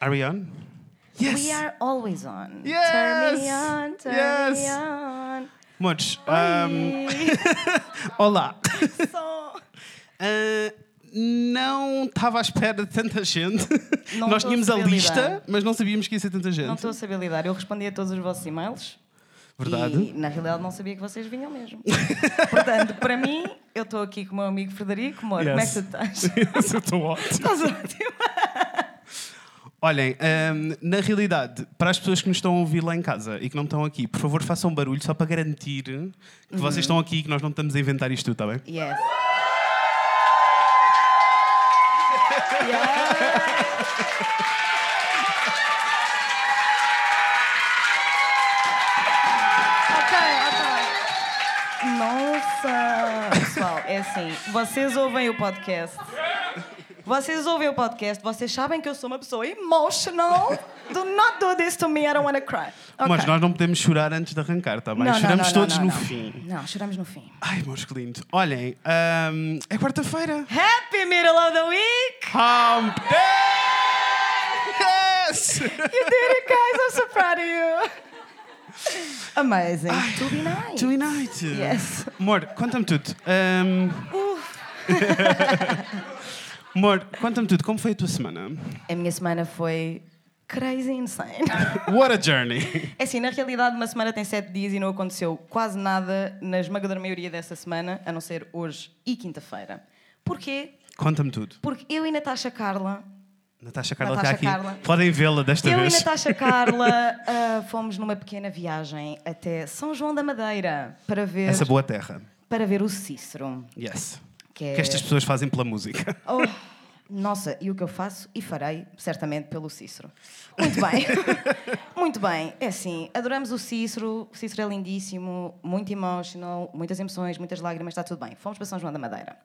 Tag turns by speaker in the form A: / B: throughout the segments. A: Are we on? Yes.
B: We are always on. Turn me
A: Yes.
B: on, turn me
A: Yes.
B: on.
A: Much. Um, olá.
B: Só-
A: Ah, não estava à espera de tanta gente.
B: Não
A: Nós
B: tô
A: tínhamos a
B: a saber
A: lista,
B: lidar.
A: mas não sabíamos que ia ser tanta gente.
B: Não estou a saber lidar. Eu respondi a todos os vossos e-mails.
A: Verdade.
B: E na realidade não sabia que vocês vinham mesmo. Portanto, para mim, eu estou aqui com o meu amigo Frederico. Amor, como é que
A: Yes.
B: tu estás?
A: Yes, eu estou é ótimo.
B: Estás ótimo.
A: Olhem, ahm, na realidade, para as pessoas que nos estão a ouvir lá em casa e que não estão aqui, por favor façam barulho só para garantir que
B: Uhum.
A: vocês estão aqui e que nós não estamos a inventar isto tudo, está bem?
B: Yes. Ok, ok. Nossa! Pessoal, é assim, vocês ouvem o podcast. Vocês ouvem o podcast, vocês sabem que eu sou uma pessoa emotional. Do not do this to me, I don't want to cry. Ok.
A: Mas nós não podemos chorar antes de arrancar, está bem? Choramos todos
B: não,
A: no
B: não.
A: fim.
B: Não, choramos no fim.
A: Ai, meus que lindo. Olhem, ahm, é quarta-feira.
B: Happy Middle of the Week!
A: Hump Day! Yes!
B: You did it, guys! I'm so proud of you! Amazing. to be nice.
A: To unite!
B: Yes.
A: Amor, conta-me tudo. Ahm, Amor, conta-me tudo. Como foi a tua semana?
B: A minha semana foi crazy insane.
A: What a journey!
B: É assim, na realidade, uma semana tem sete dias e não aconteceu quase nada na esmagadora maioria dessa semana, a não ser hoje e quinta-feira. Porquê?
A: Conta-me tudo.
B: Porque eu e Natasha Carla
A: Natasha Carla está
B: Natasha
A: aqui.
B: Carla.
A: Podem vê-la desta
B: Eu e
A: vez.
B: Natasha Carla ah, fomos numa pequena viagem até São João da Madeira para ver,
A: Essa é boa terra.
B: para ver o Cícero.
A: Yes.
B: Que é-
A: Que estas pessoas fazem pela música.
B: Oh, nossa, e o que eu faço e farei, certamente, pelo Cícero. Muito bem. muito bem. É assim, adoramos o Cícero. O Cícero é lindíssimo, muito emotional, muitas emoções, muitas lágrimas, está tudo bem. Fomos para São João da Madeira.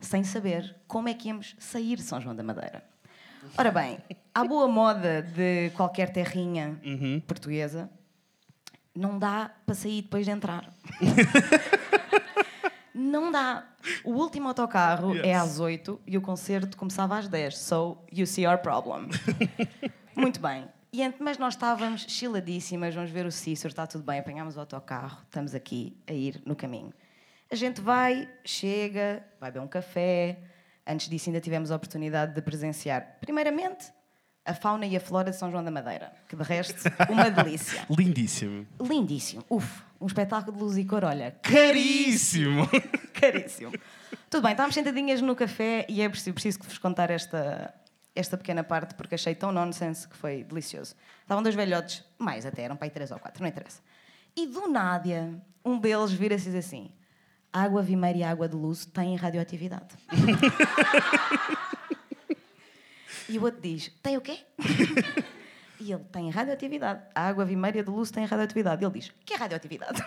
B: Sem saber como é que íamos sair de São João da Madeira. Ora bem, à boa moda de qualquer terrinha portuguesa, não dá para sair depois de entrar. Não dá. O último autocarro é
A: Yes.
B: às 8 e o concerto começava às 10. So you see our problem. Muito bem. E ent- mas nós estávamos chiladíssimas, vamos ver o Cícero, está tudo bem, apanhámos o autocarro, estamos aqui a ir no caminho. A gente vai, chega, vai beber um café. Antes disso, ainda tivemos a oportunidade de presenciar, primeiramente, a fauna e a flora de São João da Madeira, que de resto, uma delícia.
A: Lindíssimo.
B: Lindíssimo. Uf, um espetáculo de luz e cor, olha.
A: Caríssimo!
B: Caríssimo. Tudo bem, estávamos sentadinhas no café e é preciso, preciso que vos contar esta, esta pequena parte porque achei tão nonsense que foi delicioso. Estavam dois velhotes, mais até, eram para aí três ou quatro, não interessa. E do nada, um deles vira-se e diz assim: água vimeira e água de luz têm radioatividade. e o outro diz: tem o quê? E ele tem radioatividade. A água vimeira de luz tem radioatividade. Ele diz: que é radioatividade?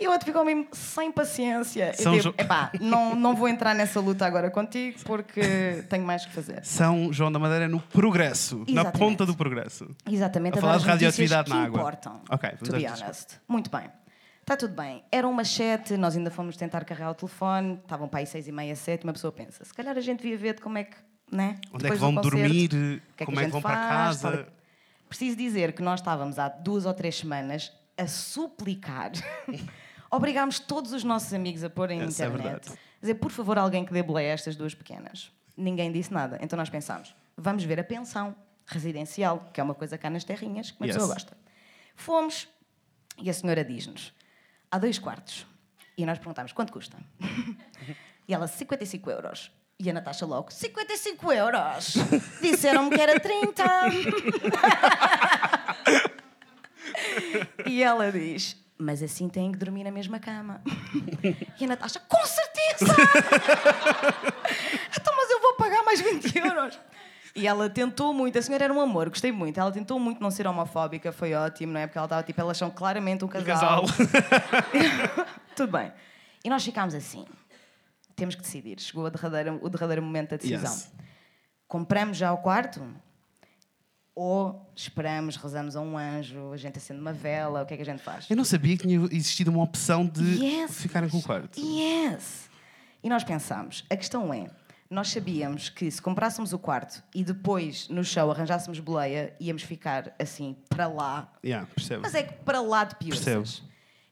B: E o outro ficou mesmo sem paciência.
A: São
B: eu
A: Jo-
B: digo, epá, não, não vou entrar nessa luta agora contigo porque tenho mais que fazer.
A: São João da Madeira no progresso, na
B: Exatamente.
A: ponta do progresso.
B: Exatamente,
A: A falar
B: agora
A: de
B: as notícias
A: radioatividade
B: que
A: na água.
B: importam.
A: Ok, vamos
B: to
A: às
B: be
A: notícias.
B: honest. Muito bem. Está tudo bem. Era uma sete, nós ainda fomos tentar carregar o telefone, estavam para aí seis e meia, sete, uma pessoa pensa, se calhar a gente devia ver de como é que, né?
A: Onde é que
B: Depois do
A: vão
B: concerto,
A: dormir?
B: o que é que
A: como
B: a
A: é que
B: gente
A: vão para
B: faz,
A: casa?
B: tal- Preciso dizer que nós estávamos há duas ou três semanas a suplicar. Obrigámos todos os nossos amigos a pôr em
A: Essa é
B: internet.
A: verdade.
B: a dizer, por favor, alguém que dê boleia a estas duas pequenas. Ninguém disse nada. Então nós pensámos, vamos ver a pensão residencial, que é uma coisa cá nas terrinhas, que uma
A: Yes.
B: pessoa gosta. Fomos e a senhora diz-nos, há dois quartos. E nós perguntámos, quanto custa? E ela, 55 euros. E a Natasha logo, 55 euros! Disseram-me que era 30! e ela diz, mas assim têm que dormir na mesma cama. e a Natasha, com certeza! então, mas eu vou pagar mais 20 euros. E ela tentou muito, a senhora era um amor, gostei muito. Ela tentou muito não ser homofóbica, foi ótimo, não é? Porque ela estava tipo, elas são claramente um
A: Casal.
B: tudo bem. E nós ficámos assim. Temos que decidir. Chegou a derradeira- o derradeiro momento da decisão.
A: Yes.
B: Compramos já o quarto? Ou esperamos, rezamos a um anjo, a gente acende uma vela, o que é que a gente faz?
A: Eu não sabia que tinha existido uma opção de
B: Yes.
A: ficarem com o quarto.
B: Yes! E nós pensámos, a questão é, Nós sabíamos que se comprássemos o quarto e depois no show arranjássemos boleia, íamos ficar assim para lá.
A: Yeah, percebo.
B: Mas é que para lá de
A: Percebo.
B: piuças.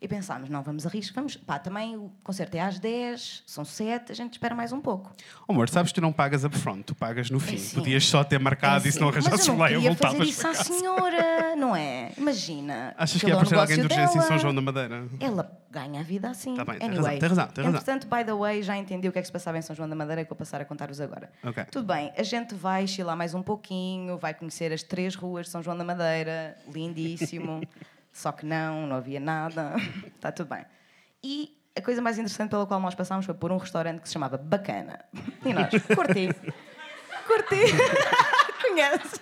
B: E pensámos, não, vamos arriscar, vamos. Pá, também o concerto é às 10, são 7, a gente espera mais um pouco.
A: Oh, amor, sabes que tu não pagas upfront, tu pagas no fim.
B: É sim.
A: Podias só ter marcado
B: É
A: e se Ah, não
B: assim,
A: arranjasses lá, eu
B: Mas eu não queria fazer
A: voltavas
B: isso à
A: para casa.
B: senhora, não é? Imagina.
A: Achas que
B: aquilo
A: ia
B: é um
A: aparecer alguém de
B: negócio
A: urgência em
B: dela.
A: São João da Madeira?
B: Ela ganha a vida assim.
A: Tá bem, tem
B: anyway.
A: razão, tem razão, tem razão.
B: Entretanto, by the way, já entendi o que é que se passava em São João da Madeira, que vou passar a contar-vos agora.
A: Ok.
B: Tudo bem, a gente vai chilar mais um pouquinho, vai conhecer as três ruas de São João da Madeira, lindíssimo. Só que não, não havia nada. Está tudo bem. E a coisa mais interessante pela qual nós passámos foi por um restaurante que se chamava Bacana. E nós, curti. curti. Conheces?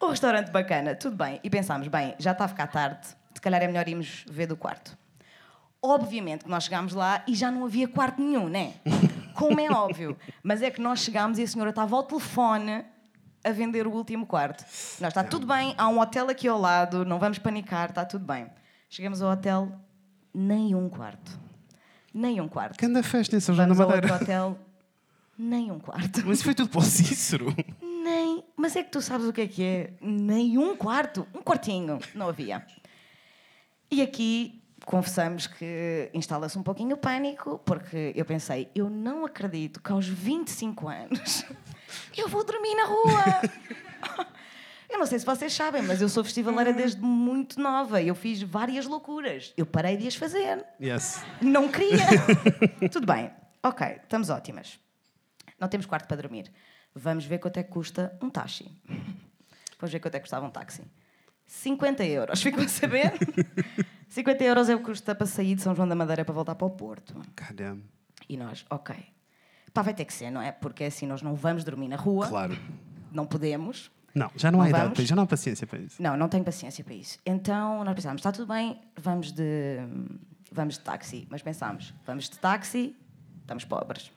B: O Um restaurante bacana, tudo bem. E pensámos, bem, já está a ficar tarde, se calhar é melhor irmos ver do quarto. Obviamente que nós chegámos lá e já não havia quarto nenhum, né? Como é óbvio. Mas é que nós chegámos e a senhora estava ao telefone a vender o último quarto. Nós está tudo bem, há um hotel aqui ao lado, não vamos panicar, está tudo bem. Chegamos ao hotel, nem um quarto. Nem um quarto.
A: Que anda festa em São João
B: Vamos
A: da
B: ao outro
A: Madeira.
B: hotel, nem um quarto.
A: Mas isso foi tudo para o Cícero.
B: Nem. Mas é que tu sabes o que é que é? Nem um quarto. Um quartinho. Não havia. E aqui confessamos que instala-se um pouquinho o pânico, porque eu pensei, eu não acredito que aos 25 anos eu vou dormir na rua. Eu não sei se vocês sabem, mas eu sou festivaleira desde muito nova. Eu fiz várias loucuras. Eu parei de as fazer.
A: Yes.
B: Não queria. Tudo bem. Ok, estamos ótimas. Não temos quarto para dormir. Vamos ver quanto é que custa um táxi. Vamos ver quanto é que custava um táxi. 50 euros. Ficam a saber? 50 euros é o que custa para sair de São João da Madeira para voltar para o Porto.
A: Caramba.
B: E nós, ok. Pá, vai ter que ser, não é? Porque é assim nós não vamos dormir na rua.
A: Claro.
B: Não podemos.
A: Não, já não,
B: Não
A: há idade
B: vamos?
A: para isso, já não há paciência para isso.
B: Não, não tenho paciência para isso. Então nós pensámos, está tudo bem, vamos de, vamos de táxi. Mas pensámos, vamos de táxi, estamos pobres.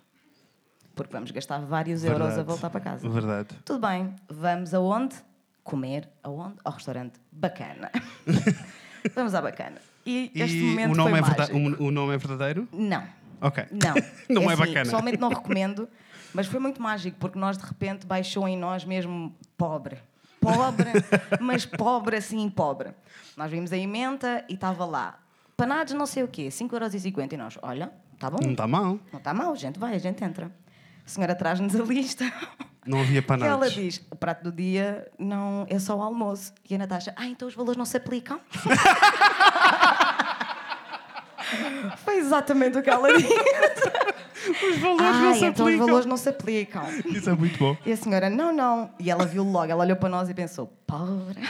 B: Porque vamos gastar vários euros a
A: Verdade.
B: voltar para casa.
A: Verdade.
B: Tudo bem, vamos aonde? Comer aonde? Ao restaurante Bacana. vamos à Bacana. E, este
A: e
B: momento
A: o, nome
B: foi
A: é
B: mágico.
A: verda- o, o nome é verdadeiro?
B: Não.
A: Ok.
B: Não.
A: Não é
B: assim,
A: bacana.
B: Pessoalmente não recomendo, mas foi muito mágico, porque nós de repente baixou em nós mesmo pobre. Pobre, mas pobre assim, pobre. Nós vimos a emenda e estava lá. Panados não sei o quê, 5,50€ e nós, olha, está bom,
A: Não está mal.
B: não está mal, gente vai, a gente entra. A senhora traz-nos a lista.
A: Não havia
B: E ela
A: panados.
B: diz, o prato do dia não é só o almoço. E a Natasha, ah, então os valores não se aplicam? Foi exatamente o que ela disse.
A: Os valores
B: Ah, então os valores não se aplicam.
A: Isso é muito bom.
B: E a senhora, não, não. E ela viu logo, ela olhou para nós e pensou, pobre.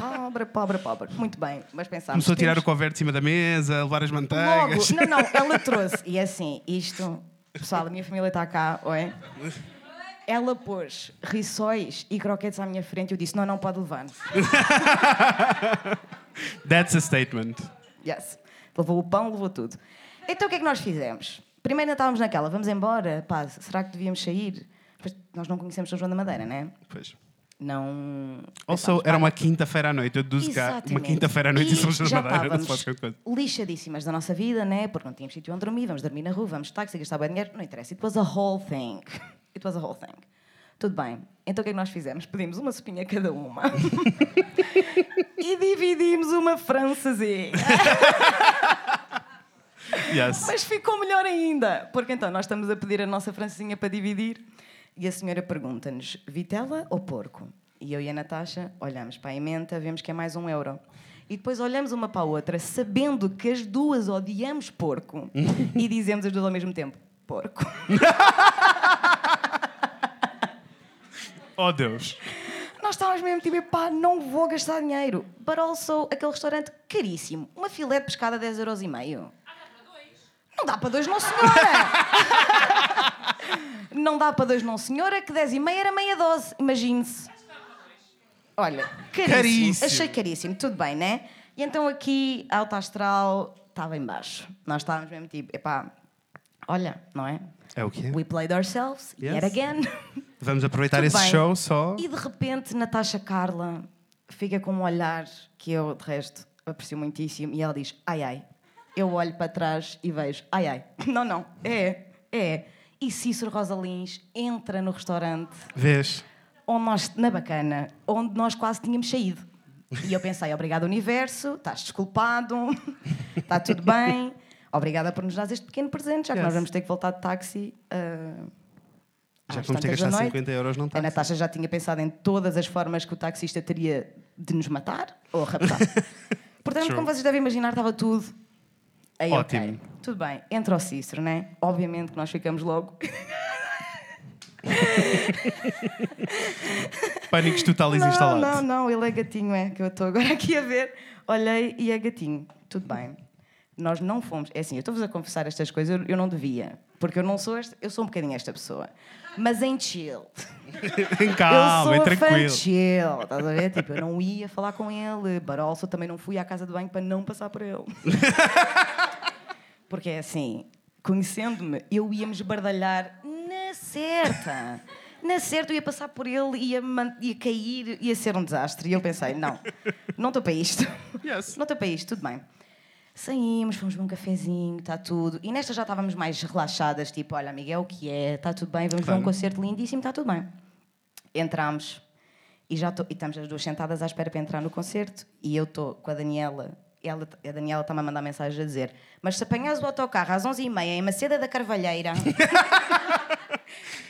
B: pobre, pobre, pobre. Muito bem, mas pensámos.
A: Começou a tirar o
B: temos
A: cover de cima da mesa, a levar as
B: Logo,
A: manteigas.
B: não, não, ela trouxe. E é assim, isto, pessoal, a minha família está cá, oi? Ela pôs rissóis e croquetes à minha frente e eu disse, não, não pode levar.
A: That's a statement.
B: Yes. Levou o pão, levou tudo. Então o que é que nós fizemos? Primeiro ainda estávamos naquela, vamos embora, pá, será que devíamos sair? Depois, nós não conhecemos São João da Madeira, né?
A: Pois.
B: não.
A: Also, era uma quinta-feira à noite, eu deduzo cá. Uma
B: Exatamente.
A: quinta-feira à noite em São João
B: já
A: da Madeira, não se faz
B: estávamos
A: qualquer coisa.
B: lixadíssimas da nossa vida, né? Porque não tínhamos sítio onde dormir, vamos dormir na rua, vamos de táxi, gastar bem dinheiro, não interessa. It was a whole thing. It was a whole thing. Tudo bem. Então o que é que nós fizemos? Pedimos uma sopinha cada uma e dividimos uma francesinha.
A: Yes.
B: Mas ficou melhor ainda, porque então nós estamos a pedir a nossa francesinha para dividir e a senhora pergunta-nos: vitela ou porco? E eu e a Natasha olhamos para a emenda, vemos que é mais um euro. E depois olhamos uma para a outra, sabendo que as duas odiamos porco, e dizemos as duas ao mesmo tempo: porco.
A: Oh, Deus.
B: Nós estávamos mesmo tipo, pá, não vou gastar dinheiro. But also, aquele restaurante caríssimo. Uma filé de pescada a 10 euros e meio. Não dá para dois, não senhora! não dá para dois, não senhora, que 10 e meia era meia dose, imagine-se. Olha, caríssimo.
A: Caríssimo.
B: Achei caríssimo, tudo bem, né? E então aqui, a alta astral estava em baixo. Nós estávamos mesmo tipo, epá, olha, não é?
A: É o quê?
B: We played ourselves,
A: Yes.
B: yet again.
A: Vamos aproveitar
B: Tudo
A: esse
B: bem.
A: show Tá só.
B: E de repente Natasha Carla fica com um olhar que eu, de resto, aprecio muitíssimo e ela diz: ai ai, eu olho para trás e vejo, ai ai, não, não, é, é. E Cícero Rosa Lins entra no restaurante
A: Vês?
B: onde nós, na bacana, onde nós quase tínhamos saído. E eu pensei, obrigado universo, estás desculpado, está tudo bem, obrigada por nos dar este pequeno presente, já que
A: Yes.
B: nós vamos ter que voltar de táxi. ah,
A: Já
B: às
A: que vamos ter que
B: tantas da
A: gastar
B: noite."
A: 50 euros tá. num
B: A
A: Um táxi.
B: Natasha já tinha pensado em todas as formas que o taxista teria de nos matar ou raptar. Portanto,
A: True.
B: como vocês devem imaginar, estava tudo aí, ok.
A: Ótimo.
B: Tudo bem, entra o Cícero, né? Obviamente que nós ficamos logo.
A: Pânicos totais
B: Não,
A: instalados.
B: não, não, ele é gatinho, é, que eu estou agora aqui a ver. Olhei e é gatinho. Tudo bem. Nós não fomos. É assim, eu estou-vos a confessar estas coisas, eu, eu não devia. Porque eu não sou esta, eu sou um bocadinho esta pessoa. Mas em chill.
A: Em
B: eu sou
A: calma, em
B: a fã de
A: tranquilo.
B: chill, estás a ver? Tipo, eu não ia falar com ele. Barolso, eu também não fui à casa de banho para não passar por ele. Porque é assim, conhecendo-me, eu ia-me esbardalhar na certa. Na certa, eu ia passar por ele, ia, man- ia cair, ia ser um desastre. E eu pensei, não, não estou para isto.
A: Yes.
B: Não estou para isto, tudo bem. Saímos, fomos beber um cafezinho, está tudo. E nesta já estávamos mais relaxadas, tipo, olha, amiga, é o que é, está tudo bem, vamos ver
A: Claro.
B: um concerto lindíssimo, está tudo bem. Entramos e já tô- e estamos as duas sentadas à espera para entrar no concerto e eu estou com a Daniela. Ela, a Daniela está-me a mandar mensagem a dizer: Mas se apanhares o autocarro às 11h30 em Maceda da Carvalheira,
A: A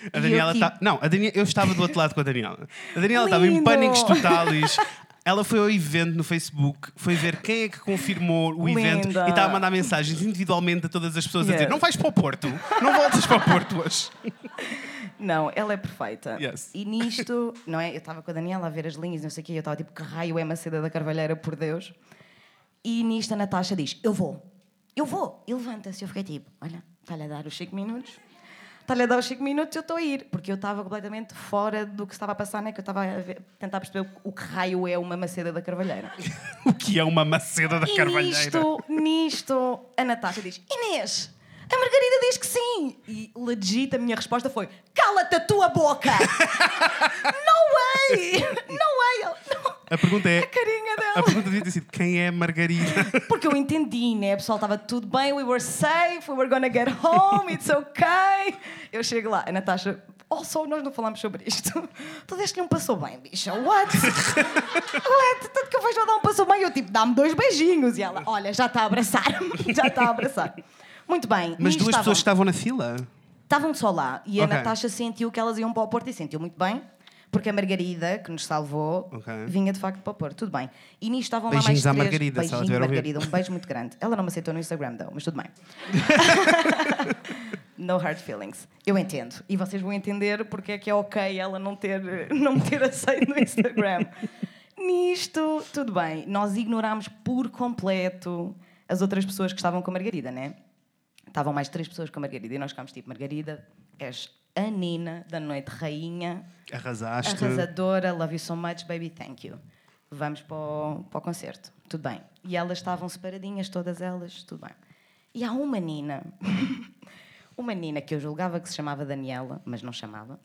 B: E
A: Daniela
B: eu,
A: está.
B: tipo-
A: Não, a Dani- eu estava do outro lado com a Daniela. A Daniela estava em
B: Lindo!
A: pânicos totais. Ela foi ao evento no Facebook, foi ver quem é que confirmou o evento
B: Linda!
A: e estava a mandar mensagens individualmente a todas as pessoas a dizer:
B: Yes.
A: Não vais para o Porto, não voltas para o Porto hoje.
B: não, ela é perfeita.
A: Yes.
B: E nisto, não é? Eu estava com a Daniela a ver as linhas, não sei o quê, e eu estava tipo: Que raio é Maceda da Carvalheira, por Deus. E nisto a Natasha diz: Eu vou, eu vou. E levanta-se. Eu fiquei tipo: Olha, está-lhe a dar os 5 minutos. Está-lhe a dar os 5 minutos, eu estou a ir. Porque eu estava completamente fora do que estava a passar, né? Que eu estava a ver- tentar perceber o que raio é uma Maceda da Carvalheira.
A: O que é uma maceda da
B: E
A: Carvalheira?
B: nisto, nisto, a Natasha diz: Inês, a Margarida diz que sim. E legit a minha resposta foi: Cala-te a tua boca! no way! No way! Não.
A: A pergunta é.
B: A carinha dela.
A: A pergunta devia ter sido: quem é a Margarida?
B: Porque eu entendi, né? O pessoal estava tudo bem, we were safe, we were gonna get home, it's okay. Eu chego lá, a Natasha, oh, só nós não falámos sobre isto. Tu deste não passou bem, bicha, what? what? Tanto que eu vejo ela dar um passou bem, eu tipo, dá-me dois beijinhos. E ela, olha, já está a abraçar-me, já está a abraçar. Muito bem.
A: Mas
B: nisto
A: duas
B: estavam-
A: pessoas estavam na fila.
B: Estavam só lá e a
A: Ok.
B: Natasha sentiu que elas iam para o Porto e sentiu muito bem, porque a Margarida, que nos salvou,
A: Ok.
B: vinha de facto para o Porto. Tudo bem. E nisto estavam
A: Beijinhos
B: lá
A: à
B: mais três.
A: Margarida, se ela
B: Beijinho,
A: tiver a ouvir.
B: Margarida, um beijo muito grande. Ela não me aceitou no Instagram, though, mas tudo bem. no hard feelings. Eu entendo. E vocês vão entender porque é que é ok ela não, ter, não me ter aceito no Instagram. Nisto, tudo bem. Nós ignorámos por completo as outras pessoas que estavam com a Margarida, né? Estavam mais três pessoas com a Margarida e nós ficámos tipo: Margarida, és a Nina da noite, rainha,
A: Arrasaste.
B: arrasadora, love you so much, baby, thank you. Vamos para o, para o concerto, tudo bem. E elas estavam separadinhas, todas elas, tudo bem. E há uma Nina, uma Nina que eu julgava que se chamava Daniela, mas não chamava,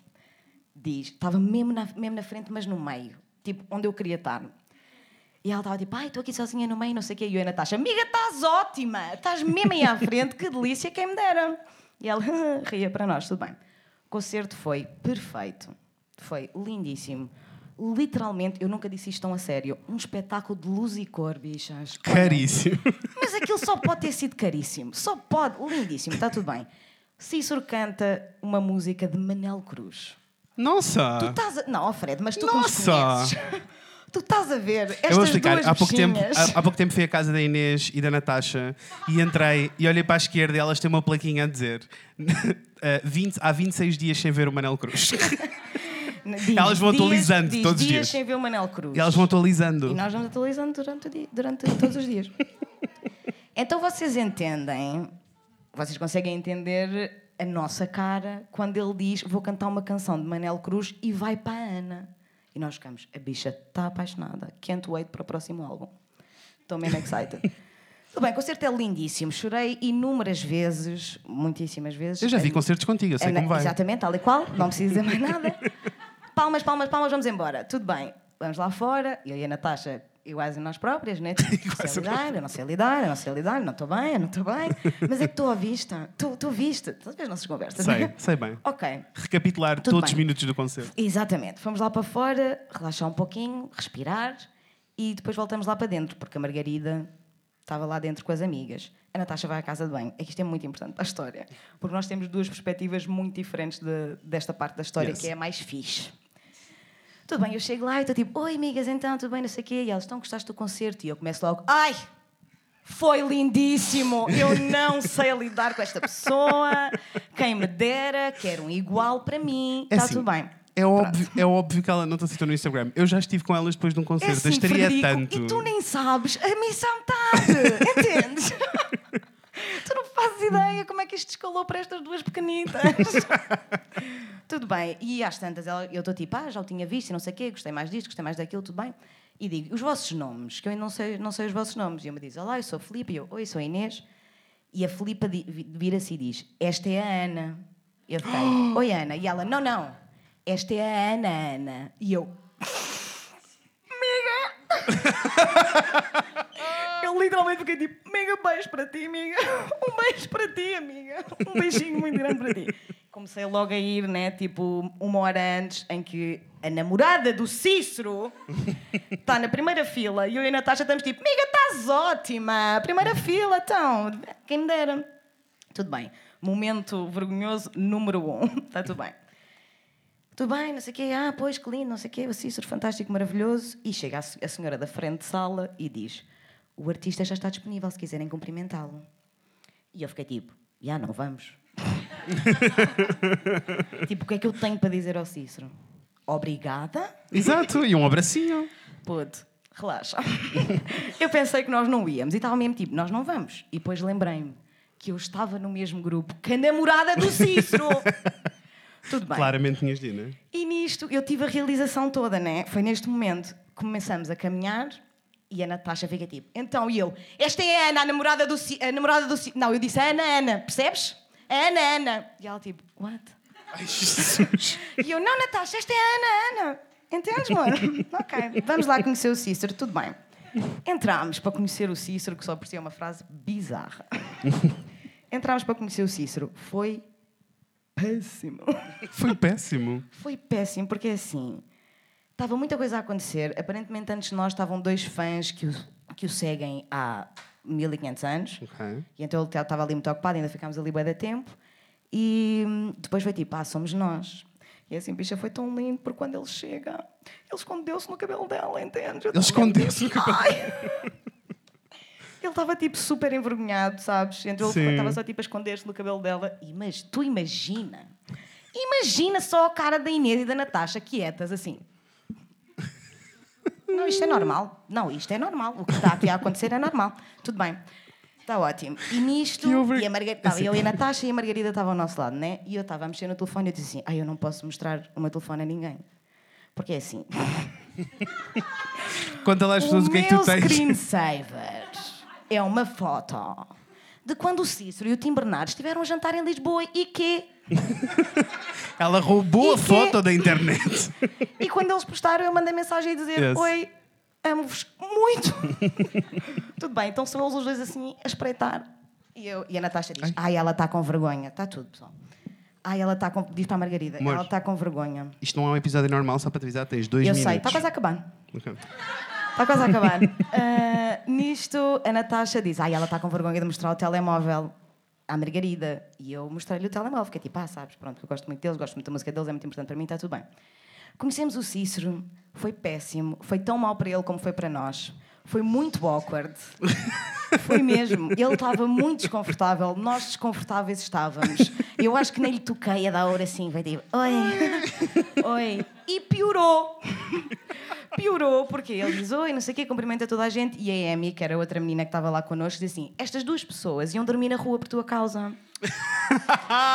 B: diz, estava mesmo na, mesmo na frente, mas no meio, tipo, onde eu queria estar. E ela estava tipo, ai, estou aqui sozinha no meio, não sei o quê. E eu e a Natasha, amiga, estás ótima, estás mesmo aí à frente, que delícia, quem me dera. E ela ria para nós, tudo bem. O concerto foi perfeito, foi lindíssimo. Literalmente, eu nunca disse isto tão a sério, um espetáculo de luz e cor, bichas. Olha,
A: Caríssimo.
B: mas aquilo só pode ter sido caríssimo. Só pode. Lindíssimo, está tudo bem. Cícero canta uma música de Manel Cruz.
A: Nossa!
B: Tu estás a... Não, ó Fred, mas tu não os
A: Ah. Nossa!
B: conheces. Tu estás a ver
A: Eu vou
B: estas
A: explicar.
B: duas
A: Há pouco, tempo,
B: bichinhas.
A: há, há pouco tempo fui à casa da Inês e da Natasha e entrei e olhei para a esquerda e elas têm uma plaquinha a dizer eh, 20 há 26 dias sem ver o Manel Cruz.
B: Dias-
A: elas vão
B: dias-
A: atualizando
B: diz
A: todos os
B: dias
A: dias.
B: sem ver o Manel Cruz.
A: e elas vão
B: E
A: atualizando.
B: nós vamos atualizando durante, o dia, durante todos os dias. então vocês entendem, vocês conseguem entender a nossa cara quando ele diz vou cantar uma canção de Manel Cruz e vai para a Ana. E nós ficamos, a bicha está apaixonada, can't wait para o próximo álbum. Estou mesmo excited. Tudo bem, o concerto é lindíssimo. Chorei inúmeras vezes, muitíssimas vezes.
A: Eu já vi
B: A-
A: concertos contigo, eu sei
B: Ana-
A: como vai.
B: É, né, Exatamente, tal e qual, não preciso dizer mais nada. Palmas, palmas, palmas, vamos embora. Tudo bem, vamos lá fora. Eu e a Natasha, iguais a nós próprias, né? Tipo, não sei lidar, eu não sei lidar, eu não sei lidar, eu não estou bem, eu não estou bem. Mas é que tu ouviste, tu, tu viste, tu vês as nossas conversas.
A: Sei,
B: né?
A: sei bem.
B: Ok,
A: Recapitular
B: Tudo
A: todos os
B: bem.
A: minutos do concerto.
B: exatamente. Fomos lá para fora, relaxar um pouquinho, respirar e depois voltamos lá para dentro, porque a Margarida estava lá dentro com as amigas. A Natasha vai à casa de banho. É que isto é muito importante para a história, porque nós temos duas perspectivas muito diferentes de- desta parte da história,
A: Yes.
B: que é a mais fixe. Tudo bem, eu chego lá e estou tipo, oi amigas, então, tudo bem, não sei o quê. E elas, estão gostaste do concerto? E eu começo logo, ai, foi lindíssimo, eu não sei lidar com esta pessoa, quem me dera, quero um igual para mim,
A: É
B: está
A: assim,
B: tudo bem.
A: É óbvio, é óbvio que ela não te citou no Instagram. Eu já estive com elas depois de um
B: É
A: concerto.
B: assim,
A: Estaria
B: Frederico,
A: tanto.
B: e tu nem sabes a missão tarde, entendes? tu não fazes ideia como é que isto escalou para estas duas pequenitas. tudo bem, e às tantas ela- eu estou tipo, ah, já o tinha visto e não sei o quê, gostei mais disto, gostei mais daquilo, tudo bem. E digo, os vossos nomes, que eu ainda não sei, não sei os vossos nomes. E eu me diz, olá, eu sou a Filipe, e eu, oi, sou a Inês. E a Filipa di- vi- vira-se e diz, esta é a Ana. Eu fiquei, oi Ana. E ela, não, não, esta é a Ana, Ana. E eu, Eu literalmente fiquei tipo, mega beijo para ti, amiga. Um beijo para ti, amiga. Um beijinho muito grande para ti. Comecei logo a ir, né? Tipo, uma hora antes, em que a namorada do Cícero está na primeira fila e eu e a Natasha estamos tipo, amiga, estás ótima. Primeira fila, então. Quem me dera. Tudo bem. Momento vergonhoso número um. Está tudo bem. Tudo bem, não sei o quê. Ah, pois, que lindo, não sei o quê. O Cícero, fantástico, maravilhoso. E chega a, se- a senhora da frente de sala e diz: O artista já está disponível se quiserem cumprimentá-lo. E eu fiquei tipo: Já não vamos. tipo, o que é que eu tenho para dizer ao Cícero? Obrigada?
A: Exato, e um abracinho.
B: Puto, relaxa. eu pensei que nós não íamos e estava mesmo tipo, nós não vamos. E depois lembrei-me que eu estava no mesmo grupo que a namorada do Cícero. Tudo bem.
A: Claramente tinhas de, né?
B: E nisto eu tive a realização toda, né? Foi neste momento que começamos a caminhar e a Natasha fica tipo, então e eu, esta é a Ana, a namorada do Ci- a namorada do Ci-" Não, eu disse "É a Ana, Ana, percebes? É A Ana, Ana. E ela tipo, what?
A: Ai, Jesus.
B: E eu, não, Natasha, esta é a Ana, Ana. Entendes, mano? ok, vamos lá conhecer o Cícero, tudo bem. Entramos para conhecer o Cícero, que só por si é uma frase bizarra. Entramos para conhecer o Cícero. Foi péssimo.
A: Foi péssimo.
B: Foi péssimo, porque assim, estava muita coisa a acontecer. Aparentemente, antes de nós estavam dois fãs que o, que o seguem há 1500 anos.
A: Ok.
B: E então ele estava ali muito ocupado, ainda ficámos ali bem da tempo. E hum, depois foi tipo, ah, somos nós. E assim, bicha, foi tão lindo, porque quando ele chega, ele escondeu-se no cabelo dela, entende?
A: Ele escondeu-se
B: tipo,
A: no cabelo.
B: Ele estava tipo super envergonhado, sabes? Então ele
A: Sim.
B: estava só tipo a esconder-se no cabelo dela. E, mas tu imagina, imagina só a cara da Inês e da Natasha quietas assim. Não, isto é normal. Não, isto é normal. O que está aqui a acontecer é normal. Tudo bem. Está ótimo. E nisto,
A: Que over-
B: e a Margarida, tava, eu e a Natasha e a Margarida estavam ao nosso lado, né? E eu estava a mexer no telefone e eu disse assim: ah, eu não posso mostrar o meu telefone a ninguém. Porque é assim.
A: Conta lá às pessoas o que é que tu tens.
B: meu screensaver é uma foto de quando o Cícero e o Tim Bernardes estiveram a jantar em Lisboa e que...
A: Ela roubou
B: E
A: a
B: que-
A: foto da internet.
B: E quando eles postaram, eu mandei mensagem a dizer:
A: Yes.
B: Oi, amo-vos muito. tudo bem, então são eles os dois assim a espreitar. E, eu, e a Natasha diz: Ai, ela está com vergonha. Está tudo, pessoal. Ai, ela está com. Diz para a Margarida:
A: Amor.
B: Ela está com vergonha.
A: Isto não é um episódio normal, só para te avisar, tens dois
B: eu
A: minutos.
B: sei, está quase a acabar.
A: Ok.
B: Está quase a acabar. Ah, nisto, a Natasha diz: Ai, ela está com vergonha de mostrar o telemóvel à Margarida. E eu mostrei-lhe o telemóvel. Fiquei tipo: Ah, sabes, pronto, que eu gosto muito deles, gosto muito da música deles, é muito importante para mim, está tudo bem. Conhecemos o Cícero, foi péssimo, foi tão mal para ele como foi para nós. Foi muito awkward. Foi mesmo. Ele estava muito desconfortável, nós desconfortáveis estávamos. Eu acho que nem lhe toquei a dar hora assim, vai tipo, oi, oi. E piorou. Piorou, porque ele diz oi, não sei o quê, cumprimenta toda a gente. E a Amy, que era outra menina que estava lá connosco, diz assim: Estas duas pessoas iam dormir na rua por tua causa.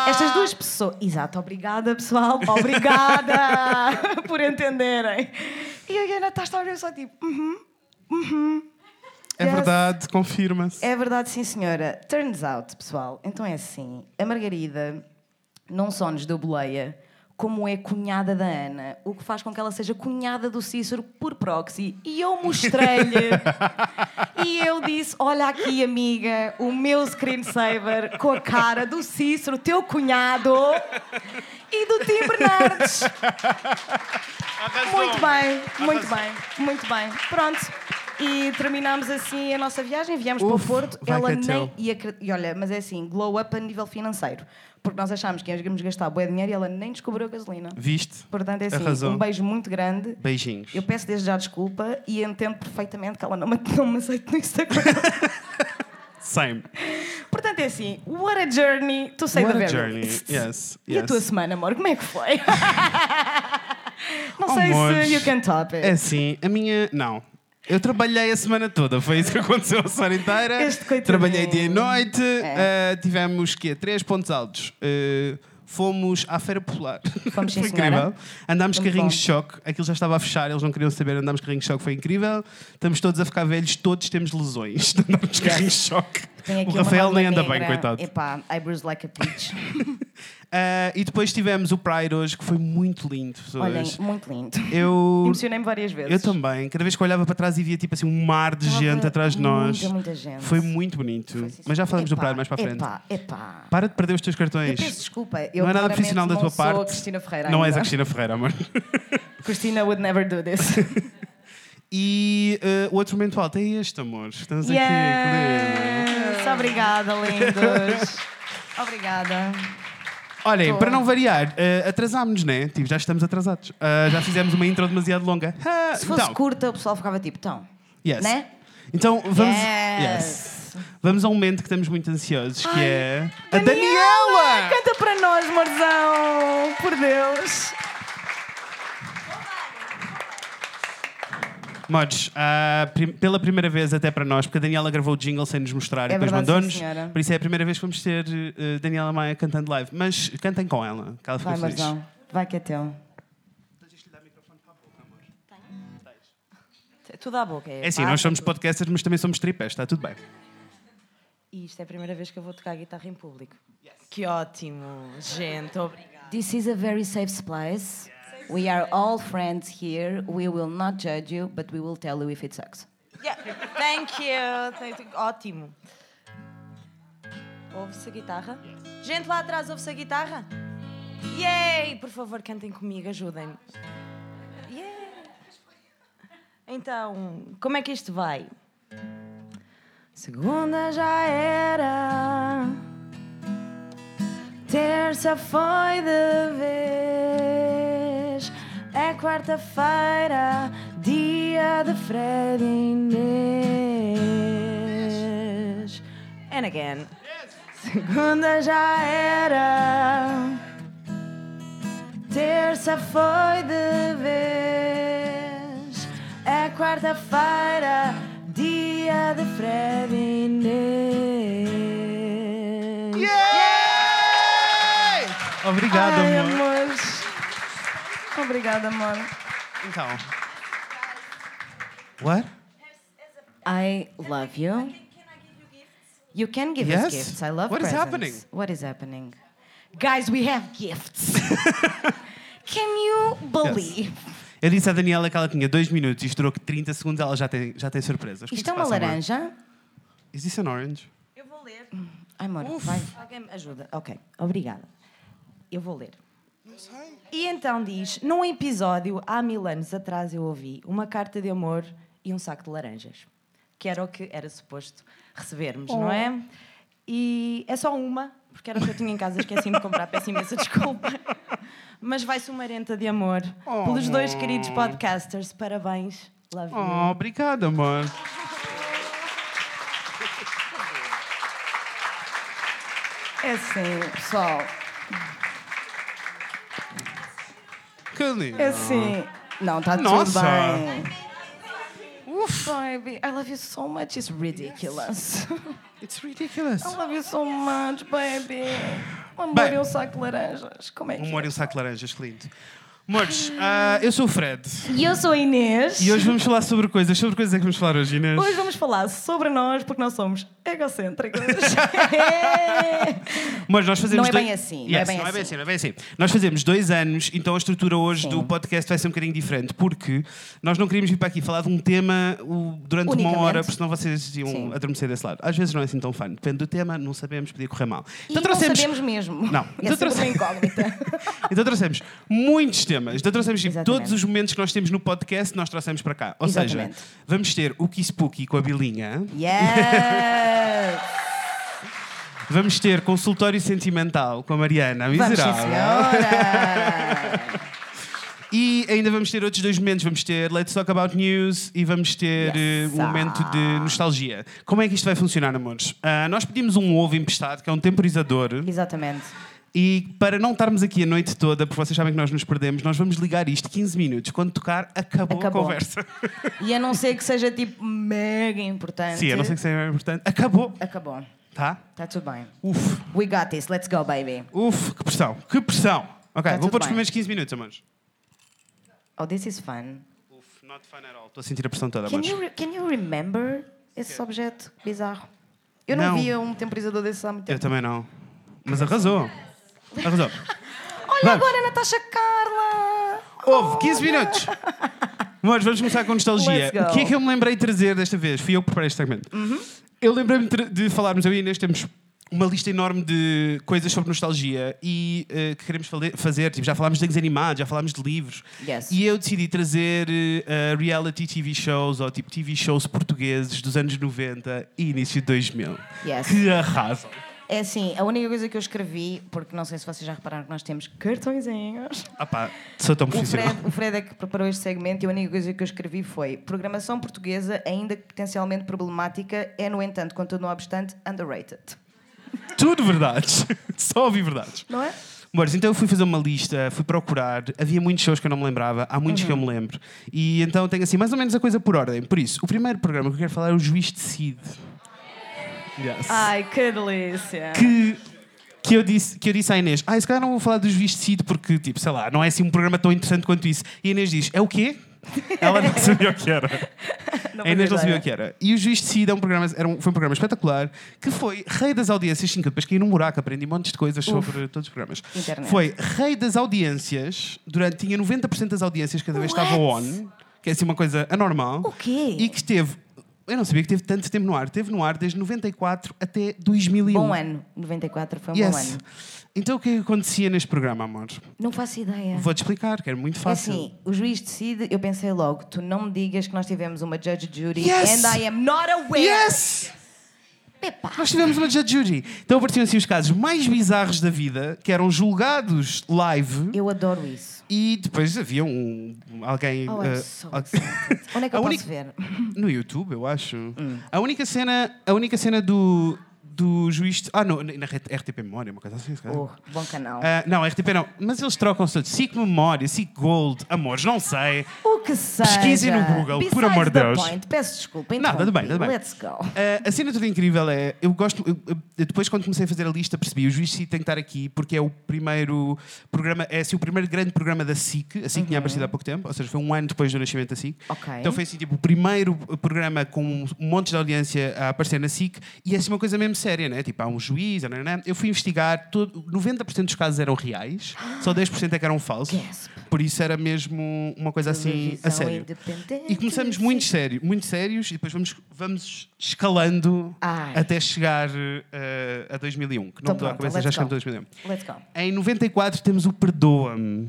B: Estas duas pessoas. Exato, obrigada pessoal, obrigada por entenderem. E eu e a Natasha olham só tipo: "Uhum."
A: É
B: Yes.
A: verdade, confirma-se.
B: É verdade, sim, senhora. Turns out, pessoal, então é assim: a Margarida não só nos deu boleia, como é cunhada da Ana, o que faz com que ela seja cunhada do Cícero por proxy. E eu mostrei-lhe. e eu disse: Olha aqui, amiga, o meu screensaver com a cara do Cícero, teu cunhado, e do Tim Bernardes. É Muito bem, muito bem, muito bem. Pronto. E terminámos assim a nossa viagem, viemos
A: Uf,
B: para o Porto.
A: vai
B: Ela
A: que é
B: nem
A: teu.
B: e, acre- e olha, mas é assim, glow up a nível financeiro. Porque nós achámos que íamos gastar bué dinheiro e ela nem descobriu a gasolina.
A: Viste?
B: Portanto, é assim,
A: Arrasou.
B: um beijo muito grande.
A: Beijinhos.
B: Eu peço desde já desculpa e entendo perfeitamente que ela não me, não me aceita no Instagram.
A: Same.
B: Portanto, é assim, what a journey to say
A: What
B: the
A: a
B: very
A: journey.
B: least.
A: Yes,
B: E a
A: yes.
B: tua semana, amor, como é que foi? não sei
A: Oh, Amores,
B: se you can top it.
A: É assim, a minha. Não. Eu trabalhei a semana toda, foi isso que aconteceu a semana inteira.
B: Este coitadinho.
A: trabalhei dia e noite,
B: É.
A: ah, tivemos que Três pontos altos. Ah, fomos à Feira Popular.
B: Fomos, sim,
A: foi
B: senhora.
A: incrível. Andámos
B: Muito
A: carrinhos
B: bom.
A: de choque, aquilo já estava a fechar, eles não queriam saber. Andámos carrinhos de choque, foi incrível. Estamos todos a ficar velhos, todos temos lesões. de Andarmos carrinhos de choque.
B: Tem aqui
A: O
B: uma É.
A: Rafael nem
B: manga
A: anda bem,
B: negra.
A: coitado.
B: Epá, eyebrows like a peach.
A: Ah, e depois tivemos o Pride hoje, que foi muito lindo, pessoas.
B: Olhem, muito lindo.
A: eu.
B: Emocionei-me várias vezes.
A: Eu também. Cada vez que eu olhava para trás e via tipo assim um mar de
B: Estava
A: gente atrás de nós.
B: Muita, muita gente.
A: Foi muito bonito.
B: Foi, sim,
A: Mas já
B: sim.
A: falamos do
B: Epá,
A: Pride mais para a frente.
B: Epá, epá.
A: Para de perder os teus
B: Eu
A: cartões.
B: peço desculpa.
A: Não
B: Eu
A: é nada
B: claramente
A: profissional da
B: não
A: tua
B: sou
A: parte.
B: A Cristina Ferreira
A: não
B: ainda.
A: és a Cristina Ferreira, amor.
B: Cristina would never do this.
A: E eh, o outro momento alto é este, amor. Estamos aqui. que lindo.
B: yes. Obrigada, lindos. Obrigada.
A: Olhem,
B: Tô.
A: para não variar, eh, atrasámos-nos, né? Tipo, já estamos atrasados. Ah, já fizemos uma intro demasiado longa. Ah,
B: Se fosse
A: então,
B: curta, o pessoal ficava tipo, então.
A: yes.
B: né?
A: Então vamos. yes.
B: Yes.
A: Vamos a um momento que estamos muito ansiosos, que
B: Ai,
A: é. A Daniela!
B: Canta para nós, Marzão! Por Deus!
A: Modes, ah, prim- pela primeira vez até para nós, porque a Daniela gravou o jingle sem nos mostrar
B: É
A: e depois
B: verdade,
A: mandou-nos.
B: sim, senhora.
A: Por isso é a primeira vez que vamos ter eh, Daniela Maia cantando live. Mas cantem com ela, que ela fica
B: Vai,
A: feliz.
B: Marzão. Vai que é teu. Tudo à boca.
A: É assim, nós somos podcasters, mas também somos tripés, está tudo bem.
C: E isto é a primeira vez que eu vou tocar guitarra em público. Que ótimo, gente. Obrigada.
B: This is a very safe place. We are all friends here. We will not judge you, but we will tell you if it sucks.
C: Yeah, Thank you. Thank you. Ótimo. Ouve-se a guitarra? Gente, lá atrás ouve-se a guitarra? Yay! Por favor, cantem comigo, ajudem-me. Yay! Então, como é que isto vai? Segunda já era. Terça foi de vez. É quarta-feira, dia de Fred e Inês. And again. Segunda já era. Terça foi de vez. É quarta-feira, dia de Fred e Inês.
A: Obrigado,
C: Ai,
A: amor.
C: amores.
B: Obrigada, amor.
A: Então. What?
B: I love you. You can give
A: Yes.
B: us gifts. I love
A: What is
B: presents.
A: happening?
B: What is happening? Guys, we have gifts. can you believe?
A: Eu disse à Daniela que ela tinha dois minutos e estourou que 30 segundos ela já tem, já tem surpresas. O que
B: Isto
A: se
B: é uma
A: passa, amor?
B: laranja?
A: Is this an orange?
C: Eu vou ler.
B: Ai, amor, vai.
C: Alguém me ajuda? Ok, obrigada. Eu vou ler. E então diz: num episódio há mil anos atrás eu ouvi uma carta de amor e um saco de laranjas, que era o que era suposto recebermos, não é? E é só uma, porque era o que eu tinha em casa, esqueci-me de comprar, peço imensa desculpa. Mas vai-se uma renta de amor
A: Oh,
C: pelos dois
A: amor.
C: queridos podcasters. Parabéns, love you.
A: Oh, obrigado, amor.
B: É assim, pessoal.
A: Que lindo.
B: É assim. Não, está tudo
A: Nossa.
B: bem. Baby, I love you so much. It's ridiculous.
A: It's ridiculous.
B: I love you so much, baby. Um
A: Bem.
B: Amor e um saco de laranjas. Como é que
A: Um
B: é?
A: molho e um saco de laranjas, que lindo. Mortes, ah, eu sou o Fred.
B: E eu sou a Inês.
A: E hoje vamos falar sobre coisas. Sobre coisas é que vamos falar hoje, Inês?
B: Hoje vamos falar sobre nós, porque nós somos egocêntricos.
A: Mas nós fazemos
B: Não é
A: dois-
B: bem assim, não
A: Yes,
B: é bem
A: não é bem
B: assim.
A: assim, não é bem assim. Nós fazemos dois anos, então a estrutura hoje do podcast vai ser um bocadinho diferente, porque nós não queríamos vir para aqui falar de um tema o- durante uma
B: Unicamente.
A: hora, porque senão vocês iam
B: Sim.
A: adormecer desse lado. Às vezes não é assim tão fun. Depende do tema, não sabemos, podia correr mal. Então
B: e não sabemos mesmo.
A: Não.
B: É
A: Então
B: sempre uma
A: trouxe-
B: incógnita.
A: Então trouxemos muitos temas, então trouxemos tipo,
C: Exatamente.
A: todos os momentos que nós temos no podcast, nós trouxemos para cá. Ou seja,
B: Exatamente.
A: vamos ter o Kiss Pookie com a Bilinha,
B: Yes!
A: vamos ter consultório sentimental com a Mariana, a
B: Vamos, sim,
A: miserável.
B: senhora!
A: E ainda vamos ter outros dois momentos. Vamos ter Let's Talk About News e vamos ter eh, um
B: Yes.
A: momento de nostalgia. Como é que isto vai funcionar, amores? Ah, nós pedimos um ovo emprestado, que é um temporizador.
B: Exatamente.
A: E para não estarmos aqui a noite toda, porque vocês sabem que nós nos perdemos, nós vamos ligar isto 15 minutos. Quando tocar, acabou,
B: Acabou.
A: a conversa.
B: E a não ser que seja tipo mega importante.
A: Sim, eu não sei que seja importante. Acabou,
B: Acabou.
A: tá?
B: Está tudo bem.
A: Uf,
B: We got this. Let's go, baby.
A: uf, que pressão, que pressão. Ok,
B: Tá
A: vou
B: tudo
A: pôr os
B: bem.
A: primeiros 15 minutos, amores.
B: Oh, this is fun.
A: Uf, not fun at all. Estou a sentir a pressão toda,
B: Can
A: amores.
B: you, can you remember esse objeto bizarro? Eu não,
A: Não.
B: via um temporizador desse há muito
A: Eu
B: tempo.
A: também não. Mas arrasou. Arrasou.
B: Olha
A: Vamos.
B: agora a Natasha Carla!
A: Houve 15 minutos. Mas vamos começar com nostalgia.
B: Let's go. Uhum.
A: O que é que eu me lembrei de trazer desta vez? Fui eu que preparei este segmento. Eu lembrei-me de tra- de falarmos, eu e a Inês temos uma lista enorme de coisas sobre nostalgia e eh, que queremos fale- fazer. Tipo, já falámos de desenhos animados, já falámos de livros.
B: Yes.
A: E eu decidi trazer eh, eh, reality TV shows ou tipo TV shows portugueses dos anos 90 e início de 2000.
B: Yes.
A: Que arrasam.
B: É assim, a única coisa que eu escrevi, porque não sei se vocês já repararam que nós temos cartõezinhos.
A: Ah pá, sou tão
B: O
A: profissional.
B: Fred, o Fred é que preparou este segmento e a única coisa que eu escrevi foi programação portuguesa, ainda que potencialmente problemática, é, no entanto, contudo não obstante, underrated.
A: Tudo verdades. Só ouvi verdades.
B: Não é?
A: Amores, então eu fui fazer uma lista, fui procurar, havia muitos shows que eu não me lembrava, há muitos que eu me lembro. E então tenho assim, mais ou menos a coisa por ordem. Por isso, o primeiro programa que eu quero falar é o Juiz Decide. Yes.
B: Ai, que delícia!
A: Que, que, eu disse, que eu disse à Inês, ah, se calhar não vou falar do Juiz Decide porque, tipo, sei lá, não é assim um programa tão interessante quanto isso. E a Inês diz, é o quê? Ela não sabia o que era.
B: É
A: A Inês não sabia o que era. E o Juiz Decide é um programa, era um- foi um programa espetacular que foi rei das audiências. Sim, que eu depois caí num buraco, aprendi montes de coisas sobre todos os programas.
B: Internet.
A: Foi rei das audiências, durante, tinha 90% das audiências cada vez estava on, que é assim uma coisa anormal.
B: O quê?
A: E que esteve, eu não sabia que teve tanto tempo no ar, teve no ar desde 94 até 2001.
B: Bom ano, 94 foi um bom
A: Yes.
B: ano.
A: Então o que é que acontecia neste programa, amor?
B: Não faço ideia.
A: Vou-te explicar, que era muito
B: É
A: fácil.
B: Assim, o juiz decide, eu pensei logo, tu não me digas que nós tivemos uma Judge Judy
A: Yes!
B: and I am not aware.
A: Yes!
B: Epá.
A: Nós tivemos uma judge jury. Então apareciam assim os casos mais bizarros da vida, que eram julgados live
B: Eu adoro isso.
A: e depois havia um alguém
B: Oh,
A: eh,
B: I'm so
A: al-
B: excited. Onde é que
A: A
B: eu
A: única-
B: posso ver?
A: no YouTube, eu acho.
B: Hum.
A: A única cena, a única cena do do juiz, de- ah não, na na RTP Memória, uma coisa assim, se calhar.
B: Oh, bom canal.
A: Ah, não, RTP não, mas eles trocam-se todos. SIC Memória, SIC Gold, amores, não sei.
B: O que seja.
A: Pesquisem no Google, por
B: Besides
A: amor de
B: the
A: Deus.
B: Point. Peço desculpa.
A: Não, tudo bem,
B: interrompi.
A: tudo bem.
B: Let's go.
A: Ah, a cena toda incrível é. Eu gosto. eu- eu- depois, quando comecei a fazer a lista, percebi o juiz de SIC tem que estar aqui porque é o primeiro programa. É assim, o primeiro grande programa da SIC. A SIC tinha aparecido há pouco tempo, ou seja, foi um ano depois do nascimento da SIC.
B: Ok.
A: Então foi assim, tipo, o primeiro programa com um monte de audiência a aparecer na SIC e é assim uma coisa mesmo séria, né? Tipo, há um juiz. nananã. Eu fui investigar, todo, 90% dos casos eram reais, só 10% é que eram falsos.
B: Gasp.
A: Por isso era mesmo uma coisa assim a
B: Televisão
A: sério.
B: independente.
A: E começamos
B: assim.
A: muito sério, muito sérios, e depois vamos, vamos escalando
B: Ai.
A: até chegar eh, a 2001. Que não
B: Então
A: me dou a
B: pronto,
A: cabeça,
B: let's
A: já chegamos a
B: go.
A: 2001.
B: Let's go.
A: Em 94 temos o Perdoa-me.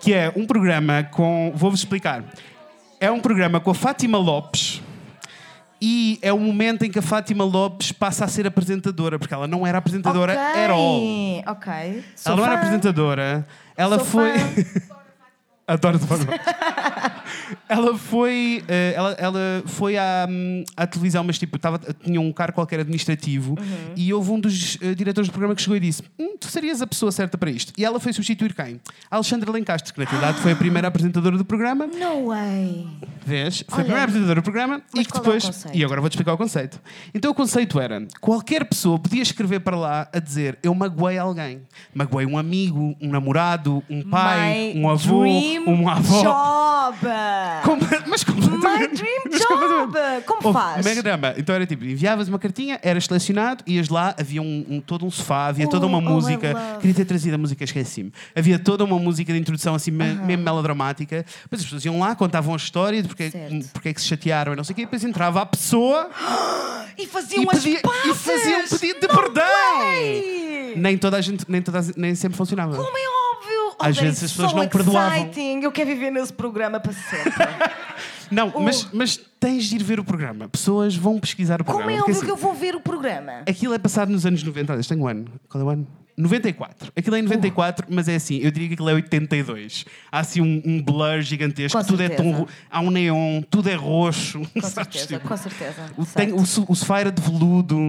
A: Que é um programa com. Vou-vos explicar. É um programa com a Fátima Lopes. E é o momento em que a Fátima Lopes passa a ser apresentadora, porque ela não era apresentadora
B: Ok,
A: at all.
B: Ok. Sou
A: Ela não era
B: fã.
A: apresentadora. Ela
B: Sou
A: foi.
B: fã.
A: Adoro de forma. Ela foi, eh, ela, ela foi à, hum, à televisão, mas tipo, tava, tinha um cargo qualquer administrativo
B: Uhum.
A: e houve um dos eh, diretores do programa que chegou e disse: hum, Tu serias a pessoa certa para isto. E ela foi substituir quem? A Alexandra Lencastre, que na realidade foi a primeira apresentadora do programa.
B: No way.
A: Vês? Foi
B: Olha.
A: a primeira apresentadora do programa
B: Mas
A: e que
B: qual é o
A: depois.
B: conceito?
A: e agora vou-te explicar o conceito. Então o conceito era: qualquer pessoa podia escrever para lá a dizer eu magoei alguém. Magoei um amigo, um namorado, um pai,
B: My
A: um avô, é
B: dream
A: uma avó.
B: Job.
A: Com- mas completamente.
B: My dream
A: mas
B: job!
A: completamente.
B: Como
A: Houve
B: faz?
A: Oh, Mega drama. Então era tipo: enviavas uma cartinha, eras selecionado, ias lá, havia um, um- todo um sofá, havia toda uma
B: Oh, oh, I
A: música.
B: love.
A: Queria ter trazido a música, esqueci-me. Havia toda uma música de introdução, assim, me- mesmo melodramática. Mas as pessoas iam lá, contavam a história de porque,
B: Certo.
A: porque é que se chatearam e não sei o quê. E depois entrava a pessoa
B: E faziam
A: e,
B: as
A: pedia, e
B: pazes.
A: fazia um pedido de
B: No
A: perdão.
B: um way.
A: Nem toda a gente, nem, toda a- nem sempre funcionava.
B: Como é óbvio.
A: Às
B: Olha,
A: vezes as
B: so
A: pessoas não perdoavam.
B: exciting. Eu quero viver nesse programa para sempre.
A: Não, mas, mas tens de ir ver o programa. Pessoas vão pesquisar o programa.
B: Oh. Como é
A: porque,
B: óbvio
A: assim,
B: que eu vou ver o programa?
A: Aquilo é passado nos anos 90. Olha, tenho um ano. Qual é o ano? 94. Aquilo é em 94, mas é assim, eu diria que aquilo é 82. Há assim um, um blur gigantesco,
B: Com
A: tudo é
B: certeza.
A: tão. ro- Há um neon, tudo é roxo.
B: Com
A: sabes,
B: certeza,
A: tipo,
B: com certeza.
A: o, tem,
B: Certo.
A: o, so- o sofá era de veludo,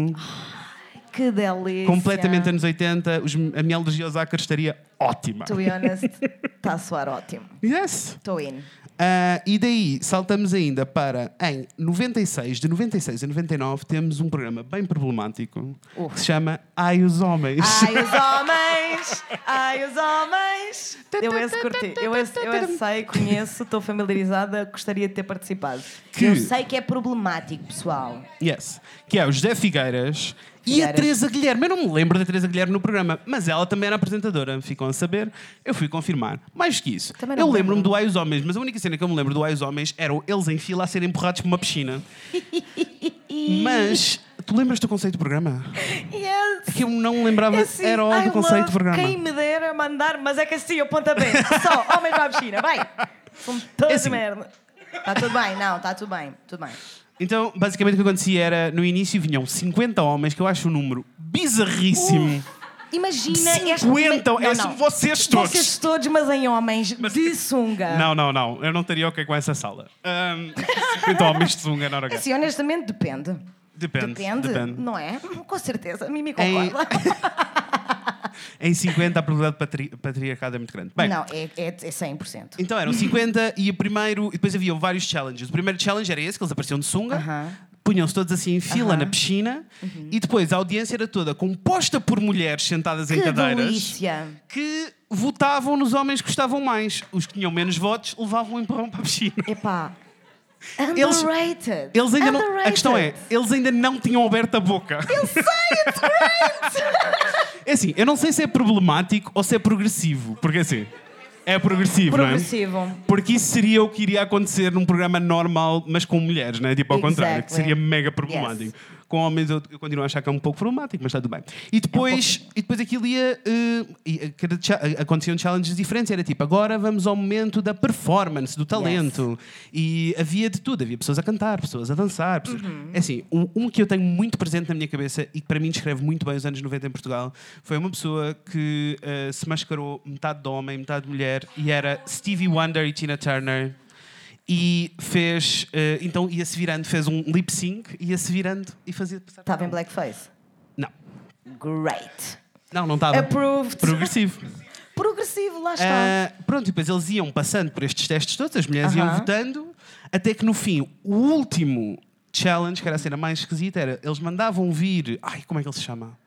B: Que delícia.
A: completamente anos 80. Os, a minha alergia aos ácaros estaria ótima.
B: To be honest, está a soar ótimo.
A: Yes!
B: Estou in.
A: Ah, e daí saltamos ainda para em 96, de 96 a 99, temos um programa bem problemático
B: Uh.
A: que se chama Ai os Homens.
B: Ai, os homens! Ai, os homens! Eu esse curti. Eu esse, eu esse sei, conheço, estou familiarizada, gostaria de ter participado.
A: Que-
B: Eu sei que é problemático, pessoal.
A: Yes. Que é o José Figueiras, e a
B: Figueiras.
A: Teresa Guilherme. Eu não me lembro da Teresa Guilherme no programa, mas ela também era apresentadora, ficam a saber. Eu fui confirmar. Mais que isso,
B: Também não
A: eu
B: me
A: lembro-me
B: lembro.
A: do Ai os Homens, mas a única cena que eu me lembro do Ai os Homens eram eles em fila a serem empurrados por uma piscina. mas tu lembras do conceito do programa?
B: Yes!
A: É que eu não me lembrava
B: Assim,
A: era all
B: I
A: do conceito
B: love
A: do programa.
B: Quem me dera mandar, mas é que assim, o pontapé. Só, homem para a piscina, vai! São todos
A: É assim.
B: merda. Está tudo bem, não, está tudo bem, tudo bem.
A: Então, basicamente o que acontecia era, no início vinham 50 homens, que eu acho um número bizarríssimo.
B: Imagina esta-
A: 50,
B: Não,
A: é
B: não.
A: vocês todos.
B: Vocês todos, mas em homens, de sunga.
A: Não, não, não, eu não teria ok com essa sala. Ahm, 50 homens de sunga na hora
B: É Assim, honestamente, depende.
A: Depende,
B: Depende,
A: depende.
B: não é? Com certeza, a Mimi
A: Em-
B: concorda.
A: Em 50 a probabilidade de patri patriarcado é muito grande. Bem,
B: Não, é, é, é 100%.
A: então eram 50 e o primeiro... E depois haviam vários challenges. O primeiro challenge era esse, que eles apareciam de sunga.
B: Aham. Uhum.
A: Punham-se todos assim em fila na piscina e depois a audiência era toda composta por mulheres sentadas em
B: Que
A: cadeiras.
B: delícia.
A: que votavam nos homens que gostavam mais. Os que tinham menos votos levavam um empurrão para a piscina.
B: Epá.
A: Eles-
B: Underrated.
A: Eles ainda não,
B: Underrated.
A: a questão é, eles ainda não tinham aberto a boca. Eu sei, it's É assim, eu não sei se é problemático ou se é progressivo, porque assim, é progressivo, não é?
B: Progressivo.
A: Porque isso seria o que iria acontecer num programa normal, mas com mulheres, não é? Tipo ao
B: Exactly.
A: contrário, que seria mega problemático.
B: Yes.
A: Com homens eu, eu continuo a achar que é um pouco problemático, mas está tudo bem. E depois, e depois aquilo ia. eh, e a cada cha- a- aconteciam challenges diferentes. Era tipo, agora vamos ao momento da performance, do talento. E havia de tudo. Havia pessoas a cantar, pessoas a dançar. pessoas- É assim, um, um que eu tenho muito presente na minha cabeça e que para mim descreve muito bem os anos 90 em Portugal foi uma pessoa que eh, se mascarou metade de homem, metade de mulher e era Stevie Wonder e Tina Turner. E fez, eh, então ia-se virando, fez um lip sync, ia-se virando e fazia passar.
B: Estava em blackface.
A: Não.
B: Great.
A: Não, não
B: É
A: estava.
B: Approved.
A: Progressivo.
B: Progressivo, lá está.
A: Ah, pronto, e depois eles iam passando por estes testes todos, as mulheres iam
B: Aham.
A: votando, até que no fim, o último challenge, que era a cena mais esquisita, era eles mandavam vir. Ai, como é que ele se chama?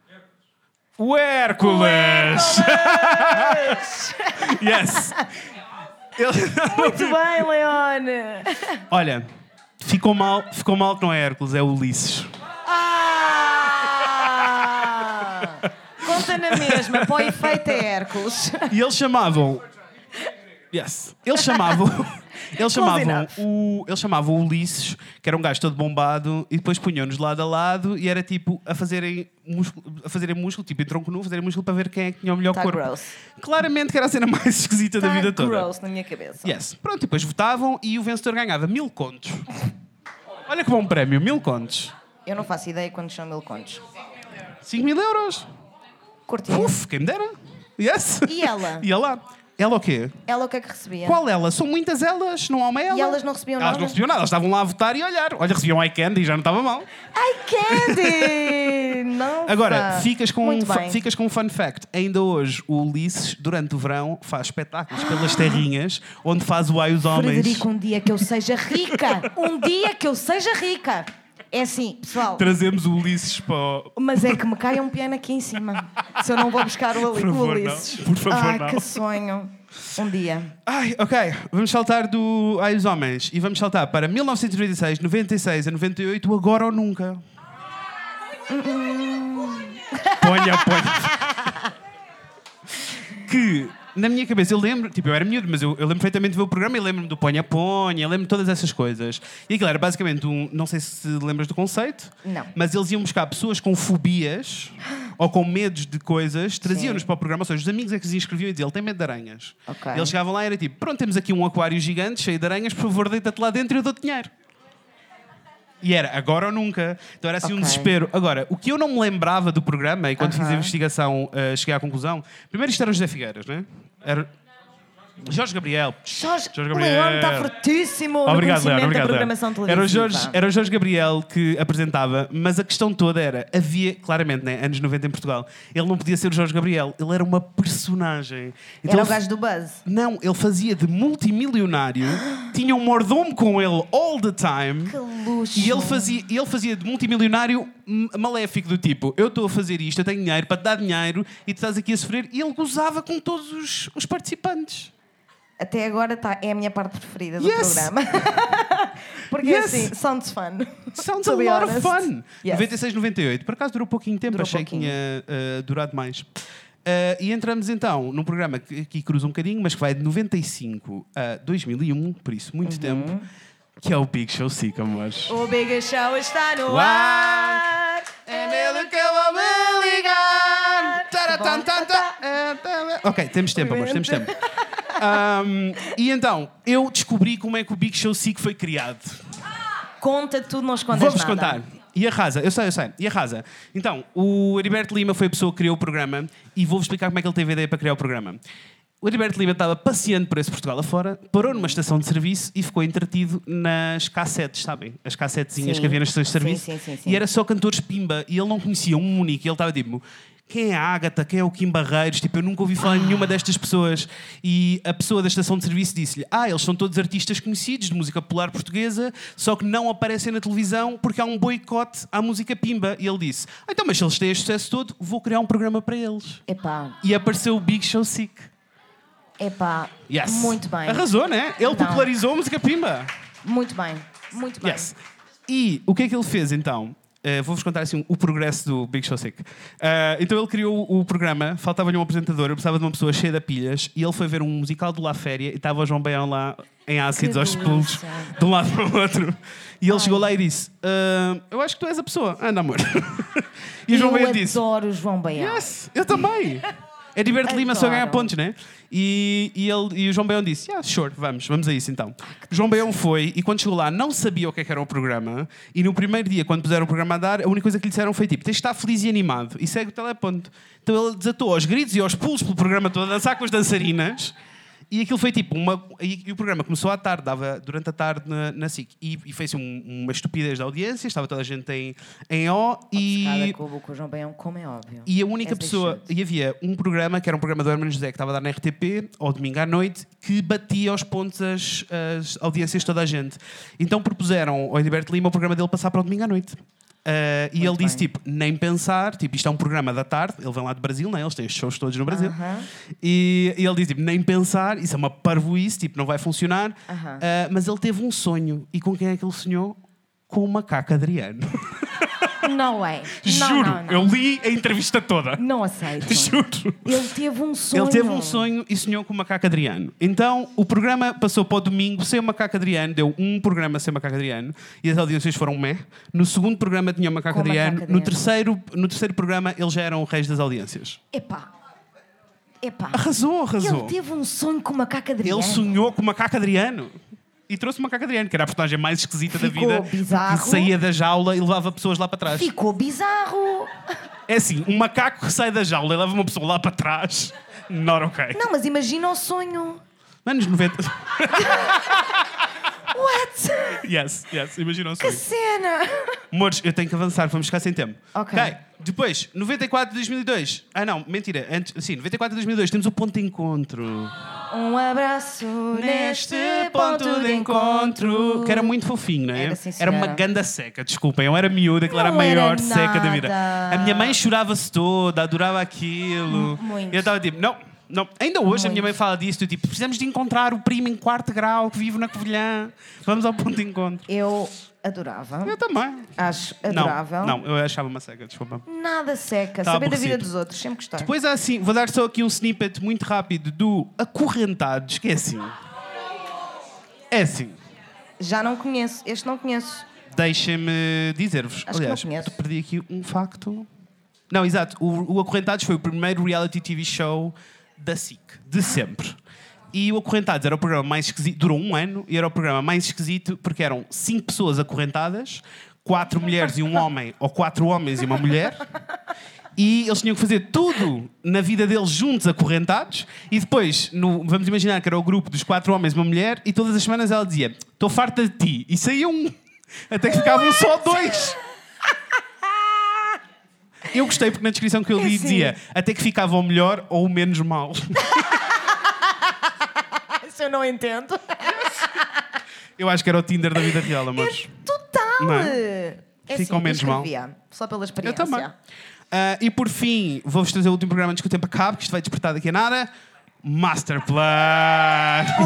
A: O Hércules! yes! Ele-
B: Muito bem, Leone.
A: Olha, ficou mal, ficou mal que não é Hércules, é Ulisses.
B: Ah! Conta na mesma, para o efeito é Hércules.
A: E eles chamavam. Yes. Eles chamavam. Eles chamavam,
B: enough.
A: o, eles chamavam o Ulisses, que era um gajo todo bombado, e depois punham-nos lado a lado e era tipo a fazerem músculo, a fazerem músculo tipo em tronco nu, fazerem músculo para ver quem é que tinha o melhor
B: Tá
A: corpo.
B: gross.
A: Claramente que era a cena mais esquisita da
B: Tá
A: vida toda.
B: gross na minha cabeça.
A: Yes. Pronto, e depois votavam e o vencedor ganhava mil contos. Olha que bom prémio, mil contos.
B: Eu não faço ideia quando são mil contos.
A: 5 mil euros.
B: Curti.
A: Uf, quem me dera. Yes.
B: E ela?
A: Ia lá. Ela o quê?
B: Ela o que é que recebia?
A: Qual ela? São muitas elas, não há uma ela.
B: E elas não recebiam
A: Elas
B: nada?
A: não recebiam nada, elas estavam lá a votar e a olhar. Olha, recebiam um iCandy e já não estava mal.
B: Ai, Candy! não
A: Agora,
B: pá.
A: ficas com, um
B: Muito
A: fa-
B: bem.
A: ficas com um fun fact. Ainda hoje, o Ulisses, durante o verão, faz espetáculos pelas terrinhas, onde faz o ai os homens.
C: Frederico, um dia que eu seja rica. Um dia que eu seja rica.
B: É assim, pessoal.
A: Trazemos o Ulisses para o...
B: Mas é que me cai um piano aqui em cima. Se eu não vou buscar o,
A: Por
B: Ali,
A: favor,
B: o Ulisses.
A: não. Por favor,
B: Ai,
A: não.
B: que sonho. Um dia.
A: Ai, ok. Vamos saltar do ai os homens e vamos saltar para 1996, 96 a 98, o agora ou nunca. Ponha, ponha. que na minha cabeça eu lembro, tipo, eu era miúdo, mas eu, eu lembro perfeitamente de ver o programa e lembro-me do Ponha Ponha, lembro-me de todas essas coisas. E aquilo era basicamente um. Não sei se lembras do conceito,
B: Não.
A: mas eles iam buscar pessoas com fobias ou com medos de coisas, traziam-nos para o programa, ou seja, os amigos é que se inscreviam e diziam: ele tem medo de aranhas.
B: Ok.
A: Eles chegavam lá e era tipo: pronto, temos aqui um aquário gigante cheio de aranhas, por favor, deita-te lá dentro e eu dou-te dinheiro. E era agora ou nunca. Então era assim um
B: Ok.
A: desespero. Agora, o que eu não me lembrava do programa, e quando fiz a
B: Aham.
A: investigação eh, cheguei à conclusão, primeiro isto era o José Figueiras, não é? Era... Jorge Gabriel.
B: Jorge,
A: Jorge
B: o Leon está
A: Gabriel.
B: fortíssimo
A: Obrigado,
B: no um conhecimento
A: Leandro. Obrigado,
B: da programação
A: Leandro.
B: televisiva.
A: Era o, Jorge, era o Jorge Gabriel que apresentava, mas a questão toda era: havia, claramente, né, anos 90 em Portugal, ele não podia ser o Jorge Gabriel, ele era uma personagem. Então
B: Era o
A: ele-
B: gajo do Buzz.
A: Não, ele fazia de multimilionário, tinha um mordomo com ele all the time.
B: Que luxo.
A: E ele fazia, ele fazia de multimilionário m- maléfico, do tipo: eu estou a fazer isto, eu tenho dinheiro para te dar dinheiro e tu estás aqui a sofrer. E ele gozava com todos os, os participantes.
B: Até agora tá, é a minha parte preferida do
A: Yes.
B: programa. Porque
A: Yes.
B: assim, sounds fun.
A: Sounds
B: To
A: a
B: be
A: lot é um of
B: honest.
A: fun!
B: Yes.
A: 96, 98. Por acaso durou pouquinho tempo,
B: Durou
A: achei que
B: pouquinho.
A: tinha eh, durado mais. Eh, e entramos então num programa que, que cruza um bocadinho, mas que vai de 95 a 2001, por isso muito tempo, que é o Big Show Sick, amores.
B: O Big Show está no
A: Uau.
B: ar.
A: É nele que eu vou me ligar. Taratantanta. É, tá, é. Ok, temos tempo, amor, temos tempo. Ahm, e então, eu descobri como é que o Big Show Sick foi criado.
B: Conta tudo, não escondes
A: Vou-vos
B: nada.
A: contar. E arrasa, eu sei, eu sei. E arrasa. Então, o Heriberto Lima foi a pessoa que criou o programa e vou-vos explicar como é que ele teve a ideia para criar o programa. O Heriberto Lima estava passeando por esse Portugal afora, parou numa estação de serviço e ficou entretido nas cassetes, sabem? As cassetezinhas
B: Sim.
A: que havia nas estações de
B: Sim,
A: serviço.
B: sim, sim, sim.
A: E era era só cantores Pimba e ele não conhecia um único. E ele estava tipo: quem é a Ágata? Quem é o Kim Barreiros? Tipo, eu nunca ouvi falar em
B: Ah.
A: nenhuma destas pessoas. E a pessoa da estação de serviço disse-lhe: Ah, eles são todos artistas conhecidos de música popular portuguesa, só que não aparecem na televisão porque há um boicote à música Pimba. E ele disse: ah, Então, mas se eles têm este sucesso todo, vou criar um programa para eles.
B: Epá,
A: E apareceu o Big Show Sick.
B: epá.
A: Yes.
B: Muito bem.
A: Arrasou, né? Ele
B: Não.
A: popularizou a música Pimba.
B: Muito bem. Muito bem.
A: Yes. E o que é que ele fez então? Eh, Vou-vos contar assim o progresso do Big Show Sick. Eh, então ele criou o programa, faltava-lhe um apresentador, eu precisava de uma pessoa cheia de pilhas e ele foi ver um musical do La Féria e estava o João Baião lá em ácidos
B: Que
A: aos
B: delícia.
A: pulos, de um lado para o outro. E ele chegou lá e disse: "Ah, Eu acho que tu és a pessoa, anda amor. e o João
B: eu
A: Baião disse:
B: adoro o João Baião.
A: Yes, eu também. É Heriberto Lima só
B: Adoro.
A: ganhar pontos, né? E, e, ele, e o João Baião disse: Yeah, sure, vamos, vamos a isso então.
B: Ah,
A: João Baião foi e quando chegou lá não sabia o que, é que era o programa. E no primeiro dia, quando puseram o programa a dar, a única coisa que lhe disseram foi tipo: Tens de estar feliz e animado e segue o teleponto. Então ele desatou aos gritos e aos pulos pelo programa todo, a dançar com as dançarinas. E aquilo foi tipo uma. E, e o programa começou à tarde, dava durante a tarde na, na SIC. E, e foi assim um- uma estupidez da audiência, estava toda a gente em, em ó.
B: Cada
A: E,
B: cubo com o João Baião, como é óbvio.
A: e a única
B: És
A: pessoa.
B: deixante.
A: E havia um programa, que era um programa do Hermano José, que estava a dar na RTP, ao domingo à noite, que batia aos pontos as, as audiências de toda a gente. Então propuseram ao Heriberto Lima o programa dele passar para o domingo à noite. Ah, e
B: Muito
A: ele disse,
B: bem.
A: tipo, nem pensar, tipo, isto é um programa da tarde, ele vem lá do Brasil, né? eles têm estes shows todos no Brasil.
B: Aham.
A: E, e ele disse, tipo, nem pensar, isso é uma parvoíce, tipo, não vai funcionar.
B: Aham.
A: Ah, mas ele teve um sonho, e com quem é que ele sonhou? Com o macaco Adriano.
B: Não é.
A: Juro,
B: não, não, não.
A: eu li a entrevista toda.
B: Não aceito.
A: Juro.
B: Ele teve um sonho.
A: Ele teve um sonho e sonhou com o macaco Adriano. Então o programa passou para o domingo sem o macaco Adriano, deu um programa sem o macaco Adriano e as audiências foram meh. No segundo programa tinha o macaco
B: Com o
A: Adriano,
B: Macaco
A: no,
B: Adriano.
A: terceiro, no terceiro programa eles já eram reis das audiências.
B: Epá. Epá.
A: Arrasou, arrasou.
B: Ele teve um sonho com uma caca de
A: Ele sonhou com o macaco Adriano. E trouxe o macaco Adriano, que era a personagem mais esquisita
B: Ficou
A: da vida.
B: bizarro.
A: Que saía da jaula e levava pessoas lá para trás.
B: Ficou bizarro.
A: É assim, um macaco que sai da jaula e leva uma pessoa lá para trás. Not okay.
B: Não, mas imagina o sonho.
A: Anos 90.
B: What?
A: yes, yes, imagina o
B: Que
A: sonho.
B: cena!
A: Amores, eu tenho que avançar, vamos ficar sem tempo.
B: Ok.
A: Depois, 94 2002. Ah, não, mentira. Antes, sim, 94 2002. Temos o ponto de encontro.
B: Um abraço neste ponto de encontro.
A: Que era muito fofinho, não é?
B: Era, sim,
A: era uma
B: senhora.
A: ganda seca, desculpem. Eu era miúda, aquilo era a
B: Não era
A: maior seca da vida.
B: nada. Hum,
A: A minha mãe chorava-se toda, adorava aquilo.
B: muito.
A: Eu estava tipo, não. Não, ainda hoje a minha mãe fala disso, eu, tipo, precisamos de encontrar o primo em quarto grau que vive na Covilhã. Vamos ao ponto de encontro.
B: Eu adorava.
A: Eu também.
B: Acho
A: Hum. Não,
B: Ah, adorável.
A: Não, eu achava uma seca, desculpa.
B: Nada seca.
A: Tá
B: Saber da vida
A: aborrecido.
B: dos outros. Sempre gostar.
A: Depois há assim, vou dar só aqui um snippet muito rápido do Acorrentados, que é assim. É assim.
B: Já não conheço. Este não conheço.
A: Deixem-me dizer-vos.
B: Acho que
A: Aliás,
B: não conheço.
A: perdi aqui um facto. Não, exato. O, o Acorrentados foi o primeiro reality TV show da SIC, de sempre. E o Acorrentados era o programa mais esquisito, durou um ano, e era o programa mais esquisito porque eram cinco pessoas acorrentadas, quatro mulheres e um homem, ou quatro homens e uma mulher. E eles tinham que fazer tudo na vida deles juntos, acorrentados. E depois, no- vamos imaginar que era o grupo dos quatro homens e uma mulher, e todas as semanas ela dizia: Estou farta de ti. E saía um. Até que ficavam só dois. Eu gostei porque na descrição que eu li
B: É assim.
A: dizia até que ficava o melhor ou o menos mal.
B: Isso eu não entendo.
A: Eu acho que era o Tinder da vida real, amores.
B: Total!
A: Não
B: é?
A: Fica ao
B: eu
A: menos mal.
B: escrevia, Só pela
A: Eu
B: experiência.
A: também. Ah, e por fim, vou-vos trazer o último programa antes que o tempo acabe, que isto vai despertar daqui a nada. Masterplan!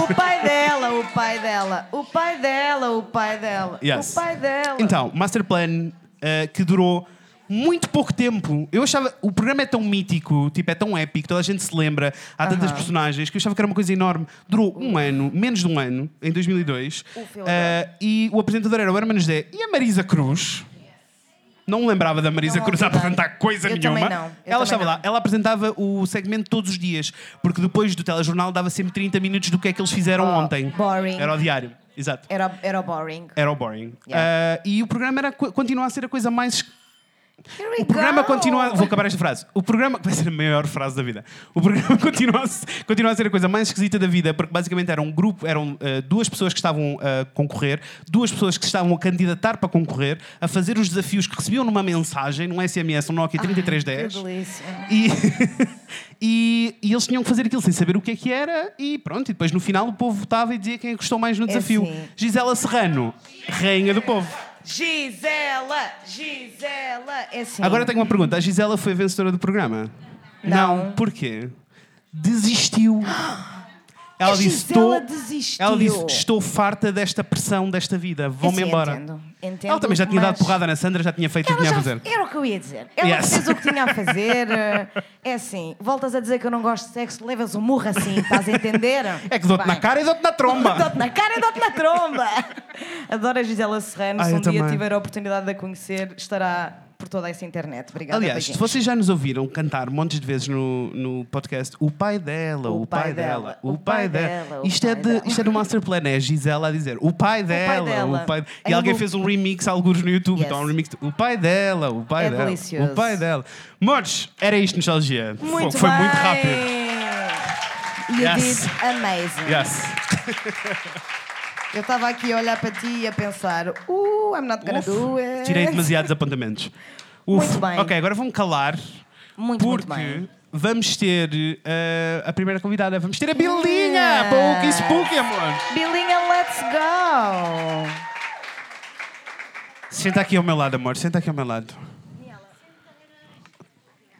B: O pai dela, o pai dela, o pai dela, o pai dela,
A: Yes.
B: o pai dela.
A: Então, Master Plan, eh, que durou muito pouco tempo. Eu achava. O programa é tão mítico, tipo, é tão épico, toda a gente se lembra, há tantas
B: Aham.
A: personagens, que eu achava que era uma coisa enorme. Durou um ano, menos de um ano, em 2002.
B: Ufa, eu
A: Eh, e o apresentador era o Herman José e a Marisa Cruz. Não me lembrava da Marisa
B: Não
A: Cruz a
B: ouvi bem.
A: apresentar coisa
B: Eu
A: nenhuma.
B: também não, eu
A: Ela
B: também
A: estava
B: não.
A: lá, ela apresentava o segmento todos os dias, porque depois do telejornal dava sempre 30 minutos do que é que eles fizeram
B: Oh,
A: ontem.
B: boring.
A: Era o diário, exato.
B: Era, era o boring.
A: Era o boring.
B: Yeah.
A: Ah, e o programa era, co- continua a ser a coisa mais.
B: Here we
A: O programa
B: go.
A: continua. Vou acabar esta frase. O programa. que Vai ser a maior frase da vida. O programa continua a, se- continua a ser a coisa mais esquisita da vida, porque basicamente era um grupo, eram ah, duas pessoas que estavam a concorrer, duas pessoas que estavam a candidatar para concorrer, a fazer os desafios que recebiam numa mensagem, num SMS, um Nokia
B: Ah, Que
A: 3310.
B: delícia.
A: E, e, e eles tinham que fazer aquilo sem saber o que é que era, e pronto, e depois no final o povo votava e dizia quem é gostou mais no desafio.
B: assim.
A: Gisela Serrano, rainha do povo.
B: Gisela, Gisela. É assim.
A: Agora tenho uma pergunta: a Gisela foi a vencedora do programa?
B: Não.
A: porquê? Desistiu. Ela
B: A
A: disse:
B: Gisela
A: estou.
B: desistiu.
A: Ela disse: estou farta desta pressão, desta vida, vou-me
B: Assim,
A: embora.
B: entendo, entendo,
A: ela também já tinha dado
B: mas-
A: porrada na Sandra, já tinha feito o que
B: Ela
A: tinha a
B: já
A: fazer.
B: era o que eu ia dizer. Ela
A: Yes.
B: fez o que tinha a fazer. É assim, voltas a dizer que eu não gosto de sexo, levas um murro assim, estás a entender?
A: É que dou-te na
B: Bem.
A: cara e dou-te na tromba.
B: Dou-te na cara e dou-te na tromba. Adoro a Gisela Serrano.
A: Ah,
B: Se
A: eu
B: um dia
A: também.
B: tiver a oportunidade de a conhecer, estará por toda essa internet. Obrigada,
A: Aliás, se
B: beijinhos.
A: vocês já nos ouviram cantar montes de vezes no, no podcast O pai dela, o, pai, dela, o pai dela.
B: o
A: Isto, é
B: pai
A: de-
B: dela.
A: isto é do Master Plan, é a Gisela a dizer o pai dela, o pai
B: dela.
A: E
B: É
A: alguém
B: do-
A: fez um remix, alguns no YouTube,
B: Yes.
A: então, um remix, de- o pai dela, o pai
B: É
A: dela,
B: delicioso.
A: o pai dela. Mores, era isto, nostalgia. foi,
B: Muito
A: foi
B: bem.
A: muito rápido.
B: You
A: Yes.
B: did amazing.
A: Yes.
B: Eu estava aqui a olhar para ti e a pensar, uh, I'm not gonna
A: Uf,
B: do it.
A: Tirei demasiados apontamentos. Uf.
B: Muito bem.
A: Ok, agora vou-me calar.
B: Muito, muito
A: porque
B: bem.
A: vamos ter eh, a primeira convidada. Vamos ter a Bilinha
B: Yeah.
A: para o que Spooky, amor.
B: Bilinha, let's go.
A: Senta aqui ao meu lado, amor. Senta aqui ao meu lado.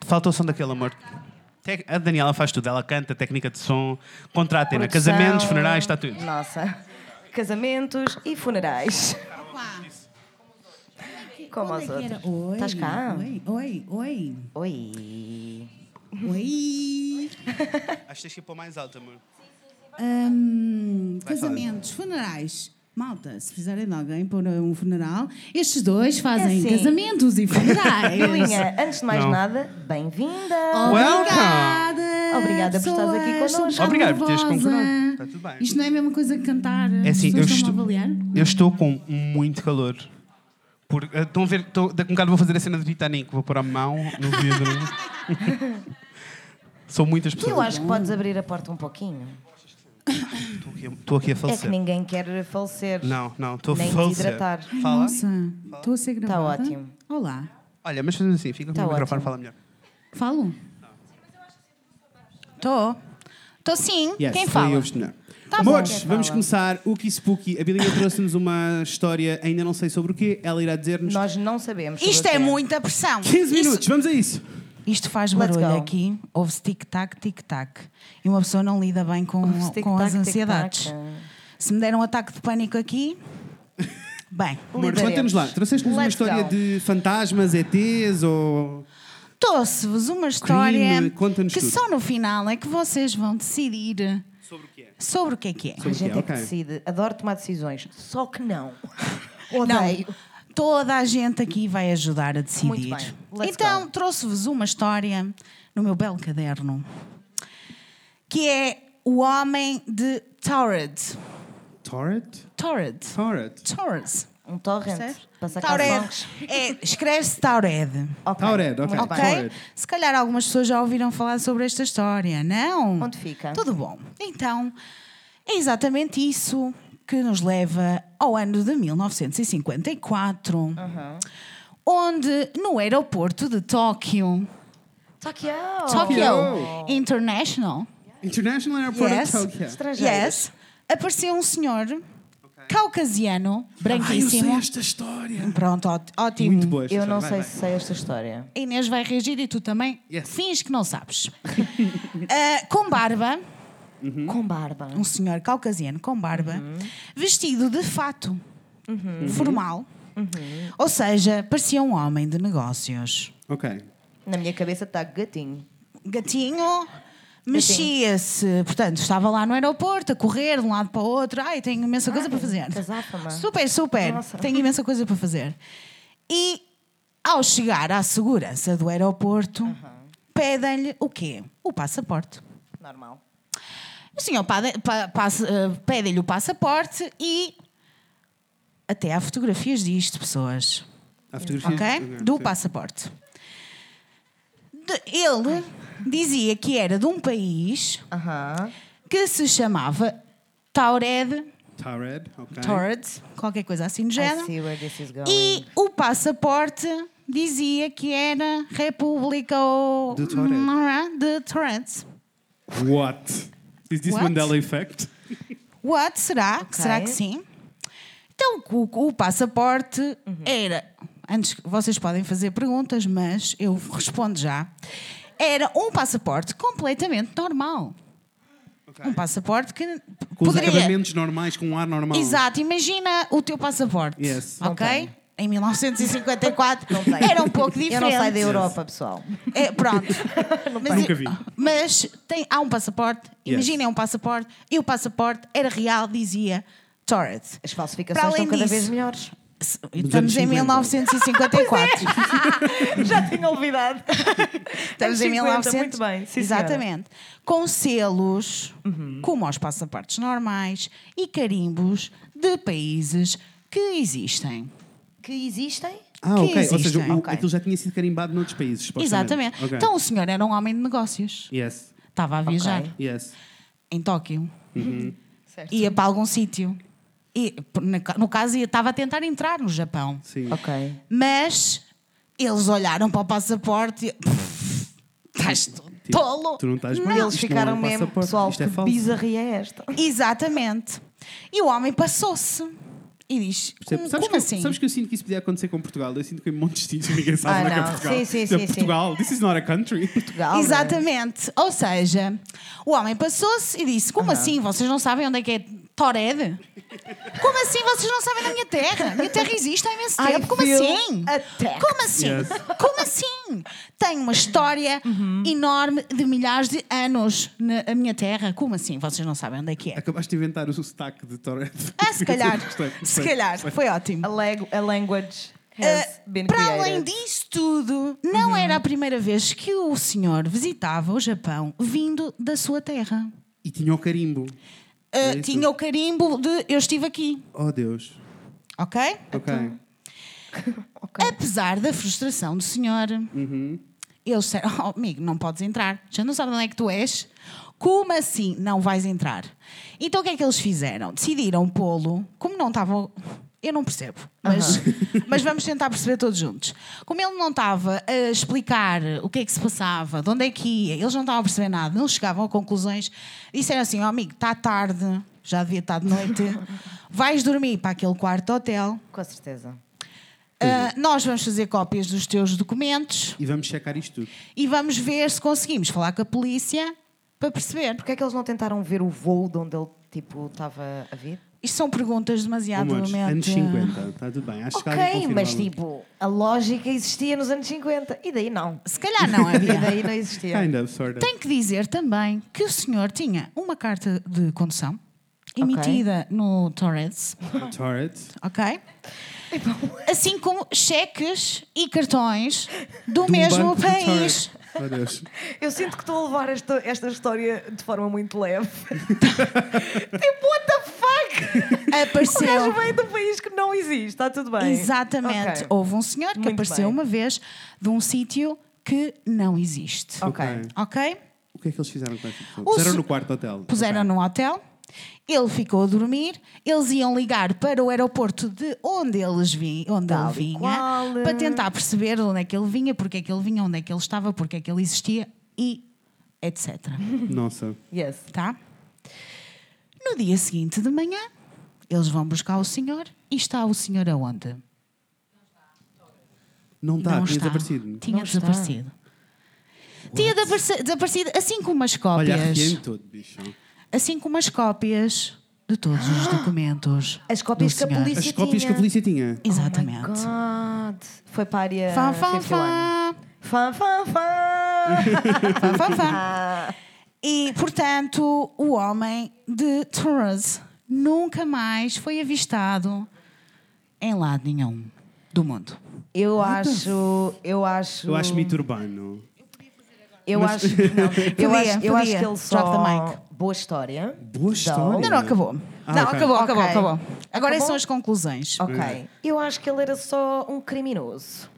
A: Falta o som daquele, amor. Tec- A Daniela faz tudo. Ela canta, técnica de som, contratem-na.
B: Produção.
A: é Casamentos, funerais, está tudo.
B: Nossa. Casamentos e funerais. Como aos
D: Onde é que era?
B: outros.
D: Oi,
B: Estás cá?
D: Oi, oi, oi.
B: Oi.
D: Oi.
A: Acho que tens que ir para o mais alto, amor.
D: Hum, casamentos, funerais. Malta, se fizerem de alguém por um funeral, estes dois fazem
B: assim.
D: casamentos e funerais.
B: Bilinha, antes de mais
A: Não.
B: nada, bem-vinda.
D: Obrigada!
B: Obrigada por estares aqui
D: pessoas,
B: connosco.
D: estou já
A: Obrigado por teres
D: nervosa.
A: concordado. Está tudo bem.
D: Isto não é a mesma coisa que cantar.
A: É assim,
D: As
A: eu
D: pessoas estão-me
A: estou,
D: a avaliar.
A: eu estou com muito calor. Por, eh, estão a ver, estão, daqui a um bocado vou fazer a cena do Titanic, vou pôr a mão no vidro. São muitas pessoas.
B: Eu acho que podes abrir a porta um pouquinho.
A: Estou aqui, estou aqui a
B: É que
A: falecer.
B: ninguém quer falecer.
A: Não, não, estou a
B: Nem te
A: falecer.
B: hidratar.
A: Fala.
D: Nossa, estou a ser gravada.
B: Tá ótimo.
D: Olá.
A: Olha, mas fazendo assim, fica com
B: Tá
A: o microfone
B: ótimo.
A: fala melhor.
D: Falo?
E: Estou. Estou sim.
F: Yes,
E: Quem
F: foi
E: fala?
F: eu, Justina.
E: Tá bom.
F: Amores,
E: Quem
F: vamos
B: fala?
F: começar. O que Spooky. A Bilinha trouxe-nos uma história, ainda não sei sobre o quê. Ela irá dizer-nos
B: Nós não sabemos. sobre
E: Isto
B: o que
E: é muita pressão.
F: 15
E: Isso-
F: minutos. Vamos a isso.
E: Isto faz
B: Let's
E: barulho
B: go.
E: aqui. Ouve-se tic-tac, tic-tac. E uma pessoa não lida bem com,
B: Ouve-se tic-tac,
E: com as
B: tic-tac.
E: ansiedades. Se me der um ataque de pânico aqui, bem.
F: Amores, conta-nos lá. Trouxeste-nos uma
B: Let's
F: história
B: go.
F: de fantasmas, ETs ou.
E: Trouxe-vos uma história
F: conta-nos
E: que
F: tudo.
E: só no final é que vocês vão decidir sobre o que é. que é
B: A
F: Sobre o quê?
B: gente é que
F: Ok.
B: decide. Adoro tomar decisões. Só que não.
E: Não,
B: Odeio.
E: toda a gente aqui vai ajudar a decidir.
B: Muito bem. Let's
E: então,
B: go.
E: trouxe-vos uma história no meu belo caderno, que é o homem de Torred.
F: Torret?
E: Torred.
F: Torret.
E: Torres.
B: Um torrent. Para sacar
E: Taured.
B: bons.
E: É, escreve-se Taured.
B: Ok.
F: Taured, ok.
B: Muito
E: Ok?
B: bem.
F: É Taured.
E: Se calhar algumas pessoas já ouviram falar sobre esta história, não?
B: Onde fica?
E: Tudo bom. Então, é exatamente isso que nos leva ao ano de 1954, onde no aeroporto de Tóquio,
B: Tóquio.
E: Tóquio International,
F: International Airport
E: Yes.
F: of Tokyo.
B: Estrangeiros.
E: yes, apareceu um senhor caucasiano,
F: Ai, eu sei
E: branquíssimo.
F: esta história.
E: Pronto, ó- ótimo.
F: Muito boa esta
B: Eu não sei
F: história. Vai,
B: se sei esta história.
E: A Inês vai reagir e tu também.
F: Yes.
E: Finge que não sabes. Ah, com barba,
F: Uhum.
B: Com barba.
E: um senhor caucasiano com barba, vestido de fato, formal. Ou seja, parecia um homem de negócios.
F: vai. Ok.
B: Na minha cabeça está gatinho.
E: Gatinho. Mexia-se, portanto, estava lá no aeroporto a correr de um lado para o outro. Ai, tenho imensa coisa para fazer.
B: casafa-me.
E: Super, super.
B: Nossa.
E: Tenho imensa coisa para fazer. E ao chegar à segurança do aeroporto, pedem-lhe o quê? O passaporte.
B: Normal.
E: O senhor pade- pa- passa- eh, pede-lhe o passaporte e até há fotografias disto, pessoas.
F: A fotografia.
E: Ok? Do passaporte. De- ele dizia que era de um país
B: Aham.
E: que se chamava Taured,
F: Torret, ok.
E: Taured, qualquer coisa assim do
B: I
E: género.
B: see where this is going.
E: E o passaporte dizia que era República é?
F: De Taured.
E: de Torrent.
F: What? Is this
E: What?
F: Mandela effect?
E: What? Será?
B: Ok.
E: Será que sim? Então, o, o passaporte
B: Uhum.
E: era. Antes, que- vocês podem fazer perguntas, mas eu respondo já. Era um passaporte completamente normal. Um passaporte que p-
F: Com os
E: poderia.
F: acabamentos normais, com um ar normal.
E: Exato, imagina o teu passaporte.
F: Yes.
E: Ok? Em 1954
B: Não tem.
E: era um pouco diferente.
B: Eu não saio da Europa, pessoal.
E: É, pronto. mas,
F: Nunca vi.
E: mas tem, há um passaporte,
F: Yes.
E: imaginem um passaporte, e o passaporte era real, dizia Torrid.
B: As
E: Para
B: falsificações
E: além
B: estão cada
E: disso-
B: vez melhores.
E: Se- Estamos
F: 50.
E: em
B: é,
E: 1954.
B: Já tinha novidade.
E: Estamos em 1900.
B: Muito bem. Sim, senhora. Uhum.
E: Exatamente. Com selos, como aos passaportes normais, e carimbos de países que existem.
B: Que existem?
F: Ah,
E: que
F: ok. Ou seja,
E: existem.
F: o,
B: Ok.
F: aquilo já tinha sido carimbado noutros países. supostamente.
E: Exatamente.
F: Ok.
E: Então o senhor era um homem de negócios.
F: Yes.
E: Estava a viajar
F: Yes.
E: em Tóquio. Ia para algum sítio. E, por- na ca- No caso, ia- estava a tentar entrar no Japão.
F: Sim.
B: Ok.
E: Mas eles olharam para o passaporte e. "Pff, Estás tu
F: Tipo,
E: tolo!
F: Tu não estás bem.
B: E eles
F: isto não é
B: ficaram
F: um
B: mesmo.
F: passaporte,
B: Pessoal,
F: isto
B: que
F: é falso.
B: bizarria é esta?
E: Exatamente. E o homem passou-se e diz:
F: Percebe?
E: Como,
F: sabes,
E: como
F: que,
E: assim?
F: sabes que eu sinto que isso podia acontecer com Portugal? Eu sinto que em montes de sítios ninguém sabe
B: Ah,
F: onde é que é
B: não.
F: Portugal.
B: Sim, sim,
F: Tipo,
B: sim, sim.
F: Portugal, this is not a country.
B: Portugal.
E: Exatamente. Ou seja, o homem passou-se e disse: Como assim? Vocês não sabem onde é que é Torede? Como assim vocês não sabem da minha terra? Minha terra existe há imenso
B: I
E: tempo. Como
B: feel
E: assim?
B: attacked.
E: Como assim?
F: Yes. Uhum.
E: Como assim? Tem uma história enorme de milhares de anos na a minha terra. Como assim? Vocês não sabem onde é que é?
F: Acabaste de inventar o sotaque de Torres.
E: Ah, se calhar.
F: Gostei,
E: Se
F: gostei.
E: calhar. Foi ótimo.
B: A, leg- a language Eh, has
E: Uh,
B: been
E: para
B: created. Uhum.
E: além disso tudo, não era a primeira vez que o senhor visitava o Japão vindo da sua terra.
F: E tinha o carimbo.
E: Uh,
F: É isso.
E: tinha o carimbo de eu estive aqui,
F: Oh, Deus.
E: ok?
F: Ok.
B: Ok.
E: Apesar da frustração do senhor, Eles disseram, oh, amigo, não podes entrar. Já não sabes onde é que tu és? Como assim não vais entrar? Então o que é que eles fizeram? Decidiram pô-lo, como não estavam. Eu não percebo, mas, mas vamos tentar perceber todos juntos. Como ele não estava a explicar o que é que se passava, de onde é que ia, eles não estavam a perceber nada, não chegavam a conclusões, disseram assim: oh, amigo, está tarde, já devia estar de noite, vais dormir para aquele quarto hotel,
B: Com certeza.
E: ah, nós vamos fazer cópias dos teus documentos
F: E vamos checar isto tudo.
E: e vamos ver se conseguimos falar com a polícia para perceber.
B: Porquê é que eles não tentaram ver o voo de onde ele tipo, estava a vir?
E: Isto são perguntas demasiado
F: Amores,
E: realmente-
F: anos 50, está tudo bem. Acho que alguém
B: ok, mas
F: confirmava.
B: tipo, a lógica existia nos anos 50 e daí não.
E: Se calhar não
B: E
E: havia.
B: daí não existia.
E: é.
F: Kind of, sort of.
E: Tenho que dizer também que o senhor tinha uma carta de condução emitida no Torres,
F: Torrent.
E: ok? Assim como cheques e cartões do mesmo
F: banco de
E: país.
F: Torrent. Meu Deus.
B: Eu sinto que estou a levar esta, esta história de forma muito leve. tipo, what the fuck? O gajo
E: Apareceu.
B: veio de um país que não existe, está tudo bem.
E: Exatamente.
B: Ok.
E: Houve um senhor que
B: Muito
E: apareceu
B: bem.
E: uma vez de um sítio que não existe.
B: Ok.
E: Ok?
F: O que é que eles fizeram com esta pessoa?
E: O
F: Puseram
E: se-
F: no quarto hotel.
E: Puseram
F: Ok.
E: num hotel, ele ficou a dormir, eles iam ligar para o aeroporto de onde, eles vi, onde
B: Tal
E: ele
B: e
E: vinha,
B: qual. eh.
E: para tentar perceber de onde é que ele vinha, porque é que ele vinha, onde é que ele estava, porque é que ele existia e etc.
B: Uhum.
F: Nossa.
B: Yes.
E: tá? No dia seguinte de manhã, eles vão buscar o senhor e está o senhor aonde?
F: Não está,
E: Não
F: Tá, tinha
E: está.
F: desaparecido.
E: Tinha
B: Não está.
E: desaparecido. Tinha desaparece- desaparecido, assim como as
F: Olha,
E: cópias.
F: arrepiei-me todo, bicho.
E: assim como as cópias de todos os documentos.
B: As cópias
E: do
B: que a
E: senhor.
B: polícia
F: As cópias que a polícia tinha.
E: Exatamente.
B: Oh God. Foi para a área.
E: Fá, fá,
B: 51.
E: fá.
B: Fá, fá, fá.
E: Fá, fá, fá.
B: Ah,
E: E, portanto, o homem de Torres nunca mais foi avistado em lado nenhum do mundo.
B: eu acho. Eu acho.
F: Eu acho mito urbano.
B: Eu acho. não, eu
E: Podia,
B: acho, eu acho
E: podia.
B: que ele
E: Drop the
B: só.
E: mic.
B: Boa história.
F: Boa história.
E: Ainda não acabou.
F: Ah,
E: não,
F: ok.
E: acabou, acabou,
B: Ok.
E: acabou. Agora
B: Acabou?
E: são as conclusões.
B: Ok. Tipo, Eu acho que ele era só um criminoso.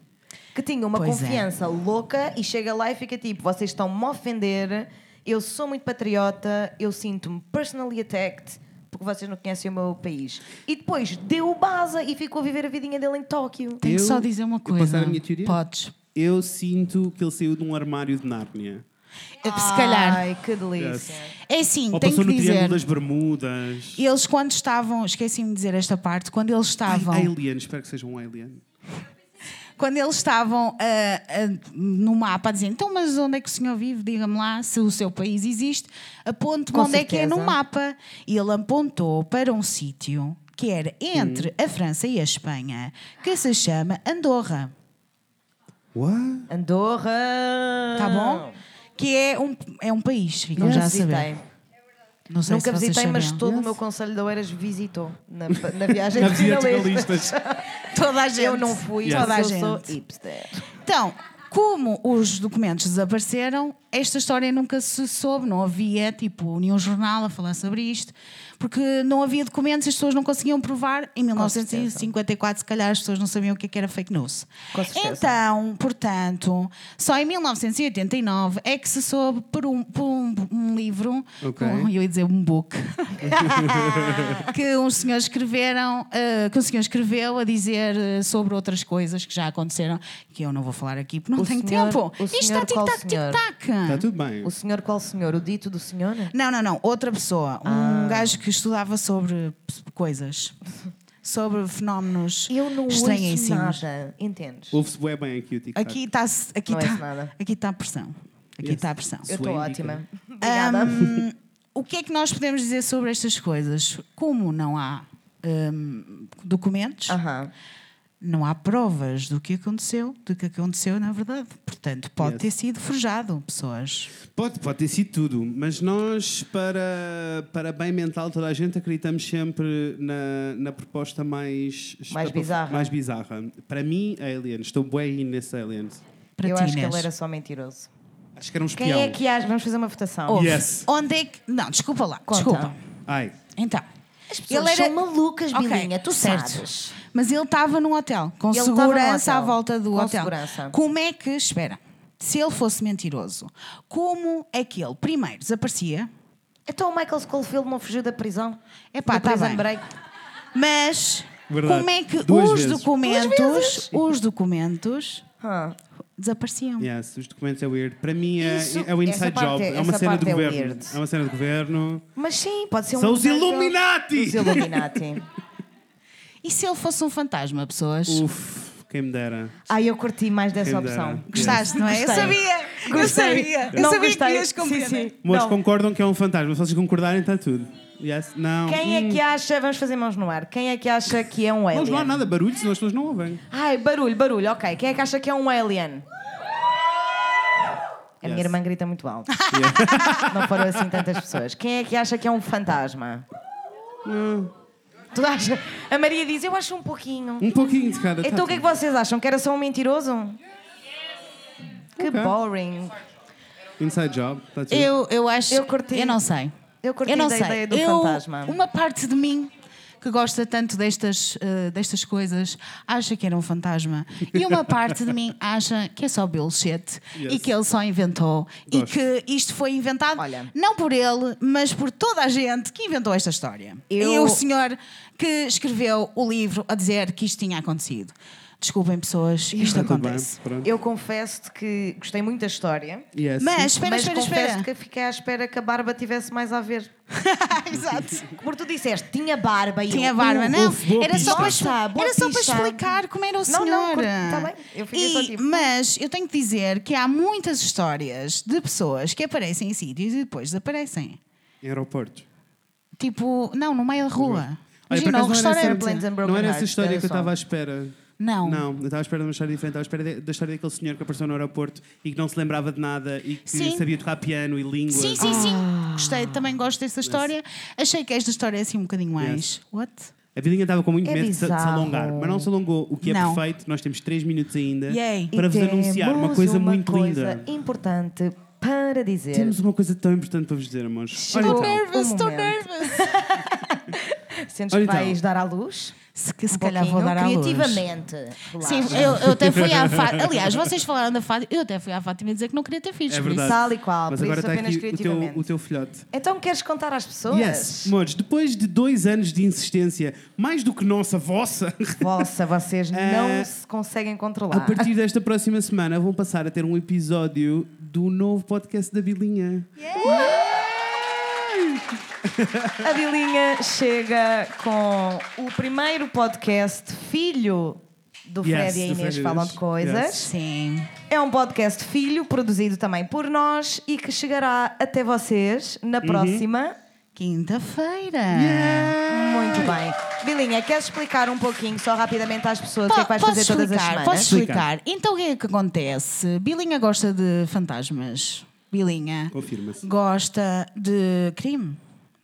B: Que tinha uma
E: Pois é.
B: confiança louca e chega lá e fica tipo: vocês estão-me a ofender, eu sou muito patriota, eu sinto-me personally attacked porque vocês não conhecem o meu país. E depois deu base e ficou a viver a vidinha dele em Tóquio.
E: Tenho que
F: Eu-
E: só dizer uma
F: eu
E: coisa.
F: passar a minha teoria?
E: Podes.
F: Eu sinto que ele saiu de um armário de Nárnia.
E: Eu- Se calhar.
B: Ai, que delícia.
E: É assim,
F: Ou
E: tenho que
F: passou no
E: dizer.
F: Triângulo das Bermudas.
E: Eles, quando estavam. Esqueci-me de dizer esta parte. Quando eles estavam.
F: Ai, alien, espero que seja um alien.
E: Quando eles estavam ah, ah, no mapa a dizer, então, mas onde é que o senhor vive? Diga-me lá se o seu país existe. Aponte-me
B: Com
E: onde é que é no
B: certeza.
E: mapa. E ele apontou para um sítio que era entre
F: Hum.
E: a França e a Espanha, que se chama Andorra,
F: What?
B: Andorra!
F: Ah.
E: tá bom? Que é um, é um país, ficam
B: Nunca
E: já a saber.
B: visitei.
E: Não sei
B: Nunca
E: se vocês
B: visitei, mas
E: sabiam.
B: todo o meu conselho de Oeiras visitou na, na viagem
F: Já
B: de
F: dizia
B: finalista.
F: galistas.
E: toda a gente.
B: Eu não fui,
E: Toda
B: mas
E: a
B: eu
E: gente.
B: sou hipster.
E: Então, como os documentos desapareceram, esta história nunca se soube, não havia tipo nenhum jornal a falar sobre isto, porque não havia documentos e as pessoas não conseguiam provar. Em 1954, se calhar, as pessoas não sabiam o que é que era fake news.
B: Com certeza.
E: Então, portanto, só em 1989 é que se soube por um, por um- um livro,
F: Ok.
E: um- eu ia dizer um book, que um senhor escreveram, eh, que um senhor escreveu a dizer eh, sobre outras coisas que já aconteceram, que eu não vou falar aqui porque não
B: O
E: tenho
B: senhor-
E: tempo.
B: o
E: Isto
B: senhor
E: está
B: qual
E: tic-tac,
B: senhor?
F: Está
E: tic-tac.
F: Tá tudo bem.
B: Ah. O senhor qual senhor? O dito do senhor?
E: Não, não, não. Outra pessoa.
B: Ah.
E: Um gajo que estudava sobre coisas. Sobre fenómenos
B: Eu não ouço
E: estranhíssimos.
B: nada, entendes?
F: Ouve-se bué bem aqui o tic
E: Aqui está aqui
B: Não é? ouço
E: tá,
B: nada.
E: aqui tá a pressão. Aqui
F: Yes.
E: está a pressão.
B: Eu estou
F: Sua
B: ótima.
F: indica.
B: Obrigada.
E: Hum, o que é que nós podemos dizer sobre estas coisas? Como não há hum, documentos,
B: Aham.
E: não há provas do que aconteceu, do que aconteceu na verdade. Portanto, pode
F: Yes.
E: ter sido forjado pessoas.
F: Pode, pode ter sido tudo, mas nós, para, para bem mental, toda a gente acreditamos sempre na, na proposta mais...
B: Mais bizarra.
F: Mais bizarra. Para mim, Alien. Estou bué aí nesse Alien.
E: Para
B: Eu
E: ti,
B: acho que
E: Inês.
B: ele era só mentiroso.
F: Acho que era um
B: Quem
F: espião.
B: é que acha? Vamos fazer uma
A: Oh.
B: votação.
E: Ouve,
F: Yes.
E: Onde é que. Não, desculpa lá.
B: Conta.
E: Desculpa.
F: Ai,
E: Então.
B: pessoas são malucas,
E: Ok,
B: Bilinha, tu
E: certo.
B: sabes.
E: Mas ele estava num hotel, com
B: Ele estava num
E: segurança à
B: hotel,
E: volta do
B: com
E: hotel.
B: segurança.
E: Como é que. Espera. se ele fosse mentiroso, como é que ele primeiro desaparecia?
B: Então o Michael Schofield não fugiu da prisão?
E: É pá,
B: Do
E: tá
B: prison
E: bem.
B: break.
E: Mas
A: Verdade.
E: como é que
A: Duas
E: os
A: vezes.
E: documentos, os documentos
B: Ah,
E: desapareciam?
A: Yes, os documentos é weird. Para mim é,
B: Isso-
A: é o
B: essa
A: inside
B: parte
A: job.
B: é-
A: É,
B: essa
A: uma cena
B: parte
A: do
B: é
A: governo.
B: weird.
A: É uma cena do governo.
B: Mas sim, pode ser um.
A: São os
B: insider job.
A: Illuminati!
B: Os Illuminati.
E: E se ele fosse um fantasma, pessoas?
A: Uf, quem me dera.
B: Ai, eu curti mais dessa
A: Quem dera.
B: opção.
E: Gostaste, não é? Eu
B: Gostei.
E: sabia! Eu
B: Gostei.
E: sabia! Eu
B: Não
E: sabia
B: gostei.
E: que ias compreender.
B: Sim, sim.
A: Moços,
B: Não.
A: concordam que é um fantasma. Se vocês concordarem,
F: tá
A: está tudo. Yes? Não.
B: Quem é que acha, vamos fazer mãos no ar, quem é que acha que é um alien?
A: Mas não há nada de barulho, senão as pessoas não ouvem.
B: Ai, barulho, barulho, ok. Quem é que acha que é um alien? A minha
A: Yes.
B: irmã grita muito alto. Não foram assim tantas pessoas. Quem é que acha que é um fantasma?
E: Hum.
B: Tu acha? A Maria diz, eu acho um pouquinho.
A: Um pouquinho de cada. tá
B: Então o que é que
A: tudo.
B: vocês acham? Que era só um mentiroso? Que
A: Ok.
B: boring.
A: Inside job, está tudo.
E: Eu, eu acho.
B: Eu curti.
E: Eu não sei.
B: Eu curti
E: eu não
B: da
E: sei.
B: ideia do
E: Eu-
B: fantasma.
E: Uma parte de mim que gosta tanto destas, eh, destas coisas acha que era um fantasma. E uma parte de mim acha que é só bullshit e
A: Yes.
E: que ele só inventou. E
A: Gosto.
E: que isto foi inventado
B: Olha.
E: não por ele, mas por toda a gente que inventou esta história.
B: Eu-
E: E o senhor que escreveu o livro a dizer que isto tinha acontecido. Desculpem, pessoas, isto
A: Tá tudo bem,
E: acontece.
A: pronto. é assim,
B: Eu confesso que gostei muito da história.
A: Yes.
E: Mas, espera,
B: mas
E: espera,
B: confesso
E: espera.
B: que fiquei à espera que a barba tivesse mais a ver.
E: Exato.
B: Porque tu disseste, tinha barba e
E: Tinha
B: eu,
E: barba,
B: uh,
E: não.
A: uf, boa
E: era só, para,
B: pista. Nossa, boa
E: era só para
B: pista.
E: explicar como era o
B: Não,
E: senhor.
B: não, curto, tá bem. Eu fiquei só tipo-
E: Mas eu tenho que dizer que há muitas histórias de pessoas que aparecem em sítios e depois desaparecem.
A: Em aeroportos.
E: Tipo, não, no meio da rua.
A: Olha, por
E: Imagina, um
A: acaso não era assim.
E: restaurante.
A: essa-
B: Planes and Broken
A: Não era essa
B: Hearts,
A: história
B: era
A: que eu
B: só.
A: estava à espera.
E: Não.
A: Não, eu estava à espera de uma história diferente. Estava à espera de- da história daquele senhor que apareceu no aeroporto e que não se lembrava de nada e que
E: Sim.
A: sabia tocar piano e línguas.
E: Sim, sim, sim.
A: Ah.
E: Gostei, também gosto dessa história. Achei que esta história é assim um bocadinho mais. What?
A: A vidinha estava com muito
B: É
A: medo de se de se
B: bizarro.
A: alongar, mas não se alongou, o que é
E: Não.
A: perfeito. Nós temos 3 minutos ainda
E: Yay.
B: E
A: para vos
B: temos
A: anunciar uma coisa
B: uma
A: muito
B: coisa
A: linda.
B: importante para dizer.
A: Temos uma coisa tão importante para vos dizer, amores. Olha
B: Chegou
A: então,
B: o
E: Nervous, estou
B: momento.
E: nervous.
B: Sentes
A: Olha
B: que
A: então.
B: vais dar à luz?
E: Se, que, se
B: Um
E: calhar vou
B: pouquinho,
E: dar à luz.
B: Criativamente. Relaxa.
E: Sim, eu, eu até fui à Fátima. Aliás, vocês falaram da Fátima. Eu até fui à Fátima dizer que não queria ter filhos.
A: é
E: por isso-
A: verdade.
B: Tal e qual,
A: mas
B: por
A: agora
B: isso
A: está
B: apenas
A: aqui o teu,
B: criativamente.
A: o teu filhote.
B: Então queres contar às pessoas?
A: Yes, amores, depois de dois anos de insistência, mais do que nossa, vossa,
B: Vossa, vocês
A: Eh,
B: não se conseguem
A: a
B: controlar.
A: partir desta próxima semana vão passar a ter um episódio do novo podcast da Bilinha.
B: A Bilinha chega com o primeiro podcast filho do
A: Yes,
B: Fred e a
A: do
B: Inês
A: Fred e
B: falam
A: Inês.
B: de coisas.
E: Sim.
B: É um podcast filho produzido também por nós e que chegará até vocês
A: Uhum.
B: na próxima.
E: Quinta-feira.
B: Muito bem. Bilinha, queres explicar um pouquinho só rapidamente às pessoas o que é que vais
E: Po-
B: fazer
E: posso
B: todas as
E: explicar,
B: semanas?
E: Posso explicar? Então o que é que acontece? Bilinha gosta de fantasmas. Bilinha
A: Confirma-se.
E: gosta de crime.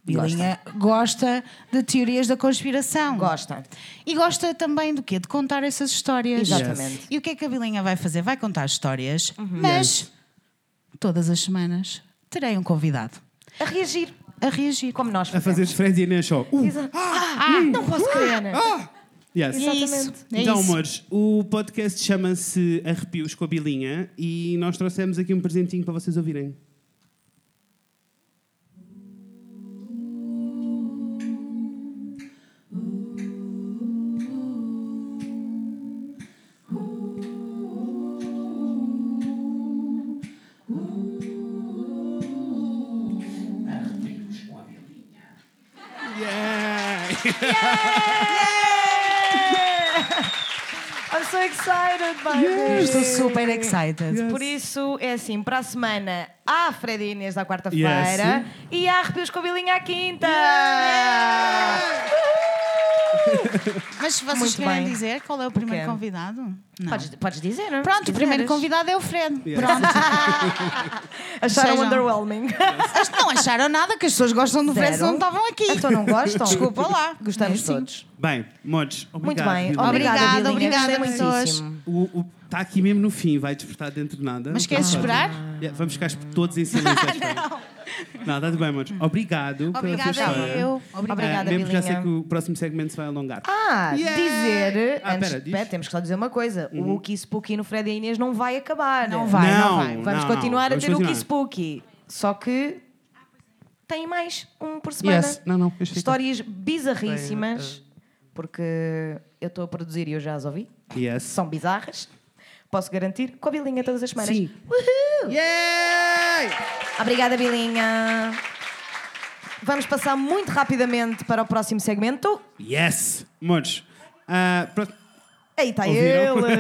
E: Bilinha gosta. de teorias da conspiração.
B: Gosta.
E: E gosta também do quê? De contar essas histórias.
B: Exatamente. Uhum.
E: E o que é que a Bilinha vai fazer? Vai contar histórias, mas todas as semanas terei um convidado
B: A reagir,
E: a reagir. Ah!
B: como nós
A: A
B: fazemos.
A: fazer de Fred e Inês só. Uh,
B: Exato. Ah, não posso crer.
A: yes.
E: E é isso.
B: Exatamente.
E: É
A: então,
E: isso.
A: amores, o podcast chama-se Arrepios com a Bilinha e nós trouxemos aqui um presentinho para vocês ouvirem.
B: I'm so excited, by this.
E: Estou super excited.
B: Por isso, é assim, para a semana há Fred e Inês da quarta-feira
A: Yes.
B: e há Arrepios com a Bilinha à quinta.
E: Mas vocês
B: Muito
E: querem
B: bem.
E: dizer qual é o primeiro
B: Quero.
E: convidado? Não.
B: Podes, podes dizer, não? é?
E: Pronto,
B: Se
E: o primeiro
B: quiseres.
E: convidado é o Fred.
A: Yes.
E: Pronto.
B: Acharam
E: Sejam.
B: underwhelming.
E: As- não acharam nada que as pessoas gostam do Fred,
B: Zero.
E: não estavam aqui.
B: Então não gostam?
E: Desculpa lá.
B: Gostamos
E: É assim.
B: todos.
A: Bem, amores,
B: Muito
A: obrigado.
B: bem.
A: Bilinha.
B: Obrigada,
E: Obrigada,
B: Bilinha. Gostei
E: obrigada, pessoas.
B: muitíssimo.
A: Está tá aqui mesmo no fim, vai despertar dentro de nada.
E: Mas queres
A: Não pode. É,
E: esperar?
A: Yeah, vamos ficar todos em silêncio. à espera. Não, está tudo bem, amores. Obrigado pela tua
E: Obrigada
A: história.
E: eu.
A: Ah,
B: Obrigada,
A: Mesmo que já sei
B: Bilinha.
A: que o próximo segmento se vai alongar.
B: Ah,
A: Yeah!
B: dizer.
A: Ah,
B: antes,
A: pera, diz. Uhum.
B: pera, temos que só dizer uma coisa: o Uki Spooky no Fred e a Inês não vai acabar. Não
E: vai,
A: não Não, vai.
B: Vamos
A: não, não.
B: continuar
A: Vamos
B: a ter o Uki
A: continuar.
B: Spooky. Só que tem mais um por semana.
A: Yes. Não, não. este fica. eh,
B: Histórias bizarríssimas, porque eu estou a produzir e eu já as ouvi.
A: Yes.
B: São bizarras. Posso garantir com a Bilinha todas as semanas.
A: Sim.
B: Uhul!
A: Yay!
B: Obrigada, Bilinha. Vamos passar muito rapidamente para o próximo segmento.
A: Yes! Amores, ah, pro-
B: Aí está
A: Ouviram?
B: ele.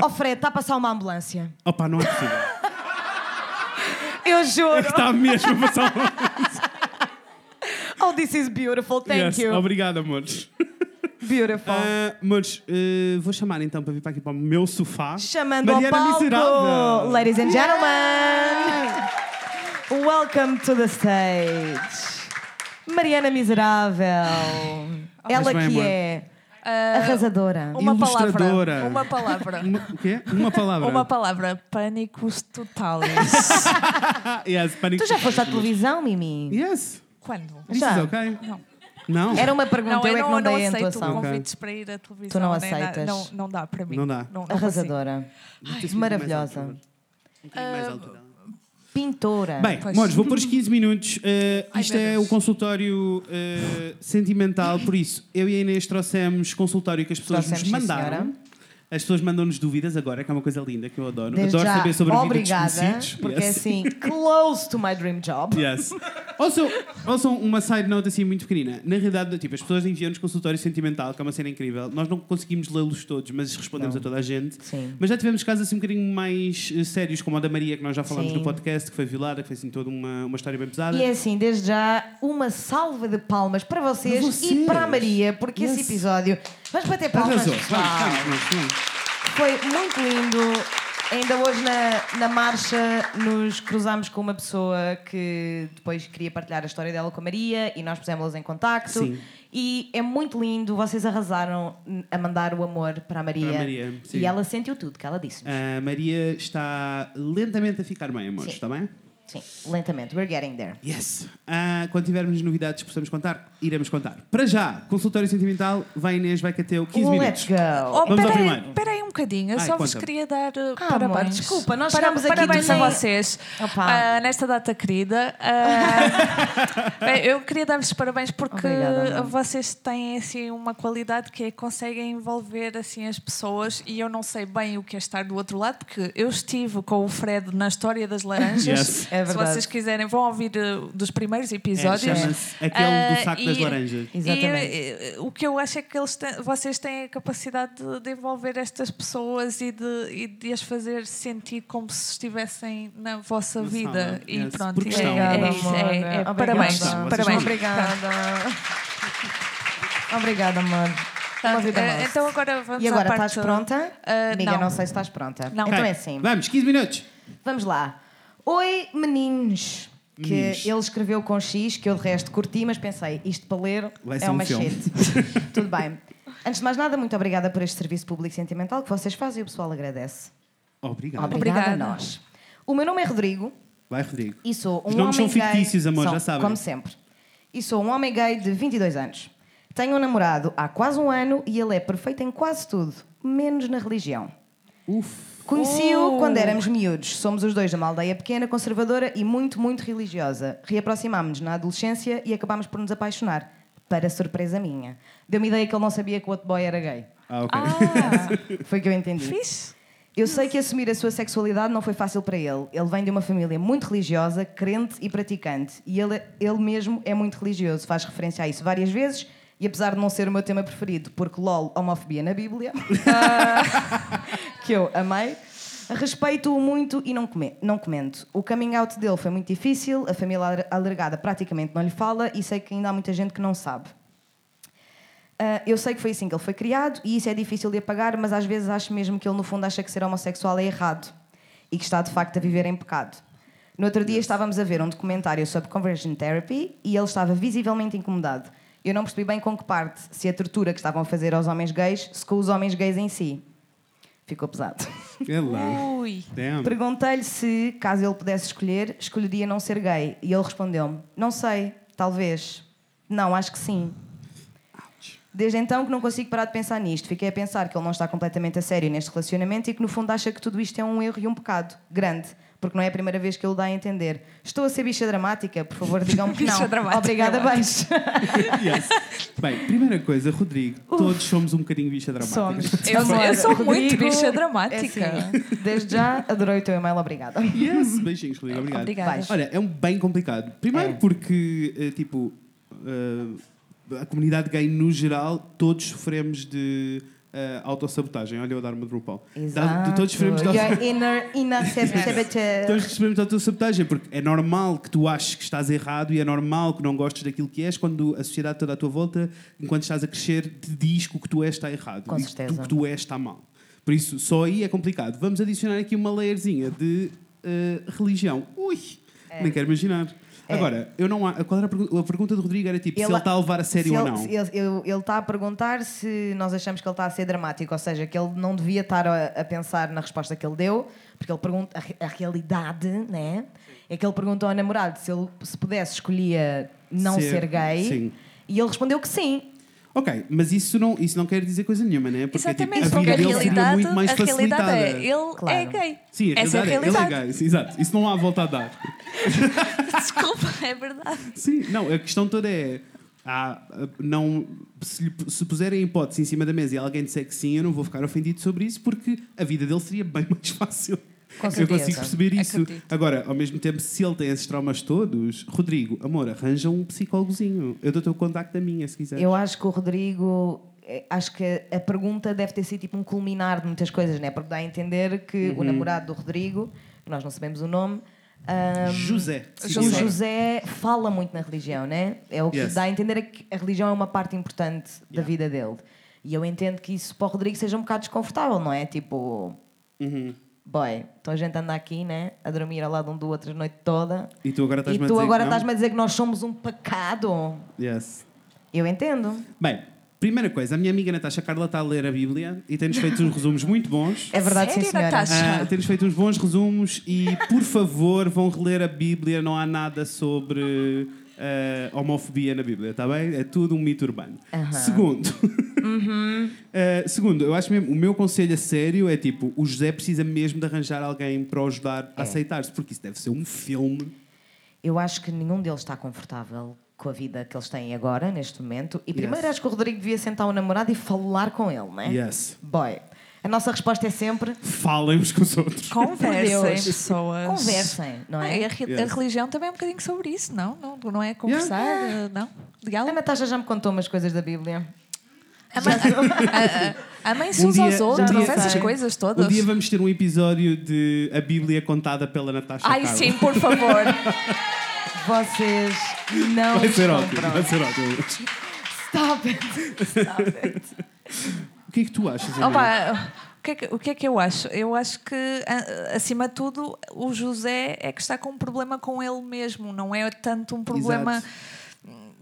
B: Ó Fred, está a passar uma ambulância.
A: Opa, não é possível.
B: Eu juro.
A: Está mesmo um- a passar.
B: Oh, this is beautiful. Thank
A: Yes.
B: you. Tá
A: Obrigado, amores.
B: Beautiful.
A: Ah, amores, eh, vou chamar então para vir para aqui para o meu sofá.
B: Chamando ao
A: Mariana
B: palco.
A: Miserável.
B: Ladies and gentlemen. Welcome to the stage. Mariana Miserável. Ela
A: bem,
B: que
A: amor.
B: é
G: Ah,
B: arrasadora.
G: uma
A: Ilustradora.
G: palavra. Uma palavra.
A: Uma, o quê? Uma palavra.
G: Uma palavra. Pânicos totais.
A: Ah, yes, pânico.
B: Tu já foste à televisão, Mimi?
A: Yes.
G: Quando?
A: This
B: Já.
A: is okay. Não. é Não?
B: Era uma pergunta, eu, é que não, dei a
G: aceito
B: atuação.
G: convites para ir à televisão.
B: Tu não
G: nem nada.
B: aceitas?
G: Não, não dá para mim.
A: Não dá.
B: Arrasadora. maravilhosa. Pintora.
A: Bem,
G: Pois.
A: Mores, vou pôr os 15 minutos. Eh,
G: Ai,
A: isto
G: meu
A: é
G: Deus.
A: o consultório eh, sentimental, por isso eu e a Inês trouxemos consultório que as pessoas nos
B: Trouxemos, sim,
A: mandaram.
B: senhora.
A: as pessoas mandam-nos dúvidas agora, que é uma coisa linda que eu adoro.
B: Desde
A: adoro
B: já,
A: saber sobre a vida de
B: obrigada,
A: desconhecidos.
B: porque é
A: Yes.
B: assim, close to my dream job.
A: Yes. Ouçam, ouçam uma side note assim muito pequenina. Na realidade, tipo, as pessoas enviam-nos consultório sentimental, que é uma cena incrível. Nós não conseguimos lê-los todos, mas respondemos a toda a gente.
B: Sim.
A: Mas já tivemos casos assim um bocadinho mais eh, sérios, como a da Maria, que nós já falámos
B: Sim.
A: no podcast, que foi violada, que foi assim toda uma, uma história bem pesada.
B: E é assim, desde já, uma salva de palmas para vocês,
A: Para vocês.
B: e para a Maria, porque esse
A: Yes.
B: episódio. Vamos bater palmas.
A: Arrasou.
B: pessoal.
A: Vamos, vamos, vamos, vamos.
B: Foi muito lindo. Ainda hoje na, na marcha nos cruzámos com uma pessoa que depois queria partilhar a história dela com a Maria e nós pusemos-las em contacto.
A: Sim.
B: E é muito lindo, vocês arrasaram a mandar o amor para a Maria.
A: Para a Maria, sim. É.
B: E ela sentiu tudo que ela disse.
A: A Maria está lentamente a ficar bem, amores,
B: Sim.
A: está bem?
B: Sim, lentamente. We're getting there.
A: Yes. Ah, quando tivermos novidades que possamos contar, iremos contar. Para já, consultório sentimental, vai Inês, vai Cateu, 15 minutos.
B: Let's go.
G: Oh,
A: Vamos ao
G: peraí-
A: primeiro.
G: peraí um bocadinho, eu
A: Ai,
G: só vos
A: conta-me.
G: queria dar uh,
B: Ah,
G: parabéns.
B: mãe, desculpa, nós
G: Para-
B: chegámos aqui
G: Parabéns
B: também-
G: a vocês
B: Opa.
G: ah, nesta data querida. Ah, bem, eu queria dar-vos parabéns porque
B: Obrigada, mãe.
G: vocês têm assim uma qualidade que é conseguem envolver assim as pessoas e eu não sei bem o que é estar do outro lado porque eu estive com o Fred na história das laranjas.
A: Yes.
B: É
G: Se
B: verdade.
G: vocês quiserem, vão ouvir uh, dos primeiros
A: É,
G: episódios.
A: Chama-se aquele do
G: Ah,
A: saco
G: e-
A: das laranjas.
G: e,
B: Exatamente.
G: eh, o que eu acho é que eles têm- vocês têm a capacidade de, de envolver estas pessoas e de, e de as fazer sentir como se estivessem na vossa vida.
A: sala,
G: E
A: yes.
G: pronto,
A: Porque
G: é,
A: estão.
G: é,
B: Obrigada,
G: isso,
B: amor.
G: é- é
B: Obrigada.
G: parabéns.
A: Vocês
G: parabéns.
B: Obrigada. Obrigada, amor. Uma
G: Pronto,
B: vida
G: eh,
B: nossa.
G: então agora vamos
B: E agora,
G: à parte...
B: estás pronta?
G: Ah,
B: Amiga, não.
G: não.
B: sei se estás pronta.
G: Não.
B: Então
A: Ok.
B: é assim.
A: Vamos, 15 minutos.
B: Vamos lá. Oi, meninos. Que
A: Meninos.
B: ele escreveu com X, que eu de resto curti, mas pensei, isto para ler
A: Vai ser
B: é
A: um
B: uma
A: filme.
B: shit. Tudo bem. Antes de mais nada, muito obrigada por este serviço público sentimental que vocês fazem e o pessoal agradece.
A: Obrigado.
B: Obrigada a
G: Obrigada.
B: nós. O meu nome é Rodrigo
A: Vai, Rodrigo.
B: e sou um
A: Os
B: homem
A: nomes são
B: gay-
A: fictícios, amor,
B: São,
A: já sabem.
B: Como sempre. E sou um homem gay de 22 anos. Tenho um namorado há quase um ano e ele é perfeito em quase tudo, menos na religião. Conheci-o quando éramos miúdos. Somos os dois de uma aldeia pequena, conservadora e muito, muito religiosa. Reaproximámos-nos na adolescência e acabámos por nos apaixonar. Para surpresa minha. Deu-me ideia que ele não sabia que o outro boy era gay.
A: Ah, ok.
B: Foi o que eu entendi.
G: Fixe.
B: Eu sei que assumir a sua sexualidade não foi fácil para ele. Ele vem de uma família muito religiosa, crente e praticante. E ele, ele mesmo é muito religioso, faz referência a isso várias vezes. E apesar de não ser o meu tema preferido, porque lol, homofobia na Bíblia, ah, que eu amei, respeito-o muito e não, come- não comento. O coming out dele foi muito difícil, a família alar- alargada praticamente não lhe fala e sei que ainda há muita gente que não sabe. Ah, eu sei que foi assim que ele foi criado e isso é difícil de apagar, mas às vezes acho mesmo que ele, no fundo, acha que ser homossexual é errado e que está de facto a viver em pecado. No outro dia estávamos a ver um documentário sobre conversion therapy e ele estava visivelmente incomodado. Eu não percebi bem com que parte, se a tortura que estavam a fazer aos homens gays, se com os homens gays em si. Ficou pesado.
A: Hello.
G: Ui.
A: Damn.
B: Perguntei-lhe se, caso ele pudesse escolher, escolheria não ser gay. E ele respondeu-me: Não sei, talvez. Não, acho que sim. Desde então que não consigo parar de pensar nisto. Fiquei a pensar que ele não está completamente a sério neste relacionamento e que no fundo acha que tudo isto é um erro e um pecado. Grande. Porque não é a primeira vez que ele dá a entender. Estou a ser bicha dramática, por favor, digam-me que não.
G: Bicha dramática,
B: Obrigada,
G: eu acho.
B: beijo.
A: Yes. Bem, primeira coisa, Rodrigo, todos somos um bocadinho bicha dramática.
B: Somos.
G: Eu sou- eu sou
B: Então Rodrigo,
G: muito bicha dramática.
B: é assim, desde já, adorei o teu e-mail, obrigada.
A: Yes, beijinhos, Rodrigo, obrigado.
G: Obrigada. Vais.
A: Olha, é um bem complicado. Primeiro porque, eh, tipo, eh, a comunidade gay no geral, todos sofremos de eh, autossabotagem. Olha, eu a dar-me de RuPaul. Dá- de- Todos sofremos de autossabotagem.
B: Your inner, inner saboteur.
A: Todos Então recebemos autossabotagem, porque é normal que tu aches que estás errado e é normal que não gostes daquilo que és quando a sociedade toda à tua volta, enquanto estás a crescer, te diz que o que tu és está errado.
B: Com
A: e que
B: certeza.
A: tu- que tu és está mal. Por isso, só aí é complicado. Vamos adicionar aqui uma layerzinha de eh, religião. Ui, nem quero imaginar. Agora, eu não há, qual era a, pergu- a pergunta do Rodrigo era tipo, se
B: Ele-
A: ele está a levar a sério
B: Se
A: ou
B: ele-
A: não.
B: se Ele eu- ele está a perguntar se nós achamos que ele está a ser dramático, ou seja, que ele não devia estar a, a pensar na resposta que ele deu, porque ele pergunta a, re- a realidade, né? É que ele perguntou ao namorado se ele se pudesse escolhia não
A: Ser-
B: ser, gay.
A: sim.
B: E ele respondeu que sim.
A: Ok, mas isso não, isso não quer dizer coisa nenhuma, né? Porque
G: Exatamente,
A: tipo, a
G: porque
A: vida
G: a
A: dele seria
G: realidade,
A: muito mais
G: a realidade
A: facilitada.
G: é ele é
B: Claro.
G: gay.
A: Sim, a
G: Essa é
A: realidade,
G: a realidade.
A: é, ele é gay, sim, exato. Isso não há volta a dar.
G: Desculpa, é verdade.
A: Sim, não, a questão toda é. há, ah, não, se, lhe- se puserem a hipótese em cima da mesa e alguém disser que sim, eu não vou ficar ofendido sobre isso porque a vida dele seria bem mais fácil.
B: Com
A: eu
B: certeza.
A: consigo perceber isso.
G: Acredito.
A: Agora, ao mesmo tempo, se ele tem esses traumas todos, Rodrigo, amor, arranja um psicólogozinho. Eu dou o teu contacto da minha, se quiser.
B: Eu acho que o Rodrigo. eh, Acho que a pergunta deve ter sido tipo um culminar de muitas coisas, né? Porque dá a entender que
A: Uhum.
B: o namorado do Rodrigo, que nós não sabemos o nome, ahm,
A: José.
B: O José fala muito na religião, né? É o que
A: Yes.
B: dá a entender que a religião é uma parte importante da vida dele. E eu entendo que isso para o Rodrigo seja um bocado desconfortável, não é? Tipo,
A: Uhum.
B: boy, então a gente anda aqui, né? A dormir ao lado um do outro a noite toda.
A: E tu agora
B: E
A: estás-me a
B: tu
A: dizer
B: agora
A: que não?
B: estás-me a dizer que nós somos um pecado.
A: Yes.
B: Eu entendo.
A: Bem, primeira coisa, a minha amiga Natasha Carla está a ler a Bíblia e tem-nos feito uns resumos muito bons.
B: É verdade,
G: Sério,
B: sim, senhora.
G: Natasha?
A: Ah, temos feito uns bons resumos e, por favor, vão reler a Bíblia. Não há nada sobre ah, homofobia na Bíblia, está bem? É tudo um mito urbano. Segundo,
G: Uhum.
A: ah, segundo, eu acho mesmo, o meu conselho a sério é tipo: o José precisa mesmo de arranjar alguém para o ajudar
G: É.
A: a aceitar-se, porque isso deve ser um filme.
B: Eu acho que nenhum deles está confortável com a vida que eles têm agora, neste momento. E primeiro
A: Yes.
B: acho que o Rodrigo devia sentar o namorado e falar com ele, né?
A: Yes.
B: Boy, a nossa resposta é sempre
A: Falem uns com os outros.
B: Por
G: Conversem,
B: Deus.
G: pessoas.
B: conversem, não
G: Ah,
B: é?
G: e a, re- a
A: Yes.
G: religião também é um bocadinho sobre isso, não? Não, não é conversar, eh, não?
B: A
G: Diálogo.
B: Natasha já me contou umas coisas da Bíblia.
G: A mãe- a- a- a- Amem-se uns
A: dia-
G: aos
A: um
G: outros,
B: dia-
G: essas
B: sei.
G: coisas
A: Um
G: todas.
A: dia vamos ter um episódio de a Bíblia contada pela Natasha
G: Ai,
A: Carla.
G: sim, por favor.
B: Vocês não
A: Vai ser
B: estão
A: ótimo, vai
B: prontos.
A: ser ótimo.
B: Stop it. Stop it.
A: O que é que tu achas, Ana?
G: Opa, o que, é que, o que é que eu acho? Eu acho que, a- acima de tudo, o José é que está com um problema com ele mesmo, não é tanto um problema.
A: Exato.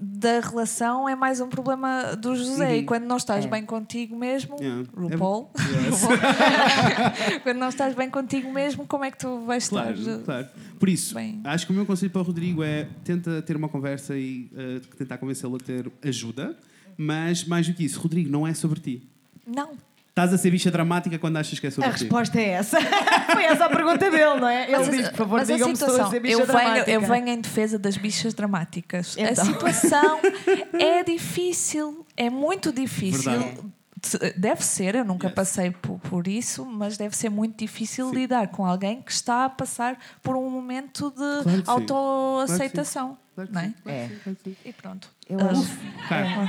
G: Da relação é mais um problema do José. E quando não estás bem contigo mesmo,
A: Uhum. É. Yeah. É
G: RuPaul, quando não estás bem contigo mesmo, como é que tu vais
A: Claro,
G: estar?
A: claro. Por isso,
G: Bem.
A: acho que o meu conselho para o Rodrigo é tenta ter uma conversa e eh, tentar convencê-lo a ter ajuda, mas mais do que isso, Rodrigo, não é sobre ti.
G: Não.
A: Estás a ser bicha dramática quando achas que é
B: A
A: sobre ti.
B: resposta é essa. Foi essa a pergunta dele, não é? Ele
G: Mas a-
B: diz, por favor,
G: mas a
B: digam-me se estou a
G: situação,
B: ser bicha
G: eu venho,
B: dramática.
G: eu venho em defesa das bichas dramáticas.
B: Então.
G: A situação é difícil, é muito difícil.
A: Verdade.
G: Se- Deve ser, eu nunca
A: Yes.
G: passei po- por, isso, mas deve ser muito difícil lidar com alguém que está a passar por um momento de
A: que sim.
G: autoaceitação.
A: Claro que
G: não é?
A: sim, claro que
B: É.
A: sim, claro que sim.
G: E pronto.
B: Eu
G: Ah,
B: acho-
A: Cara,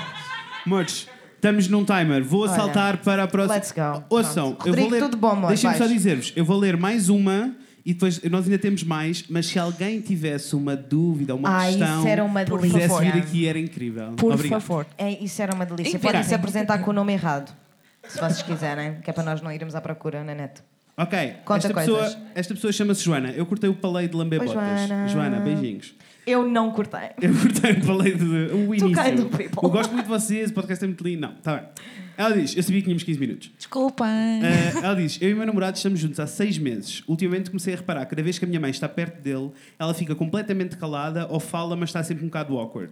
A: Merch, estamos num timer. Vou
B: Olha,
A: saltar para a próxima.
B: let's go.
A: Ouçam,
B: Pronto.
A: eu vou
B: Rodrigo,
A: ler.
B: tudo bom, amor?
A: Deixem-me só
B: Vais.
A: dizer-vos, eu vou ler mais uma. E depois nós ainda temos mais, mas se alguém tivesse uma dúvida, uma
B: Ai, Ah, isso
A: questão,
B: era uma
A: por quisesse
B: delícia.
A: vir aqui, era incrível.
G: por
A: Obrigado.
G: favor.
B: É, isso era uma delícia.
G: Invertem.
B: Podem se apresentar com o nome errado, se vocês quiserem, que é para nós não irmos à procura na net.
A: Ok,
B: Conta
A: esta
B: coisas.
A: pessoa, esta pessoa chama-se Joana. Eu cortei o paleio de lamber
B: Oi,
A: botas.
B: Joana.
A: beijinhos.
B: Eu não cortei.
A: Eu cortei o paleio de. O início.
B: kind of people.
A: Eu gosto muito de vocês, o podcast é muito lindo. Não, tá bem. Ela diz: Eu sabia que tínhamos 15 minutos.
E: Desculpem.
A: Ah, ela diz: Eu e o meu namorado estamos juntos há seis meses. Ultimamente comecei a reparar, cada vez que a minha mãe está perto dele, ela fica completamente calada ou fala, mas está sempre um bocado awkward.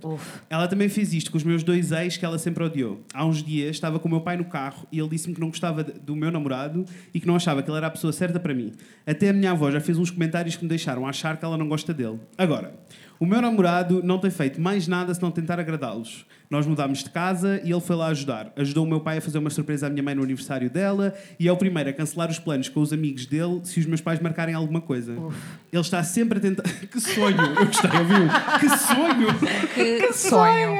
A: Ela também fez isto com os meus dois ex que ela sempre odiou. Há uns dias estava com o meu pai no carro e ele disse-me que não gostava de- do meu namorado e que não achava que ele era a pessoa certa para mim. Até a minha avó já fez uns comentários que me deixaram achar que ela não gosta dele. Agora, o meu namorado não tem feito mais nada se não tentar agradá-los. Nós mudámos de casa e ele foi lá ajudar. Ajudou o meu pai a fazer uma surpresa à minha mãe no aniversário dela e é o primeiro a cancelar os planos com os amigos dele se os meus pais marcarem alguma coisa. Ele está sempre a tentar. Que sonho! Eu gostei, ouviu? um- Que sonho!
G: Que, sonho.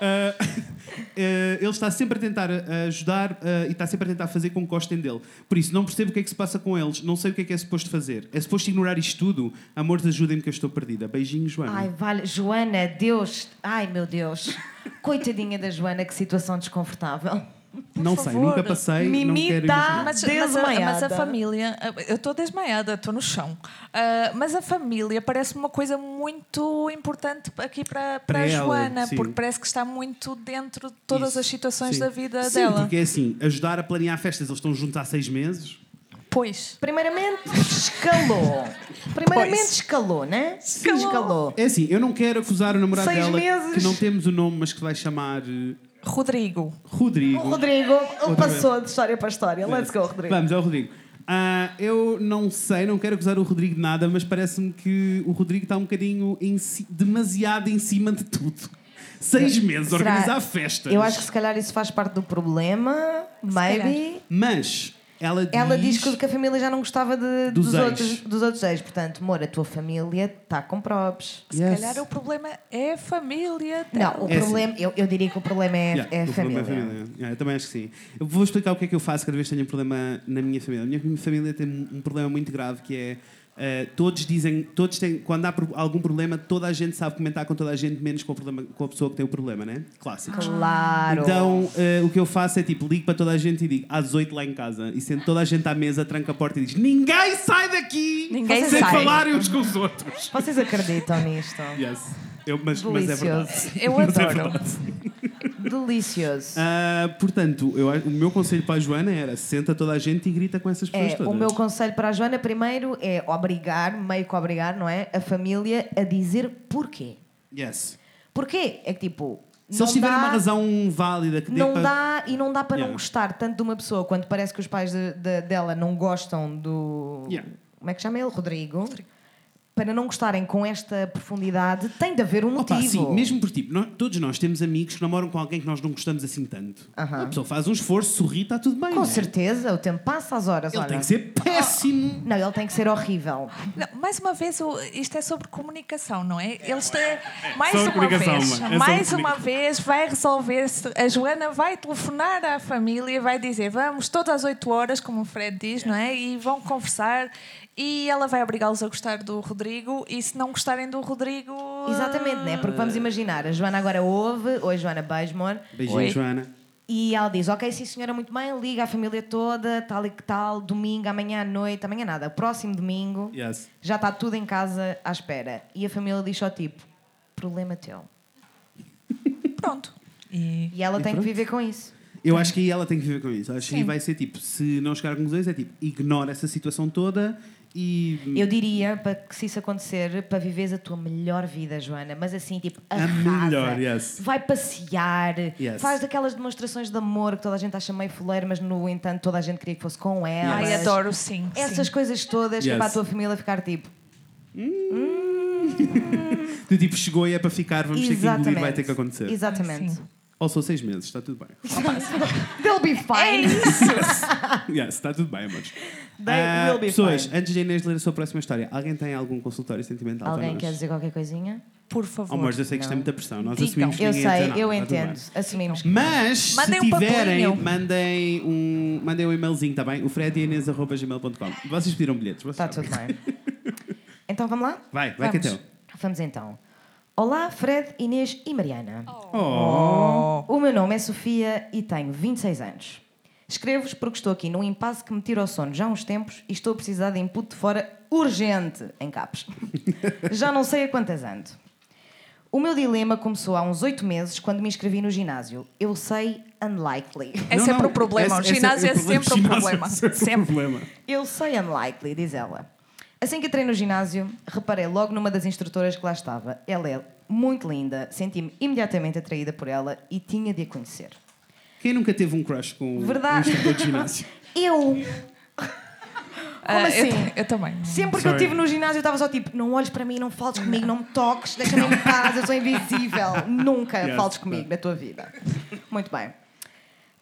A: Ah, eh, ele está sempre a tentar eh, ajudar eh, e está sempre a tentar fazer com que gostem dele. Por isso, não percebo o que é que se passa com eles, não sei o que é que é suposto fazer. É suposto ignorar isto tudo? Amores, ajudem-me que eu estou perdida. Beijinhos, Joana.
B: Ai, vale. Joana, Deus. Ai, meu Deus. Coitadinha da Joana, que situação desconfortável.
A: não
G: por
A: sei,
G: favor.
A: nunca passei, não
B: Mimi
A: quero
B: tá-
A: imaginar.
G: Mas, mas, a,
B: Desmaiada.
G: mas a família, eu estou desmaiada, estou no chão. Ah, mas a família parece uma coisa muito importante aqui para
A: Para
G: a
A: ela,
G: Joana,
A: sim.
G: porque parece que está muito dentro de todas
A: Isso,
G: as situações
A: sim.
G: da vida
A: Sim,
G: dela.
A: porque é assim, ajudar a planear festas, eles estão juntos há seis meses.
G: Pois.
B: Primeiramente, escalou. Primeiramente,
G: Pois.
B: escalou, né? Escalou. escalou.
A: É assim, eu não quero acusar o namorado
B: Seis
A: dela,
B: meses.
A: que não temos o nome, mas que vai chamar eh,
G: Rodrigo.
B: O
A: Rodrigo.
B: Rodrigo ele
A: Outra
B: passou de história para história. Let's go, Rodrigo.
A: Vamos ao Rodrigo. Ah, eu não sei, não quero acusar o Rodrigo de nada, mas parece-me que o Rodrigo está um bocadinho em ci- demasiado em cima de tudo. Seis meses a
B: Será-
A: organizar festas.
B: Eu acho que se calhar isso faz parte do problema. Maybe.
A: Mas ela diz,
B: Ela diz que que a família já não gostava de-
A: Dos
B: dos,
A: ex.
B: outros, dos outros ex. Portanto, amor, a tua família está com props.
G: Se
A: Yes.
G: calhar o problema é a família dela.
B: Não, o
A: É
B: problema, eu, eu diria que o problema é,
A: Yeah,
B: é a
A: o
B: família.
A: problema é Yeah, eu também acho que sim. Eu vou explicar o que é que eu faço cada vez que tenho um problema na minha família. A minha família tem um um problema muito grave que é. eh, todos dizem, todos têm, quando há pro- algum problema, toda a gente sabe comentar com toda a gente, menos com, o problema, com a pessoa que tem o problema, né? Clássico.
B: Claro.
A: Então, eh, o que eu faço é tipo, ligo para toda a gente e digo, às 8 lá em casa, e sento toda a gente à mesa, tranco a porta e diz: Ninguém sai daqui
G: Ninguém
A: sem
G: sai."
A: falarem uns com os outros.
B: Vocês acreditam nisto?
A: Yes. Eu, mas, mas é verdade.
B: Delicioso.
G: Eu
A: Mas é
G: adoro.
A: verdade.
B: Delicioso.
A: Ah, portanto, eu, acho- o meu conselho para a Joana era: senta toda a gente e grita com essas pessoas
B: É,
A: todas.
B: o meu conselho para a Joana, primeiro, é obrigar, meio que obrigar, não é? A família a dizer porquê.
A: Yes.
B: Porquê? É que tipo.
A: Se
B: não
A: eles tiverem
B: dá-
A: uma razão válida que dê
B: não
A: para-
B: dá e não dá para
A: Yeah.
B: não gostar tanto de uma pessoa quando parece que os pais de- de- dela não gostam do
A: Yeah.
B: como é que chama ele Rodrigo, para não gostarem com esta profundidade tem de haver um motivo
A: Opa, sim, mesmo por tipo, nós- todos nós temos amigos que namoram com alguém que nós não gostamos assim tanto.
B: Aham.
A: A pessoa faz um esforço, sorri, está tudo bem.
B: com
A: não é?
B: certeza o tempo passa as horas
A: Ele
B: olha
A: tem que ser péssimo.
B: não ele tem que ser horrível
G: Não, mais uma vez, o- isto é sobre comunicação, não é? Eles têm. Mais
A: sobre
G: uma
A: comunicação, mãe. É
G: vez.
A: sobre
G: mais uma
A: comunicação.
G: vez vai resolver-se. A Joana vai telefonar à família e vai dizer: vamos todas às 8 horas, como o Fred diz, não é? E vão conversar. E ela vai obrigá-los a gostar do Rodrigo. E se não gostarem do Rodrigo.
B: exatamente né porque vamos imaginar a Joana agora ouve oi Joana beijo amor
A: Beijinho,
G: Oi.
A: Joana.
B: E ela diz: Ok, sim, senhora, muito bem, liga a família toda, tal e que tal, domingo, amanhã à noite, amanhã nada, próximo domingo,
A: Yes.
B: já está tudo em casa à espera. E a família diz só tipo: Problema teu.
G: Pronto. E
B: E ela tem que viver com isso.
A: Eu acho que aí ela tem que viver com isso. Acho que aí vai ser tipo, se não chegar a conclusões, é tipo, ignora essa situação toda e.
B: Eu diria para que, se isso acontecer, para viveres a tua melhor vida, Joana, mas assim, tipo,
A: A
B: arrasa.
A: melhor, yes.
B: Vai passear,
A: Yes.
B: faz daquelas demonstrações de amor que toda a gente acha meio fuleiro, mas no entanto toda a gente queria que fosse com ela.
G: Ai, adoro, sim.
B: Ah, Essas
G: sim.
B: coisas todas que é
A: Yes.
B: para a tua família ficar tipo.
A: De tipo, chegou e é para ficar, vamos ter que engolir, vai ter que acontecer.
B: Exatamente.
G: Sim.
A: Ou são seis meses, está tudo bem.
B: They'll be
G: É
B: fine.
A: yes, está tudo bem, mas.
B: They will Ah. be
A: pessoas,
B: fine.
A: antes de Inês ler a sua próxima história, alguém tem algum consultório sentimental
B: Alguém
A: para
B: quer
A: nós?
B: dizer qualquer coisinha?
G: Por
A: Oh,
G: favor.
A: mas eu sei que isto é
B: Não.
A: muita pressão, nós
G: Digam.
A: assumimos que
B: Eu
A: ninguém ia
B: sei,
A: dizer nada,
B: eu
A: está tudo bem.
B: entendo. Assumimos.
A: Mas,
G: Mandem
A: se
G: um
A: tiverem,
G: papelinho.
A: mandem um, mandem um e-mailzinho, está bem? O fredinês.gmail.com. Vocês pediram bilhetes, vocês
B: Está
A: sabem.
B: Tá tudo bem. Então vamos lá?
A: Vai, vai que é teu.
B: Vamos então. Olá, Fred, Inês e Mariana.
A: Oh.
B: O meu nome é Sofia e tenho 26 anos. Escrevo-vos porque estou aqui num impasse que me tira o sono já há uns tempos e estou a precisar de input de fora urgente, em capos. já não sei a quantas ando. O meu dilema começou há uns oito meses quando me inscrevi no ginásio. Eu sei unlikely.
G: É
A: Não,
G: sempre
A: não,
G: o problema. O
A: esse- esse
G: ginásio é sempre o problema.
A: ginásio é sempre o
G: Sempre.
A: problema.
B: Eu sei unlikely, diz ela. Assim que entrei no ginásio, reparei logo numa das instrutoras que lá estava. Ela é muito linda, senti-me imediatamente atraída por ela e tinha de a conhecer.
A: Quem nunca teve um crush com
B: Verdade.
A: um instrutor de ginásio?
B: Eu,
G: Ah, eu
B: assim?
G: ta- Eu também.
B: sempre que eu estive no ginásio, eu estava só tipo: não olhes para mim, não fales comigo, não me toques, deixa-me em paz, eu sou invisível. Nunca
A: Yes,
B: fales comigo na tua vida. Muito bem.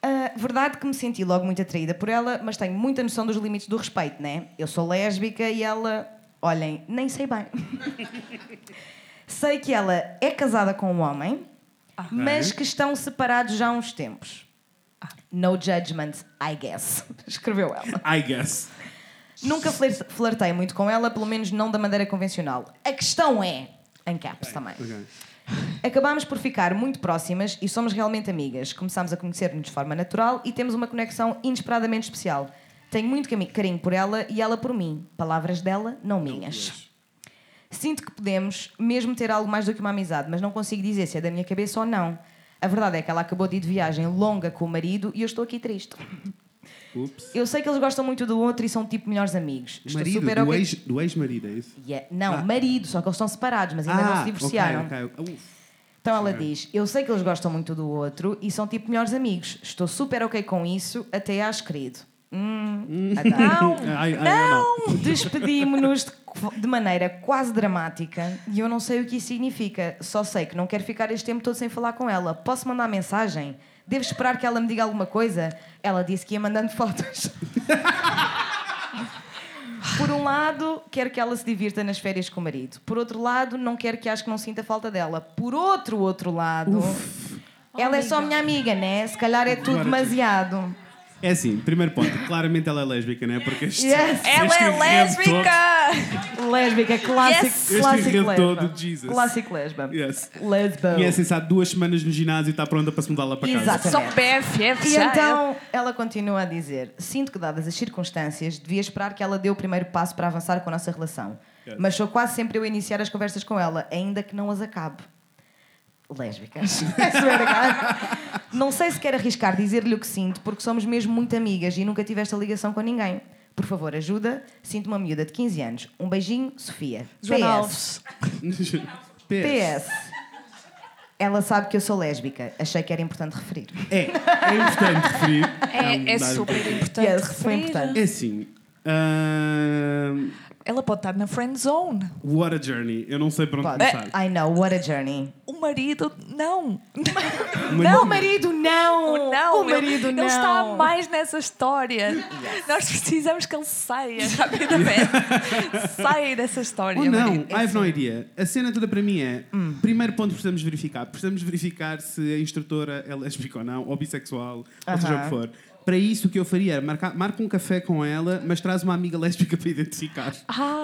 B: Ah, verdade que me senti logo muito atraída por ela, mas tenho muita noção dos limites do respeito, né? Eu sou lésbica e ela, olhem, nem sei bem. sei que ela é casada com um homem, mas que estão separados já há uns tempos. No judgment, I guess, escreveu ela.
A: I guess.
B: Nunca flir- flertei muito com ela, pelo menos não da maneira convencional. A questão é, em caps também.
A: Ok.
B: Acabámos por ficar muito próximas e somos realmente amigas. Começámos a conhecer-nos de forma natural e temos uma conexão inesperadamente especial. Tenho muito cami- carinho por ela e ela por mim. Palavras dela, não
G: É
B: minhas. Sinto que podemos mesmo ter algo mais do que uma amizade, mas não consigo dizer se é da minha cabeça ou não. A verdade é que ela acabou de ir de viagem longa com o marido e eu estou aqui triste.
A: Ups.
B: Eu sei que eles gostam muito do outro e são tipo melhores amigos.
G: é
B: Estou
A: Marido,
B: super
A: do
B: ok-
A: ex- do ex-marido, é isso?
B: Yeah, Não,
A: Ah.
B: marido, só que eles estão separados, mas ainda não se divorciaram.
A: ok, ok. Uf.
B: Então ela diz: Eu sei que eles gostam muito do outro e são tipo melhores amigos. Estou super ok com isso, até acho querido. Hum, adoro.
A: Ai, ai, não.
B: Não! Despedimos-nos de, qu- de maneira quase dramática e eu não sei o que isso significa. Só sei que não quero ficar este tempo todo sem falar com ela. Posso mandar mensagem? Devo esperar que ela me diga alguma coisa? Ela disse que ia mandando fotos. Por um lado, quero que ela se divirta nas férias com o marido. Por outro lado, não quero que acho que não sinta falta dela. Por outro, outro lado, ela é só minha amiga, né? Se calhar é tudo
A: Agora sim.
B: demasiado.
A: É assim, primeiro ponto. Claramente ela é lésbica, não é? Porque este,
B: Yes.
G: Ela
A: este
G: é
A: enredo
G: lésbica!
B: Lésbica, clássico,
G: Yes!
A: Este
B: clássico
A: enredo
B: lesba.
A: todo, Jesus. é
B: Clássico lesba.
A: todo- Yes.
B: Lesbo.
A: Conhecem-se há duas semanas no ginásio e está pronta para se mudar lá para casa.
B: Exato.
G: São BFF
B: E
G: já. é
B: então ela continua a dizer: Sinto que, dadas as circunstâncias, devia esperar que ela dê o primeiro passo para avançar com a nossa relação. Mas sou quase sempre eu a iniciar as conversas com ela, ainda que não as acabe. É Lésbicas. I swear to God. não sei se quero arriscar dizer-lhe o que sinto, porque somos mesmo muito amigas e nunca tive esta ligação com ninguém. Por favor, ajuda. Sinto uma miúda de 15 anos. Um beijinho, Sofia.
G: Joana
B: PS.
G: Alves.
A: PS.
B: PS. Ela sabe que eu sou lésbica. Achei que era importante referir.
A: É, é importante referir. um
G: É, é
A: dado
G: super
A: importante.
G: importante.
B: Yes, foi
G: referir.
B: importante.
A: É assim. ahn,
G: Ela pode estar na friend zone.
A: what a journey. Eu não sei para onde
B: Pode.
A: começar.
B: I know, what a journey.
G: O marido, não.
A: Mas-
B: Não, o marido, não!
G: O não.
B: O marido,
G: ele,
B: não!
G: Ele está a mais nessa história. Nós precisamos que ele saia rapidamente. saia dessa história.
A: Ou não,
G: marido.
A: I have no idea. A cena toda para mim é: primeiro ponto que precisamos verificar. Precisamos verificar se a instrutora é lésbica ou não, ou bissexual, ou seja o que for. Para isso, o que eu faria era marcar, marca um café com ela, mas traz uma amiga lésbica para identificar.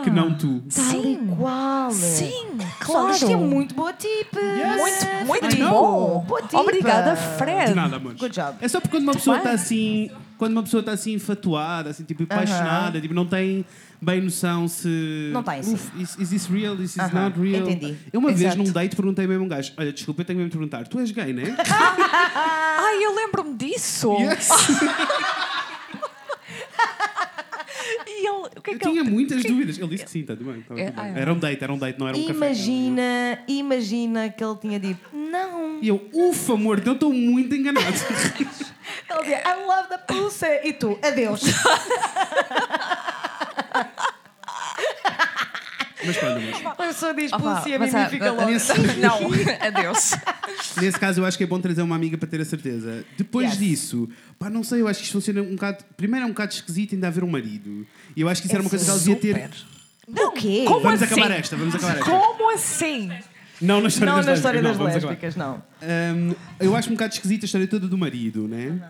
A: Que não tu.
G: Sim,
B: Igual!
G: sim,
B: Claro! Isto é
G: claro.
B: muito boa tip!
G: Muito, muito
B: I know.
G: bom.
B: Boa dica.
G: Obrigada,
A: De
G: Fred.
A: nada, amores.
B: Good job.
A: É só porque quando uma pessoa
G: bem.
A: está assim, quando uma pessoa está assim infatuada, assim, tipo, apaixonada, tipo, não tem bem noção se.
B: Não tem,
A: Uf, is, is this real? Is this
B: Aham,
A: not real?
B: entendi.
A: Eu uma vez
G: Exato.
A: num date perguntei mesmo a um gajo: Olha, desculpa, eu tenho mesmo de perguntar, tu és gay, não é?
G: Ai, eu lembro-me disso.
A: Yes.
G: E ele, o que é
A: Eu
G: que ele-
A: tinha muitas dúvidas. Ele disse que sim, está tudo bem. tá tudo
G: É,
A: bem.
G: ah, é.
A: Era um date, era um date, não era um café.
B: Imagina, imagina que ele tinha dito, não!
A: E eu, ufa, amor, eu estou muito enganado.
B: Ele dizia, I love the pussy! E tu, adeus!
A: mas pronto, mas
B: A pessoa diz
G: Opa,
B: pussy, a mim
G: Ah, mas é há-
B: me fica logo.
G: Não, adeus.
A: nesse caso eu acho que é bom trazer uma amiga para ter a certeza. Depois
B: Yes.
A: disso, pá, não sei, eu acho que isto funciona um bocado. Primeiro é um bocado esquisito ainda haver um marido. E eu acho que isso era
B: É
A: uma coisa que ela devia ter.
B: Não, o quê?
G: Como
A: Vamos
G: assim?
A: acabar esta, vamos acabar esta.
G: Como assim?
A: Não na história
B: Não
A: das
B: na história das
A: lésbicas, não, vamos acabar.
B: lésbicas, não.
A: Hum, eu acho um bocado esquisita a história toda do marido, né?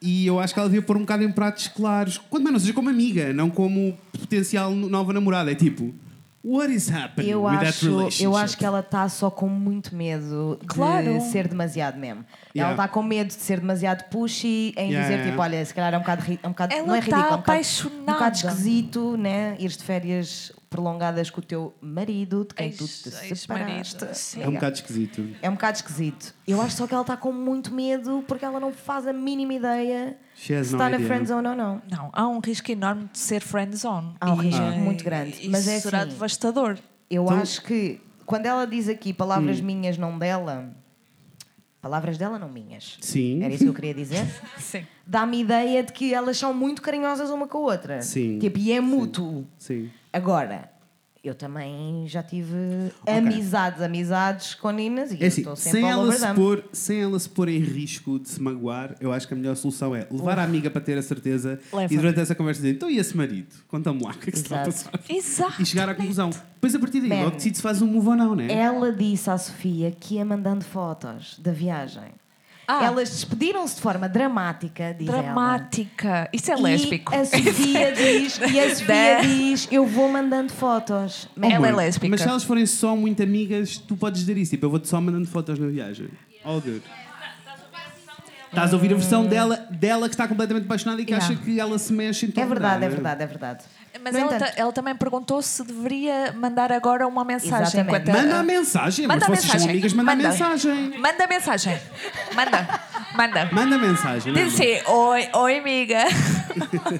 A: E eu acho que ela devia pôr um bocado em pratos claros. Quando mais não seja como amiga, não como potencial nova namorada. É tipo, what is happening
B: Eu
A: with that
B: acho,
A: relationship?
B: eu acho que ela está só com muito medo
G: Claro.
B: de ser demasiado mesmo. Ela
A: Yeah.
B: está com medo de ser demasiado pushy, em
A: Yeah,
B: dizer
A: yeah.
B: tipo, olha, se calhar é um bocado, ri- é um bocado
G: Ela
B: não é
G: está
B: ridículo, é um bocado, um
G: apaixonada.
B: bocado esquisito, né? Ires de férias prolongadas com o teu marido, de quem tu te
G: Ex- ex-marido.
B: separaste.
G: Sim.
A: É um bocado esquisito.
B: É um bocado esquisito. Eu acho só que ela está com muito medo porque ela não faz a mínima ideia
A: She has
B: se
A: no
B: está na
A: idea.
B: friendzone ou não.
G: Não, há um risco enorme de ser friend zone.
B: Há um risco muito grande,
G: Isso
B: mas é
G: será
B: assim.
G: devastador.
B: Eu
A: Então,
B: acho que quando ela diz aqui palavras
A: hum.
B: minhas, não dela, palavras dela, não minhas.
A: Sim.
B: Era isso que eu queria dizer.
G: Sim.
B: Dá-me ideia de que elas são muito carinhosas uma com a outra.
A: Sim.
B: Tipo, e é mútuo.
A: Sim.
B: Agora, eu também já tive amizades, amizades com Ninas e
A: É
B: eu
A: assim,
B: estou sempre
A: sem
B: all
A: ela,
B: over
A: se
B: them.
A: pôr, sem ela se pôr em risco de se magoar, eu acho que a melhor solução é levar a amiga para ter a certeza
G: Leva.
A: e durante essa conversa dizer, então e esse marido? Conta-me lá o que é que se está a
B: Exato. Ah,
A: passar.
G: Exato.
A: E chegar à conclusão. Depois a partir daí,
B: Man.
A: logo decide se faz um move ou não, né?
B: Ela disse à Sofia que ia mandando fotos da viagem.
G: Ah.
B: Elas despediram-se de forma dramática, diz ela.
G: Dramática. Isso é
B: E
G: lésbico.
B: a Sofia diz, e a Sofia
G: Da-
B: diz, eu vou mandando fotos. Mas
G: Ela é
A: Bom,
G: lésbica.
A: Mas se elas forem só muito amigas, tu podes dizer isso. Tipo, eu vou-te só mandando fotos na viagem. All good. Estás a ouvir
B: Hum.
A: a versão dela, dela que está completamente apaixonada e que
G: Yeah.
A: acha que ela se mexe em
B: é
A: torno
B: verdade,
A: dela,
B: é
A: né?
B: verdade, é verdade.
G: Mas
B: No
G: ela,
B: entanto-
G: ta- ela também perguntou se deveria mandar agora uma mensagem.
B: Exatamente.
G: enquanto
A: Manda a mensagem,
G: Manda a
A: mas vocês são
G: mensagem.
A: amigas, manda,
G: Manda.
A: a mensagem.
G: Manda mensagem. Manda. Manda.
A: Manda a mensagem. não é,
G: Diz assim, oi, oi, amiga.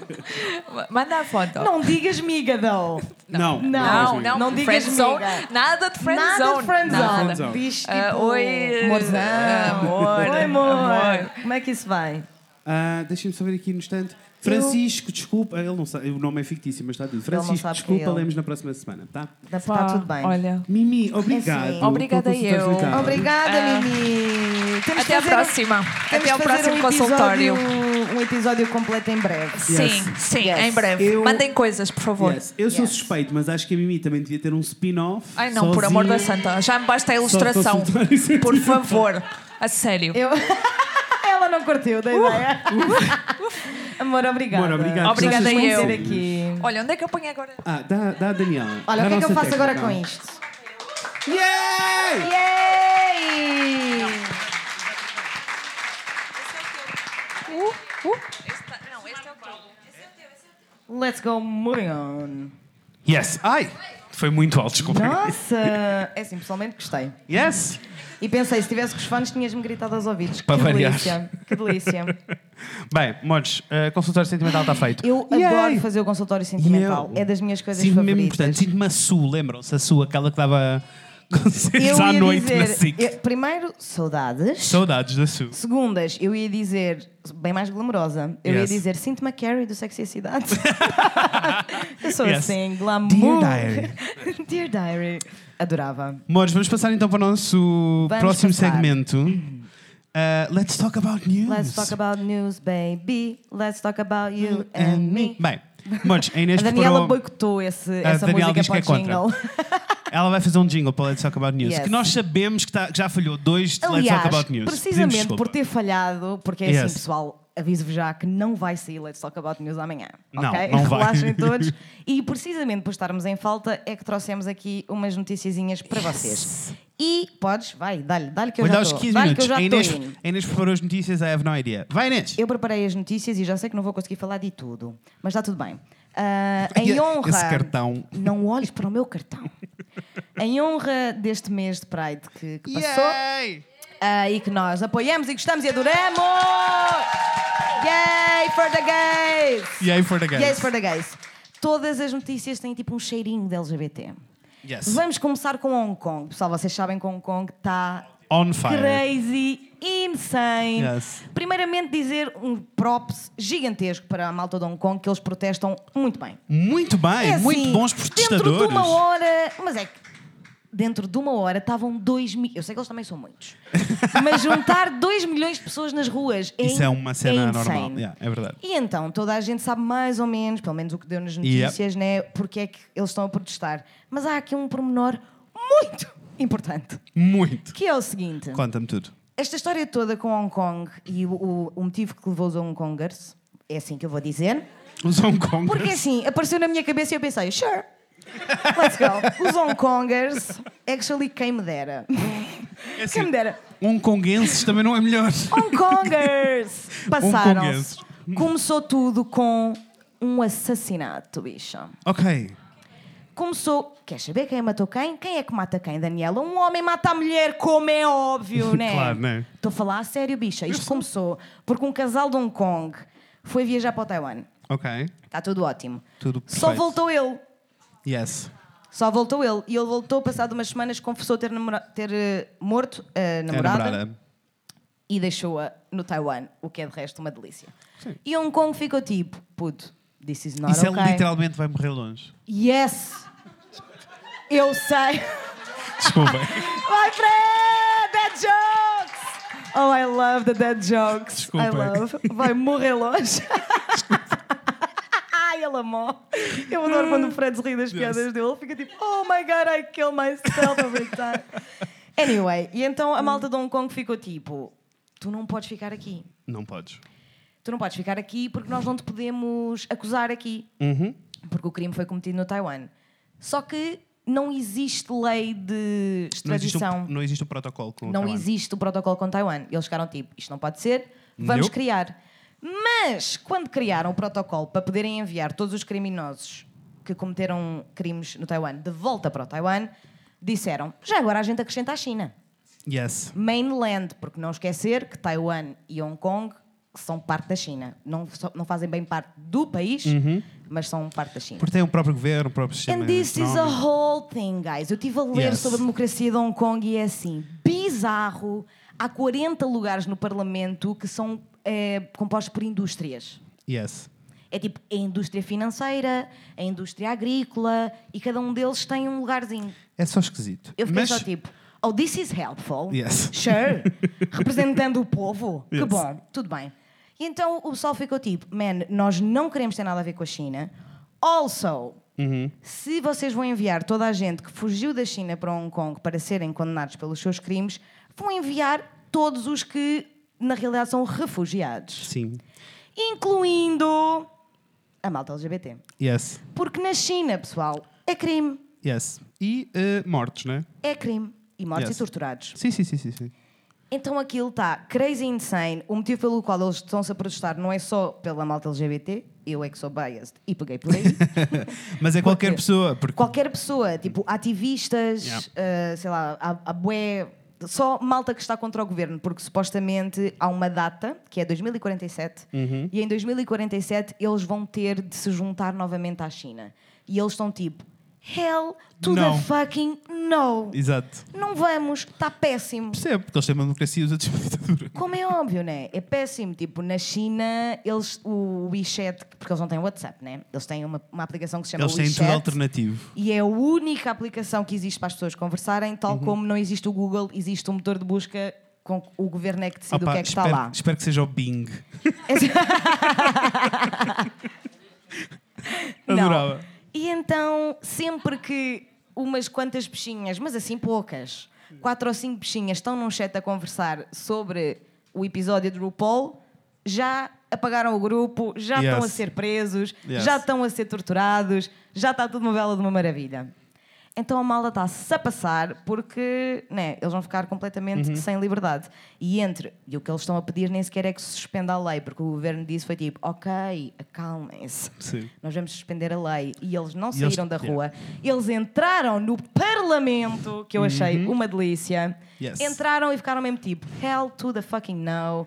G: Manda a foto.
B: Não digas migadão.
A: Não.
B: Não.
G: não,
A: mesmo.
G: não,
B: Não digas
G: friend zone,
B: amiga.
G: Nada de friend
B: Nada
G: zone.
B: de friendzone.
A: friendzone.
B: Diz tipo,
G: Ah, oi,
B: amorzão.
G: ah, amor,
B: Oi, amor.
G: amor.
B: Como é que isso vai?
A: Ah, Deixem-me só ver aqui no instante. Francisco, desculpa. Ele não sabe, o nome é fictício, mas está tudo. Francisco,
B: sabe que é
A: desculpa,
B: ele.
A: lemos na próxima semana, tá?
B: Está tudo bem.
G: Olha.
A: Mimi, obrigado.
B: assim.
A: por
G: Obrigada
A: consultares
G: eu.
A: notáveis.
B: Obrigada,
G: Ah.
B: Mimi. Temos
G: Até à
B: de fazer um-
G: próxima.
B: temos
G: Até ao
B: de fazer
G: próximo
B: um
G: consultório.
B: episódio- Um episódio completo em breve.
G: Sim, sim,
B: Yes.
G: em breve.
A: Eu-
G: Mandem coisas, por favor.
A: Yes. Eu sou
B: Yes.
A: suspeito, mas acho que a Mimi também devia ter um spin-off.
G: Ai não, por amor da santa, já me basta a ilustração.
A: consultório.
G: Por favor, a sério.
B: tipo. Eu... Ela não curtiu da ideia. Uh, Amor, obrigada.
A: Amor, obrigado.
G: Obrigada
A: Vocês
G: eu.
A: vão
B: Ter
A: ser aqui.
B: aqui.
G: Olha, onde é que eu ponho agora?
A: Ah, dá, dá a Daniela.
B: Olha,
A: Dá
B: o que é
A: a
B: que eu
A: nossa
B: faço agora
A: técnica.
B: com isto?
A: Yay!
B: Yay!
G: Não, este é o Paulo.
B: Uh, Let's go, moving on.
H: Yes. Ai! Foi muito alto, desculpa.
B: Nossa! É assim, pessoalmente gostei.
H: Yes!
B: E pensei, se tivesse com os fãs, tinhas-me gritado aos ouvidos.
H: Para
B: que
H: variar.
B: delícia. Que delícia.
H: Bem, Modes, eh, consultório sentimental está feito.
B: Eu
H: Yay!
B: adoro fazer o consultório sentimental.
H: E eu?
B: É das minhas coisas
H: Sinto-me mesmo
B: favoritas.
H: importante. Sinto-me a Su, lembram-se? A Su, aquela que dava
B: Eu
H: concertos à
B: ia
H: noite
B: dizer-
H: na SIC.
B: eu- primeiro, saudades.
H: Saudades da Su.
B: Segundas, eu ia dizer, bem mais glamourosa, eu
H: Yes.
B: ia dizer sinto-me a Carrie do Sexy e a Cidade. eu sou
H: Yes.
B: assim, glamour.
H: Dear Diary.
B: Dear Diary. Adorava.
H: Modes, vamos passar então para o nosso próximo
B: passar.
H: segmento. Eh, let's talk about news.
B: Let's talk about news, baby. Let's talk about
H: Mm,
B: you and me.
H: Uh, Bem, Modes, a Inês
B: A Daniela
H: preparou-
B: boicotou esse,
H: A
B: essa
H: Daniela diz
B: música
H: que
B: para
H: é
B: o jingle.
H: Ela vai fazer um jingle para o Let's Talk About News,
B: Yes.
H: que nós sabemos que, tá- que já falhou dois de Let's Talk
B: Aliás,
H: About News. Pedimos
B: precisamente
H: desculpa.
B: por ter falhado, porque é
H: Yes.
B: assim, pessoal, aviso-vos já que não vai sair Let's Talk About News amanhã.
H: Não,
B: ok?
H: não vai.
B: Relaxem todos. E precisamente por estarmos em falta é que trouxemos aqui umas noticiazinhas para vocês. E podes, vai, dá-lhe, dá-lhe que eu
H: Vou dar
B: já
H: os
B: estou.
H: 15
B: Dá-lhe que
H: minutos.
B: eu já
H: A Inês,
B: estou. indo.
H: a Inês preparou as notícias, I have no idea. Vai, Inês!
B: Eu preparei as notícias e já sei que não vou conseguir falar de tudo, mas está tudo bem. Ah,
H: Esse
B: em honra.
H: cartão.
B: Não olhes para o meu cartão. em honra deste mês de Pride que, que passou.
H: Yay!
B: Ah, e que nós apoiamos e gostamos e adoramos! Yay for the gays!
H: Yay for the guys.
B: Yes for the gays. Todas as notícias têm tipo um cheirinho de LGBT.
H: Yes.
B: Vamos começar com Hong Kong. Pessoal, vocês sabem que Hong Kong está
H: On fire.
B: crazy, insane.
H: Yes.
B: Primeiramente dizer um props gigantesco para a malta de Hong Kong que eles protestam muito bem.
H: Muito bem,
B: É
H: muito
B: assim,
H: bons
B: Dentro de
H: protestadores.
B: uma hora. Mas é que. Dentro de uma hora estavam 2 mil. Eu sei que eles também são muitos. mas juntar 2 milhões de pessoas nas ruas é
H: Isso é uma cena
B: insane.
H: normal. Yeah, é verdade.
B: E então, toda a gente sabe mais ou menos, pelo menos o que deu nas notícias, né? Porque é que eles estão a protestar. Mas há aqui um pormenor muito importante,
H: Muito.
B: que é o seguinte.
H: Conta-me tudo.
B: Esta história toda com Hong Kong e o, o- o motivo que levou os Hong Kongers, é assim que eu vou dizer,
H: Os Hong Kong.
B: porque assim, apareceu na minha cabeça e eu pensei, sure, let's go. Os Hong Kongers, actually, quem me dera.
A: É
H: assim,
B: Quem me dera.
H: Hongkonguenses também não é melhor.
B: Hong Kongers! Passaram-se.
H: Hongkonguenses.
B: Começou tudo com um assassinato, bicha.
H: ok.
B: começou. Quer saber quem matou quem? Quem é que mata quem, Daniela? Um homem mata a mulher, como é óbvio, né?
A: Claro, né?
B: Estou a falar a sério, bicha. Isto começou porque um casal de Hong Kong foi viajar para o Taiwan.
A: Ok.
B: Está tudo ótimo.
A: Tudo
B: Só
A: perfeito.
B: voltou ele.
A: Yes.
B: Só voltou ele. E ele voltou, passado umas semanas, confessou ter, namora- ter eh, morto a
A: É
B: namorada,
A: namorada.
B: e deixou-a no Taiwan, o que é de resto uma delícia. E Hong Kong ficou tipo, puto, this is not
A: E se
B: okay.
A: ele é literalmente vai morrer longe?
B: Yes! Eu sei!
A: Desculpa.
B: Vai para aí, Dead jokes! Oh, I love the dead jokes.
A: Desculpa. é
B: I love. Vai morrer longe. Ai, ele amou. Eu adoro quando o Fred se ri das piadas dele. Ele fica tipo, oh my god, I kill myself every time. Anyway, e então a malta de Hong Kong ficou tipo, tu não podes ficar aqui.
A: Não podes.
B: Tu não podes ficar aqui porque nós não te podemos acusar aqui.
A: Uhum.
B: Porque o crime foi cometido no Taiwan. Só que não existe lei de
A: Não existe,
B: extradição
A: um, não existe um protocolo com o
B: não
A: Taiwan.
B: existe o protocolo com Taiwan. Eles ficaram tipo, isto não pode ser, vamos
A: Nope.
B: criar. Mas, quando criaram o protocolo para poderem enviar todos os criminosos que cometeram crimes no Taiwan de volta para o Taiwan, disseram, já agora a gente acrescenta a China.
A: Yes.
B: Mainland, porque não esquecer que Taiwan e Hong Kong são parte da China. Não, so- não fazem bem parte do país,
A: Uhum.
B: mas são parte da China.
A: Porque tem um próprio governo, um próprio sistema.
B: And this is a
A: económico.
B: whole thing, guys. Eu estive a ler
A: Yes.
B: sobre a democracia de Hong Kong e é assim, bizarro. Há 40 lugares no Parlamento que são eh, compostos por indústrias.
A: Yes.
B: É tipo a indústria financeira, a indústria agrícola e cada um deles tem um lugarzinho.
A: É só esquisito.
B: Eu fiquei
A: Mas-
B: só tipo, oh, this is helpful.
A: Yes.
B: Sure. Representando o povo. Que
A: Yes.
B: bom, tudo bem. E então o pessoal ficou tipo, man, nós não queremos ter nada a ver com a China. Also,
A: Uhum.
B: se vocês vão enviar toda a gente que fugiu da China para Hong Kong para serem condenados pelos seus crimes, vão enviar todos os que na realidade são refugiados,
A: Sim.
B: incluindo a malta LGBT.
A: Yes.
B: Porque na China, pessoal, é crime,
A: Yes. E eh, mortos, né?
B: é crime. E mortos
A: Yes.
B: e torturados.
A: Sim, sim, sim, sim. sim.
B: Então aquilo está crazy insane. O motivo pelo qual eles estão-se a protestar não é só pela malta LGBT, eu é que sou biased e peguei por aí.
A: Mas é qualquer
B: Porque-
A: pessoa, porque
B: Qualquer pessoa, tipo ativistas,
A: Yeah.
B: eh, sei lá, a, a bué, só malta que está contra o governo, porque supostamente há uma data, que é 2047,
A: Uhum.
B: e em 2047 eles vão ter de se juntar novamente à China. E eles estão tipo, hell to
A: Não.
B: the fucking no.
A: Exato.
B: Não vamos, está péssimo.
A: Percebo, porque eles têm uma democracia e os outros têm uma ditadura.
B: Como é óbvio, né? É péssimo. Tipo, na China, eles, o WeChat, porque eles não têm WhatsApp, né? Eles têm uma, uma aplicação que se chama
A: Eles têm
B: WeChat.
A: tudo alternativo.
B: E é a única aplicação que existe para as pessoas conversarem, tal
A: Uhum.
B: como não existe o Google, existe um motor de busca com que o governo é que decide
A: Opa,
B: o que é que
A: espero,
B: está lá.
A: espero que seja o Bing. Adorava.
B: E então, sempre que umas quantas peixinhas, mas assim poucas, quatro ou cinco peixinhas estão num chat a conversar sobre o episódio de RuPaul, já apagaram o grupo, já
A: Yes.
B: estão a ser presos,
A: Yes.
B: já estão a ser torturados, já está tudo uma bela de uma maravilha. Então a mala está-se a passar porque né, eles vão ficar completamente
A: Uhum.
B: sem liberdade. E entre, e o que eles estão a pedir nem sequer é que se suspenda a lei, porque o governo disse foi tipo, ok, acalmem-se
A: Sim.
B: nós vamos suspender a lei. E eles não
A: E eles-
B: saíram da
A: yeah.
B: rua. Eles entraram no Parlamento, que eu achei uma delícia.
A: Uhum. Yes.
B: Entraram e ficaram mesmo tipo, hell to the fucking no.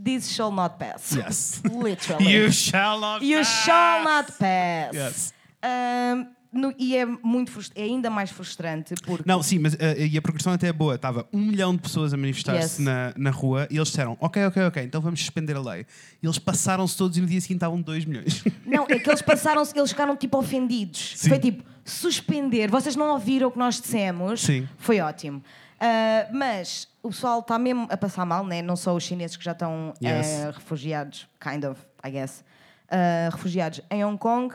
B: This shall not pass.
A: Yes.
B: Literally.
A: You shall not
B: é. You
A: pass.
B: shall not pass.
A: Yes.
B: Ahm, no- e é, muito frust- é ainda mais frustrante porque.
A: Não, sim, mas eh, e a progressão até é boa. Estava um milhão de pessoas a manifestar-se
B: Yes.
A: na, na rua e eles disseram: Ok, ok, ok, então vamos suspender a lei. E eles passaram-se todos e no dia seguinte estavam 2 milhões.
B: Não, é que eles passaram, eles ficaram tipo ofendidos.
A: Sim.
B: Foi tipo, suspender, vocês não ouviram o que nós dissemos.
A: Sim.
B: Foi ótimo. Ah, mas o pessoal está mesmo a passar mal, né? não só os chineses que já estão
A: Yes.
B: eh, refugiados, kind of, I guess, ah, refugiados em Hong Kong,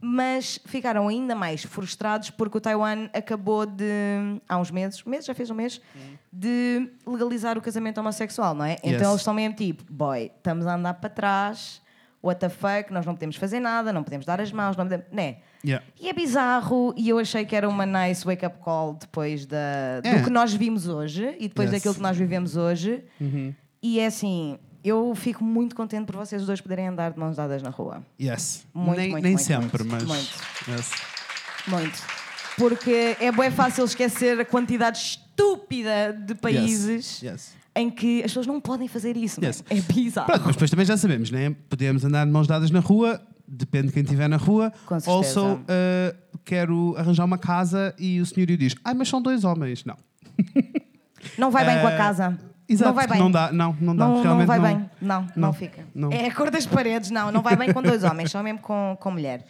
B: mas ficaram ainda mais frustrados porque o Taiwan acabou de, há uns meses, meses já fez um mês, de legalizar o casamento homossexual, não é?
A: Yes.
B: Então eles estão mesmo tipo, boy, estamos a andar para trás, what the fuck, nós não podemos fazer nada, não podemos dar as mãos, não podemos. Né?
A: Yeah.
B: E é bizarro, e eu achei que era uma nice wake-up call depois da,
A: É.
B: do que nós vimos hoje e depois
A: Yes. Uhum.
B: daquilo que nós vivemos hoje. E é assim, eu fico muito contente por vocês dois poderem andar de mãos dadas na rua.
A: Yes.
B: Muito,
A: nem
B: muito,
A: nem
B: muito,
A: sempre,
B: muito,
A: mas.
B: muito.
A: Yes.
B: Muito. Porque é bem fácil esquecer a quantidade estúpida de países
A: Yes.
B: em que as pessoas não podem fazer isso.
A: Yes.
B: É bizarro.
A: Pronto, mas depois também já sabemos, né? Podemos andar de mãos dadas na rua, depende de quem estiver na rua.
B: Com certeza.
A: Also, eh, quero arranjar uma casa e o senhorio diz: Ai, mas são dois homens. Não.
B: Não vai bem com a
A: Eh,
B: casa.
A: Exato,
B: não vai bem.
A: não dá, não, não dá.
B: Não, não
A: realmente
B: vai
A: não.
B: bem. Não, não,
A: Não.
B: fica.
A: Não.
B: É a cor das paredes, não. Não vai bem com dois homens, só mesmo com, com mulher.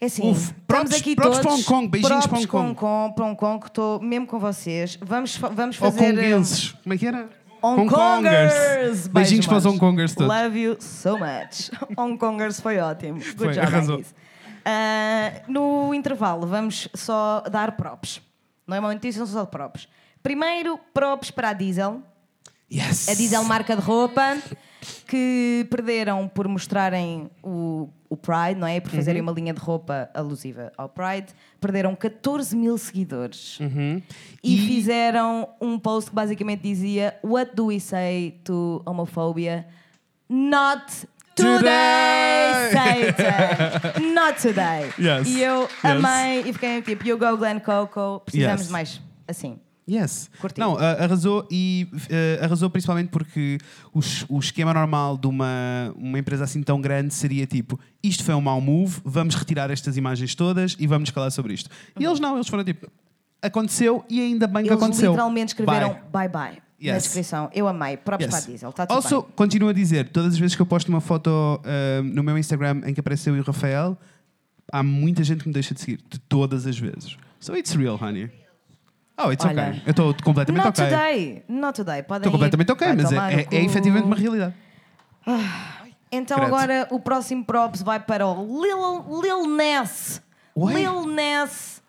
B: É assim,
A: Uf, props-
B: estamos aqui
A: props
B: todos.
A: para Hong Kong, beijinhos
B: props
A: para Hong Kong.
B: com- para Hong Kong, que estou mesmo com vocês. Vamos, fa- vamos
A: Ou
B: fazer... eh,
A: conguenses. Como é que era?
B: Hong Kongers!
A: Beijinhos para os
B: Hong
A: Hong Kongers todos.
B: Love you so much. Hong Kongers foi ótimo. Good
A: Foi,
B: job,
A: arrasou.
B: Agnes. Ah, no intervalo, vamos só dar props. Não é uma notícia, são só props. Primeiro, props para a Diesel.
A: Yes.
B: A Diesel marca de roupa que perderam por mostrarem o, o Pride, não é? Por fazerem
A: Uhum.
B: uma linha de roupa alusiva ao Pride. Perderam 14 mil seguidores. E,
A: Uhum. E-
B: fizeram um post que basicamente dizia What do we say to homophobia? Not today, Satan! Not today.
A: Yes.
B: E eu
A: Yes.
B: amei e fiquei tipo You go Glenn Coco. Precisamos
A: Yes.
B: de mais assim.
A: Yes.
B: Curti.
A: Não, a- arrasou e eh, arrasou principalmente porque o, es- o esquema normal de uma, uma empresa assim tão grande seria tipo: isto foi um mau move, vamos retirar estas imagens todas e vamos calar sobre isto. E eles não, eles foram tipo: aconteceu e ainda bem que
B: Uhum. Eles
A: aconteceu.
B: literalmente escreveram
A: Bye.
B: bye bye, na
A: Yes.
B: descrição. Eu amei. Próprios
A: Yes.
B: para a diesel. Está tudo
A: Also,
B: bem.
A: continuo a dizer: todas as vezes que eu posto uma foto eh, no meu Instagram em que apareceu o Rafael, há muita gente que me deixa de seguir, de todas as vezes. So it's real, honey. Oh, it's
B: Olha.
A: okay. Eu estou completamente
B: Not
A: ok.
B: today. Not today. Podem
A: Estou
B: ir.
A: completamente ok,
B: Vai
A: mas é,
B: tomar
A: é,
B: no cu.
A: é efetivamente uma realidade.
B: Então
A: Credo.
B: agora o próximo props vai para o Lil, Lil Ness.
A: Ué?
B: Lil Ness.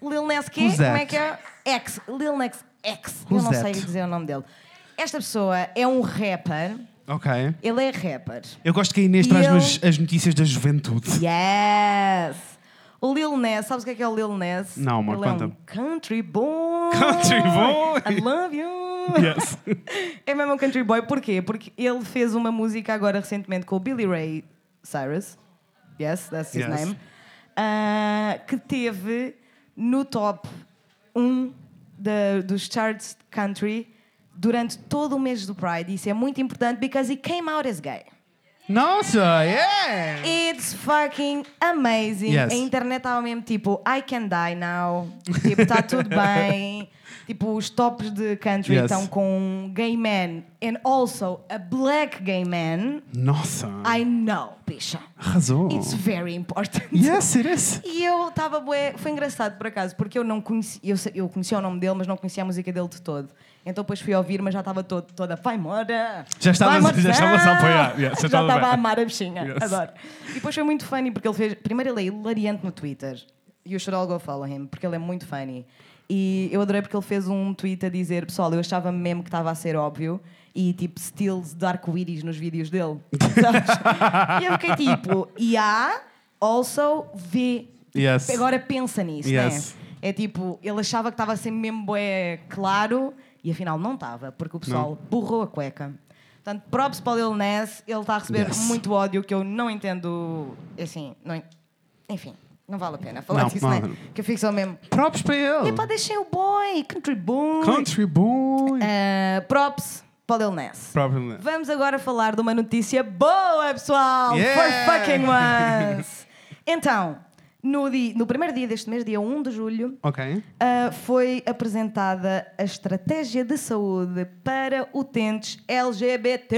B: Lil Ness quê?
A: Who's that?
B: Como é que é? X. Lil Ness X.
A: Who's
B: Eu não
A: that?
B: sei dizer o nome dele. Esta pessoa é um rapper.
A: Ok.
B: Ele é rapper.
A: Eu gosto que a Inês
B: E
A: traz-me
B: eu-
A: as, as notícias da juventude.
B: Yes! O Lil Ness, sabes o que é que é o Lil Ness?
A: Não, amor,
B: Ele é um
A: conta-me.
B: country boy.
A: Country boy.
B: I love you.
A: Yes.
B: É mesmo um country boy, porquê? Porque ele fez uma música agora recentemente com o Billy Ray Cyrus. Yes, that's his
A: Yes.
B: name. Ah, que teve no top 1 da- dos charts de country durante todo o mês do Pride. Isso é muito importante because he came out as gay.
A: Nossa, é! yeah!
B: It's fucking amazing.
A: Yes.
B: A internet estava mesmo tipo, I can die now. Tipo, está tudo bem. Tipo, os tops de country
A: Yes.
B: estão com um gay man and also a black gay man.
A: Nossa,
B: I know, bicha.
A: arrasou.
B: It's very important.
A: Yes, it is.
B: E eu estava bué, foi engraçado por acaso, porque eu não conhecia, eu, sei- eu conhecia o nome dele, mas não conhecia a música dele de todo. Então depois fui ouvir, mas já estava todo- toda, vai mora!
A: Já estavas-
B: Vai, mora,
A: já estavas a apoiar,
B: não!"
A: yeah, já
B: já
A: estava
B: estava
A: bem.
B: a amar a bichinha,
A: Yes.
B: adoro. E depois foi muito funny, porque ele fez, primeiro ele é hilariante no Twitter, e o all go follow him, porque ele é muito funny. E eu adorei porque ele fez um tweet a dizer, pessoal, eu achava mesmo que estava a ser óbvio, e tipo, steals de arco-íris nos vídeos dele. sabes? e eu fiquei tipo, e há, also, vê
A: Yes.
B: Agora pensa nisso,
A: Yes.
B: né? É tipo, ele achava que estava sempre mesmo bué claro e afinal não estava, porque o pessoal borrou a cueca. Portanto, props para o Lil Ness, ele está a receber
A: Yes.
B: muito ódio que eu não entendo, assim, não en- enfim, não vale a pena falar
A: Não,
B: disso,
A: não.
B: né? Que eu fico só mesmo,
A: Props para ele.
B: epá, deixem o boy, country boy.
A: Country boy.
B: Ah, props para o Lil Ness.
A: Propriamente.
B: Vamos agora falar de uma notícia boa, pessoal!
A: Yeah!
B: For fucking once! Então, no, di- no primeiro dia deste mês, dia 1 de julho,
A: Ok.
B: ah, foi apresentada a estratégia de saúde para utentes LGBT.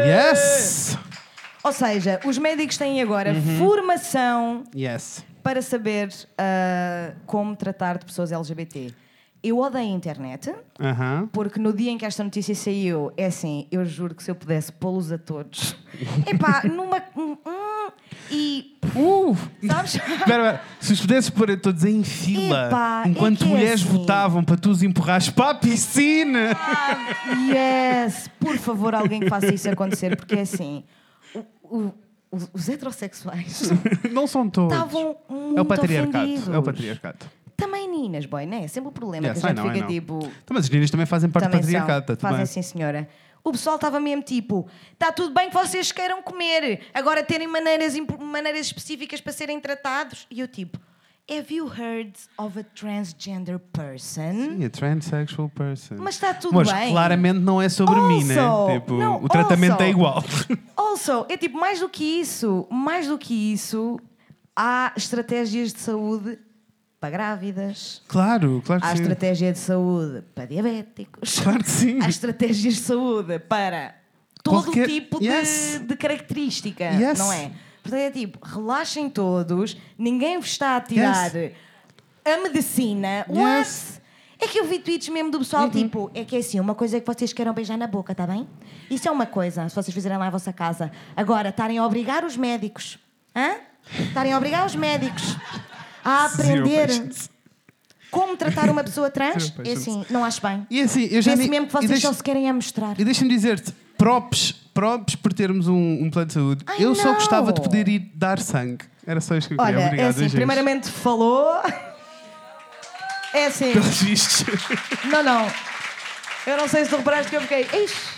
A: Yes. Uhum.
B: Ou seja, os médicos têm agora formação
A: Yes.
B: para saber ah, como tratar de pessoas LGBT. Eu odeio a internet.
A: Aham.
B: Porque no dia em que esta notícia saiu, é assim, eu juro que se eu pudesse pô-los a todos. Epá, numa. hum, hum, e.
A: Uh!
B: Sabes?
A: Espera, espera. se os pudesses pôr a todos em fila,
B: Epá, é
A: enquanto
B: que é
A: mulheres
B: assim.
A: votavam para tu os empurrares para a piscina.
B: Yes! Por favor, alguém que faça isso acontecer, porque é assim. o- o- os, os heterossexuais
A: Não são todos.
B: estavam muito
A: é o patriarcado.
B: ofendidos.
A: É o patriarcado.
B: Também ninas, boy, não é? Sempre o problema
A: Yes,
B: que a
A: I
B: gente
A: know, I
B: fica
A: know.
B: tipo.
A: Então, mas os meninos também fazem parte do
B: Também são.
A: patriarcado, está tudo
B: Fazem
A: bem.
B: sim, senhora. o pessoal estava mesmo tipo: está tudo bem que vocês queiram comer, agora terem maneiras, imp- maneiras específicas para serem tratados. E eu tipo: Have you heard of a transgender person?
A: A transsexual person.
B: Mas está tudo
A: Mas
B: bem.
A: claramente não é sobre mim, né?
B: Also,
A: Tipo,
B: não,
A: o tratamento
B: also.
A: é igual.
B: Also, é tipo, mais do que isso, mais do que isso, há estratégias de saúde para grávidas,
A: claro, claro que
B: há
A: sim.
B: estratégia de saúde para diabéticos,
A: Claro que sim.
B: há estratégias de saúde para todo
A: Uhum. Qualquer-
B: o tipo de,
A: Yes.
B: de característica,
A: Yes.
B: não é? Portanto, é tipo, relaxem todos, ninguém vos está a tirar a medicina.
A: Yes. Uhum.
B: What? É que eu vi tweets mesmo do pessoal, tipo, é que é assim, uma coisa é que vocês queiram beijar na boca, tá bem? Isso é uma coisa, se vocês fizerem lá a vossa casa. Agora, estarem a obrigar os médicos, hã? Estarem a obrigar os médicos a aprender
A: patience.
B: como tratar uma pessoa trans,
A: Zero
B: é
A: patience.
B: assim, não acho bem.
A: E assim, eu já
B: Penso
A: nem-
B: mesmo que
A: e
B: vocês
A: deixa-
B: só se querem a mostrar.
A: E deixa-me dizer-te, props, props por termos um, um plano de saúde.
B: Ai,
A: eu só
B: não.
A: gostava de poder ir dar sangue. Era só isso que eu queria.
B: Olha, é
A: Obrigado,
B: assim,
A: beijinhos.
B: primeiramente falou. É assim,
A: Pelos vistos,
B: não, não. Eu não sei se tu reparaste que eu fiquei. Ixi,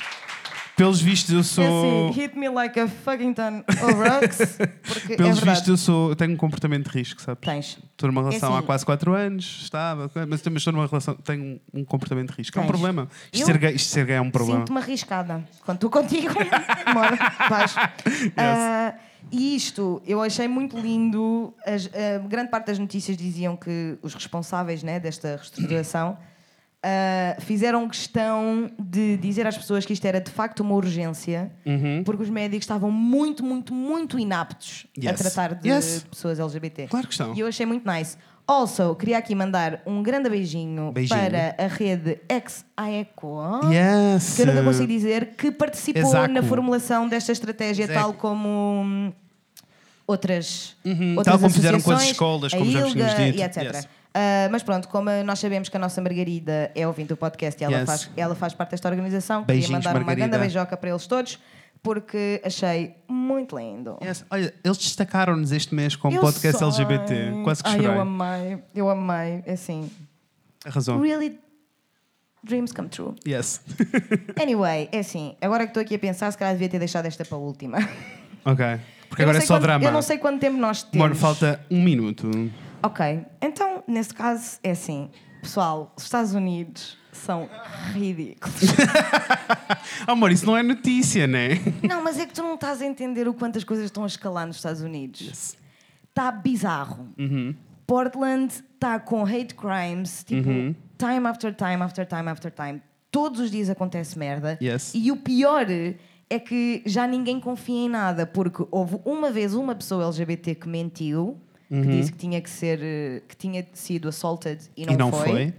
A: pelos vistos eu
B: é
A: sou.
B: assim, hit me like a fucking ton of rocks. Porque
A: Pelos
B: é
A: vistos
B: verdade.
A: eu sou. Eu tenho um comportamento de risco, sabes?
B: Tens.
A: Estou numa relação
B: assim-
A: há quase 4 anos, estava, mas também estou numa relação. Tenho um- um comportamento de risco. É um
B: Tens.
A: problema. Isto,
B: Eu
A: ser gay, isto ser gay é um problema.
B: Sinto-me arriscada. Quando estou contigo, moro, vais. Ah, e isto, eu achei muito lindo. As- ah, grande parte das notícias diziam que os responsáveis né, desta reestruturação ah, fizeram questão de dizer às pessoas que isto era de facto uma urgência,
A: Uhum.
B: porque os médicos estavam muito, muito, muito inaptos a
A: Yes.
B: tratar de
A: Yes.
B: pessoas LGBT.
A: Claro que estão.
B: E eu achei muito nice. Also, queria aqui mandar um grande beijinho,
A: Beijinho.
B: para a rede Ex-AECO
A: Yes.
B: que eu nunca consigo dizer, que participou
A: Exato.
B: na formulação desta estratégia,
A: Exato.
B: tal como hum, outras, outras
A: Uhum. Tal como fizeram com as
B: associações,
A: escolas,
B: a
A: como já vos
B: ILGA
A: tínhamos dito.
B: E etc.
A: Yes.
B: Ah, mas pronto, como nós sabemos que a nossa Margarida é ouvinte do podcast e ela,
A: Yes.
B: faz, ela faz parte desta organização, queria
A: Beijinhos,
B: mandar uma
A: Margarida.
B: grande beijoca para eles todos, porque achei muito lindo.
A: Yes. Olha, eles destacaram-nos este mês como
B: Eu
A: É um podcast
B: sei.
A: LGBT. Quase que
B: Ai,
A: chorei.
B: eu amei, eu amei, assim.
A: A razão.
B: Really, dreams come true.
A: Yes.
B: Anyway, é assim, agora que estou aqui a pensar, se calhar devia ter deixado esta para a última. Porque
A: ok. Porque agora é só drama.
B: Eu não sei quanto tempo nós temos.
A: Mano, falta um minuto.
B: Ok, então, nesse caso, é assim, pessoal, os Estados Unidos são ridículos.
A: Amor, isso não é notícia, né?
B: não, mas é que tu não estás a entender o quanto as coisas estão a escalar nos Estados Unidos. Está bizarro.
A: Uhum.
B: Portland está com hate crimes, tipo,
A: Uhum.
B: time after time after time after time. Todos os dias acontece merda.
A: Yes.
B: E o pior é que já ninguém confia em nada, porque houve uma vez uma pessoa LGBT que mentiu,
A: Uhum.
B: que disse que tinha que ser, eh, que tinha sido assaulted e não,
A: e não
B: foi.
A: foi.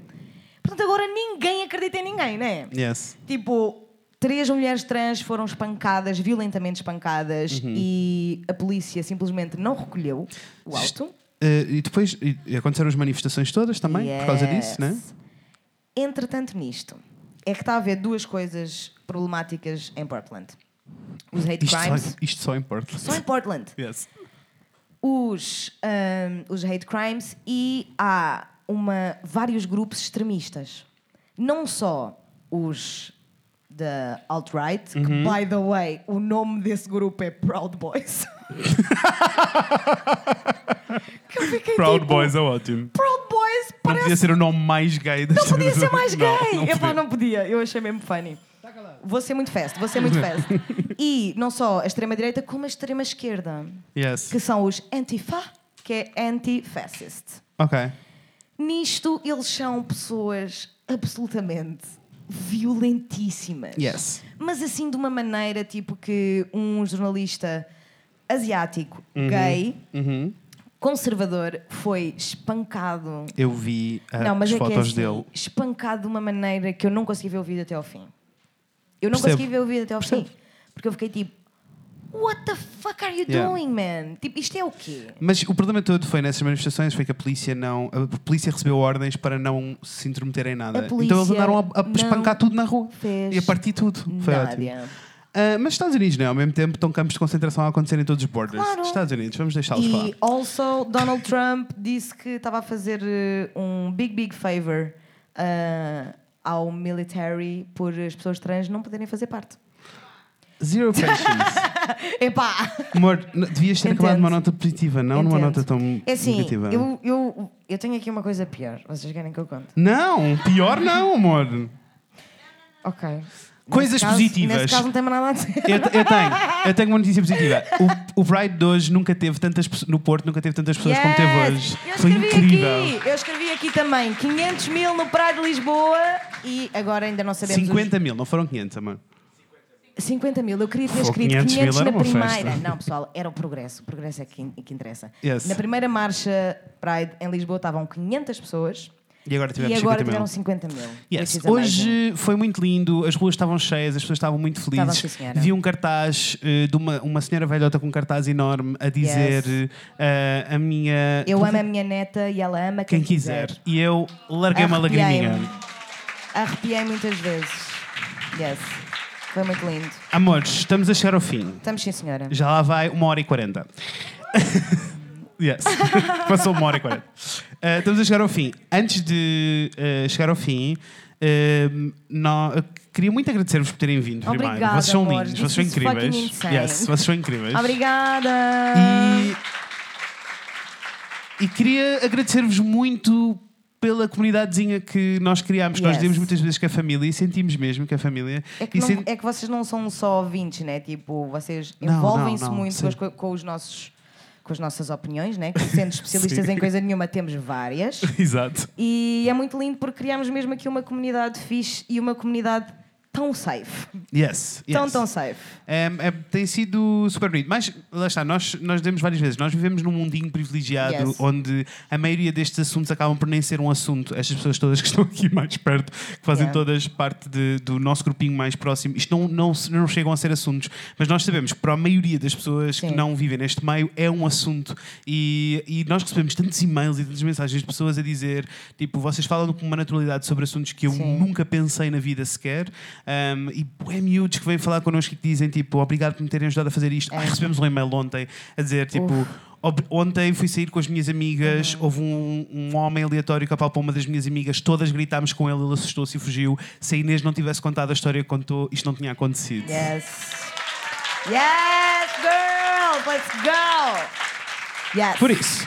B: Portanto, agora ninguém acredita em ninguém, não é?
A: Yes.
B: Tipo, três mulheres trans foram espancadas, violentamente espancadas,
A: Uhum.
B: e a polícia simplesmente não recolheu o auto.
A: Eh, e depois e- e aconteceram as manifestações todas também, por causa disso, né?
B: Yes. Entretanto, nisto, é que está a haver duas coisas problemáticas em Portland: os hate
A: Isto
B: crimes.
A: só, isto só importa.
B: Só em Portland.
A: Yes.
B: Os, ahm, os hate crimes e há uma, vários grupos extremistas. Não só os da alt-right, que,
A: Uhum.
B: by the way, o nome desse grupo é Proud Boys. que eu fiquei
A: Proud
B: tipo,
A: Boys é ótimo.
B: Proud Boys
A: Não
B: parece
A: podia ser o nome mais gay desta
B: não podia ser mais gay.
A: Não, não
B: eu pá,
A: podia.
B: não podia. Eu achei mesmo funny. Vou ser muito fast, vou ser muito fast. e não só a extrema-direita, como a extrema-esquerda,
A: Yes.
B: que são os antifa, que é anti-fascist.
A: Ok.
B: Nisto, eles são pessoas absolutamente violentíssimas.
A: Yes.
B: Mas assim de uma maneira tipo que um jornalista asiático,
A: Uhum.
B: gay, conservador, foi espancado
A: Eu vi ah,
B: não, mas
A: as
B: é que é
A: fotos
B: assim,
A: dele.
B: espancado de uma maneira que eu não consegui ver o vídeo até ao fim. Eu não
A: Percebo.
B: consegui ver o vídeo até ao
A: Percebo.
B: fim. Porque eu fiquei tipo, What the fuck are you
A: Yeah.
B: doing, man? Tipo, isto é o quê?
A: Mas o problema todo foi nessas manifestações foi que a polícia não. A polícia recebeu ordens para não se intrometer em nada.
B: A
A: então eles
B: polícia
A: andaram a, a
B: não
A: espancar tudo na rua.
B: fez
A: e a partir tudo. Foi ótimo.
B: Nada.
A: Ah, mas Estados Unidos, né? Ao mesmo tempo estão campos de concentração a acontecer em todos os borders.
B: Claro.
A: Estados Unidos, Tá, vamos deixá-los
B: E
A: falar.
B: also, Donald Trump disse que estava a fazer eh, um big, big favor ah, ao military por as pessoas trans não poderem fazer parte.
A: Zero patience.
B: Epá!
A: Amor, n- devias ter acabado
B: Entendo.
A: numa nota positiva, não numa
B: Entendo.
A: nota tão
B: É assim,
A: negativa.
B: eu, eu, eu tenho aqui uma coisa pior. Vocês querem que eu conte?
A: Não, pior não, amor.
B: Ok.
A: Coisas
B: Nesse caso-
A: positivas.
B: Nesse caso não tem mais nada a dizer.
A: Eu, te- eu tenho, eu tenho uma notícia positiva. O, o Pride de hoje nunca teve tantas pessoas no Porto, nunca teve tantas pessoas como teve
B: Yes!
A: hoje.
B: Eu
A: Foi
B: escrevi
A: incrível.
B: aqui, eu escrevi aqui também, 500 mil no Prado de Lisboa e agora ainda não sabemos. os-
A: 50 mil, não foram 500, amor.
B: 50 mil, eu queria ter
A: Pô,
B: escrito
A: 500
B: 500,
A: mil era
B: na
A: uma
B: primeira.
A: festa.
B: Não, pessoal, era o progresso. O progresso é que, é que interessa.
A: Yes.
B: Na primeira marcha Pride em Lisboa estavam 500 pessoas
A: E agora
B: e
A: tivemos
B: agora
A: 50 mil.
B: tiveram 50 mil.
A: Yes.
B: which is amazing.
A: Hoje foi muito lindo, as ruas estavam cheias, as pessoas estavam muito
B: né? Estavam,
A: felizes.
B: sim, senhora.
A: Vi um cartaz eh, de uma, uma senhora velhota com um cartaz enorme a dizer
B: Yes.
A: eh, a minha.
B: Eu amo a minha neta e ela ama quem,
A: quem quiser. E eu larguei uma
B: Arrepiei-me.
A: lagriminha.
B: Arrepiei muitas vezes. Yes. Foi muito lindo.
A: Amores, estamos a chegar ao fim.
B: Estamos sim, senhora.
A: Já lá vai uma hora e quarenta. yes. Passou uma hora e quarenta. Eh, estamos a chegar ao fim. Antes de eh, chegar ao fim, eh, nó- eu queria muito agradecer-vos por terem vindo. primeiro.
B: Obrigada,
A: Vocês são
B: amores.
A: lindos, vocês são
B: This is fucking
A: incríveis.
B: insane.
A: Yes, vocês são incríveis.
B: Obrigada!
A: E, e queria agradecer-vos muito pela comunidadezinha que nós criámos. Nós
B: Yes.
A: dizemos muitas vezes que é família e sentimos mesmo que é família.
B: É que,
A: E
B: não-
A: sen-
B: é que vocês não são só ouvintes, né? Tipo, vocês
A: Não, não,
B: envolvem-se
A: não,
B: muito
A: sim.
B: com, as co- com os nossos com as nossas opiniões, né? Que sendo especialistas
A: Sim.
B: em coisa nenhuma temos várias.
A: Exato.
B: E é muito lindo porque criámos mesmo aqui uma comunidade fixe e uma comunidade tão safe.
A: Yes. yes.
B: Tão, tão safe.
A: É, é- tem sido super bonito. Mas lá está, nós, nós demos várias vezes. Nós vivemos num mundinho privilegiado
B: Yes.
A: onde a maioria destes assuntos acabam por nem ser um assunto. Estas pessoas todas que estão aqui mais perto, que fazem
B: Yeah.
A: todas parte de- do nosso grupinho mais próximo, isto não, não, se- não chegam a ser assuntos. Mas nós sabemos que para a maioria das pessoas que
B: Sim.
A: não vivem neste meio é um assunto. E, e nós recebemos tantos e-mails e tantas mensagens de pessoas a dizer: tipo, vocês falam com uma naturalidade sobre assuntos que eu
B: Sim.
A: nunca pensei na vida sequer. Um, e é miúdos que vêm falar connosco e que dizem tipo, obrigado por me terem ajudado a fazer isto.
B: É.
A: Ai, recebemos um e-mail ontem a dizer tipo. "Ob- Ontem fui sair com as minhas amigas,
B: Uhum.
A: houve um, um homem aleatório que apalpou uma das minhas amigas, todas gritámos com ele, ele assustou-se e fugiu. Se a Inês não tivesse contado a história que contou, isto não tinha acontecido.
B: Yes! Yes, girl! Let's go! Yes!
A: Por isso,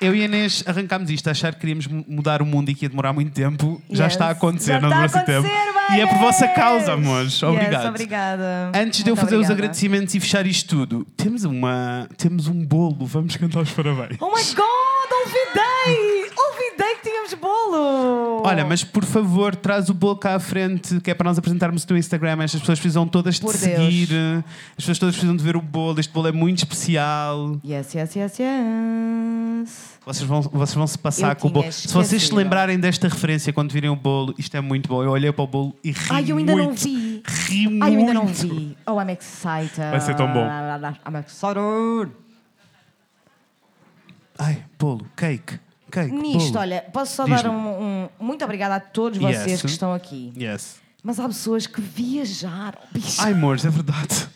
A: eu e a Inês arrancámos isto, a achar que queríamos mu- mudar o mundo e que ia demorar muito tempo. Já
B: Yes.
A: está a acontecer,
B: Já
A: não
B: está
A: demora
B: a
A: assim tempo.
B: acontecer,
A: E é por
B: Inês!
A: vossa causa, amores.
B: Yes,
A: Obrigado.
B: obrigada.
A: Antes de eu
B: Muito
A: fazer os
B: obrigada.
A: agradecimentos e fechar isto tudo, temos, uma, temos um bolo, vamos cantar os parabéns.
B: Oh my god, olvidei! Olvidei que tínhamos bolo!
A: Olha, mas por favor, traz o bolo cá à frente, que é para nós apresentarmos no Instagram. Estas pessoas precisam todas de
B: Por Deus.
A: seguir, as pessoas todas precisam de ver o bolo. Este bolo é muito especial.
B: Yes, yes, yes, yes.
A: Vocês vão, vocês vão se passar
B: Eu
A: com o bolo.
B: tinha
A: Se vocês se
B: esquecido.
A: lembrarem desta referência quando virem o bolo, isto é muito bom. Eu olhei para o bolo e ri
B: Ai, eu ainda não
A: muito.
B: vi.
A: Ri muito.
B: Ai, eu ainda não vi. Oh, I'm excited.
A: Vai ser tão bom.
B: I'm excited.
A: Ai, bolo, cake, cake,
B: Nisto,
A: bolo.
B: olha, posso só
A: Diz-me.
B: dar um, um- Muito obrigada a todos
A: Yes.
B: vocês que estão aqui.
A: Yes.
B: Mas há pessoas que viajaram, bicho.
A: Ai, amores, é verdade.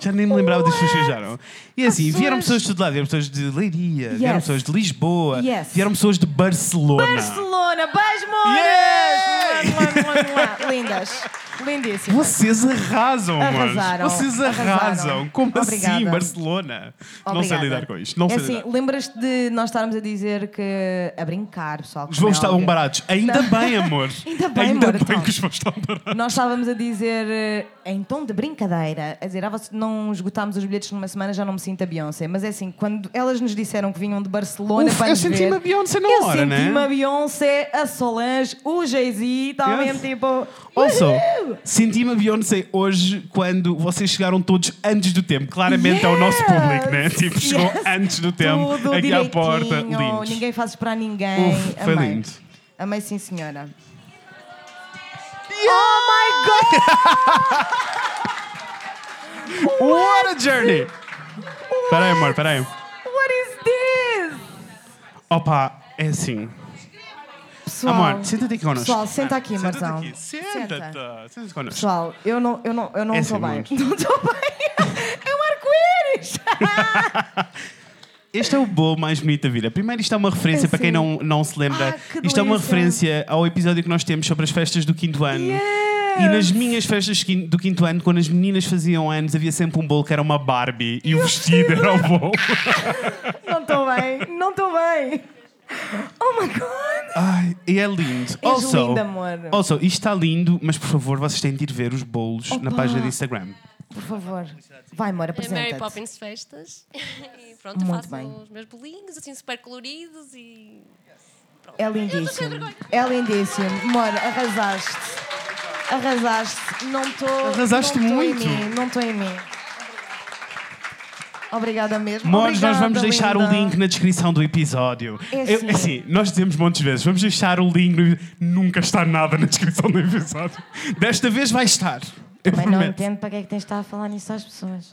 A: Já nem me lembrava das pessoas que chegaram. E assim,
B: As
A: vieram pessoas
B: pessoas-
A: de todo lado. Vieram pessoas de Leiria,
B: Yes.
A: vieram pessoas de Lisboa,
B: Yes.
A: vieram pessoas de Barcelona.
B: Barcelona, beijo,
A: Ah, Yes!
B: amores! Mua, mua, mua, mua. Lindas. Lindíssimas.
A: Vocês arrasam, amores.
B: Arrasaram,
A: Vocês arrasam.
B: arrasaram.
A: Como assim,
B: Obrigada.
A: Barcelona? Não sei
B: Obrigada.
A: lidar com isto. Não
B: é
A: sei
B: assim,
A: lidar.
B: lembras-te de nós estarmos a dizer que. a brincar, pessoal.
A: Os
B: como
A: voos
B: é
A: estavam
B: óbvio.
A: baratos. Ainda
B: Não.
A: bem, amor.
B: Ainda bem,
A: Ainda
B: amor,
A: bem
B: então.
A: que os voos estavam baratos.
B: Nós estávamos a dizer, eh, em tom de brincadeira, a dizer, ah, vocês não esgotámos os bilhetes numa semana, já não me sinto a Beyoncé. Mas é assim, quando elas nos disseram que vinham de Barcelona
A: Uf,
B: para
A: eu
B: nos
A: senti-me
B: ver,
A: a Beyoncé na
B: eu
A: hora, né?
B: senti-me a Beyoncé, a Solange, o Jay-Z, estava
A: Yes.
B: mesmo tipo...
A: Also,
B: "Uhul!"
A: senti-me a Beyoncé hoje quando vocês chegaram todos antes do tempo. Claramente é o nosso público, né? Tipo, chegou
B: Yes.
A: antes do tempo,
B: Tudo
A: aqui à
B: direitinho,
A: porta. Lindos.
B: Ninguém faz esperar ninguém.
A: Uf, foi
B: Amei.
A: lindo.
B: Amei sim, senhora.
A: What a journey! Peraí, amor, peraí.
B: What is this?
A: Opa, é assim.
B: Pessoal,
A: Amor, senta-te aqui connosco.
B: pessoal, senta aqui,
A: Senta-te
B: Marzão.
A: aqui. Senta-te. Senta-te connosco.
B: Pessoal, eu não eu não, eu não
A: É
B: estou
A: assim,
B: bem.
A: muito.
B: Não estou bem. É um arco-íris.
A: Este é o bolo mais bonito da vida. Primeiro, isto é uma referência, para quem não, não se lembra,
G: Ah, que
A: isto é uma
G: delícia.
A: referência ao episódio que nós temos sobre as festas do quinto
B: Ah,
A: ano. E nas minhas festas quin- do quinto ano, quando as meninas faziam anos, havia sempre um bolo que era uma Barbie e o vestido era o bolo.
B: Não estou bem, não estou bem. Oh my god!
A: Ai, e é lindo.
B: És
A: also,
B: lindo, amor.
A: also, isto está lindo, mas por favor, vocês têm de ir ver os bolos na
B: Opa.
A: página do Instagram.
B: Por favor, vai, amor,
I: É Mary
B: apresenta-te.
I: Poppins festas. E pronto, eu
B: Muito
I: faço
B: bem.
I: os meus bolinhos, assim, super coloridos e.
B: É lindíssimo. É lindíssimo. Amor, arrasaste. Arrasaste. Não estou.
A: Arrasaste
B: não tô
A: muito.
B: Em mim. Não estou em mim. Obrigada mesmo.
A: Mores, nós vamos
B: Obrigada,
A: deixar o
B: linda.
A: link na descrição do episódio.
B: É
A: Eu-
B: assim.
A: assim, nós dizemos montes de vezes, vamos deixar o link. no- Nunca está nada na descrição do episódio. Desta vez vai estar. Eu
B: Mas não
A: prometo.
B: entendo para que é que tens de estar a falar nisso às pessoas.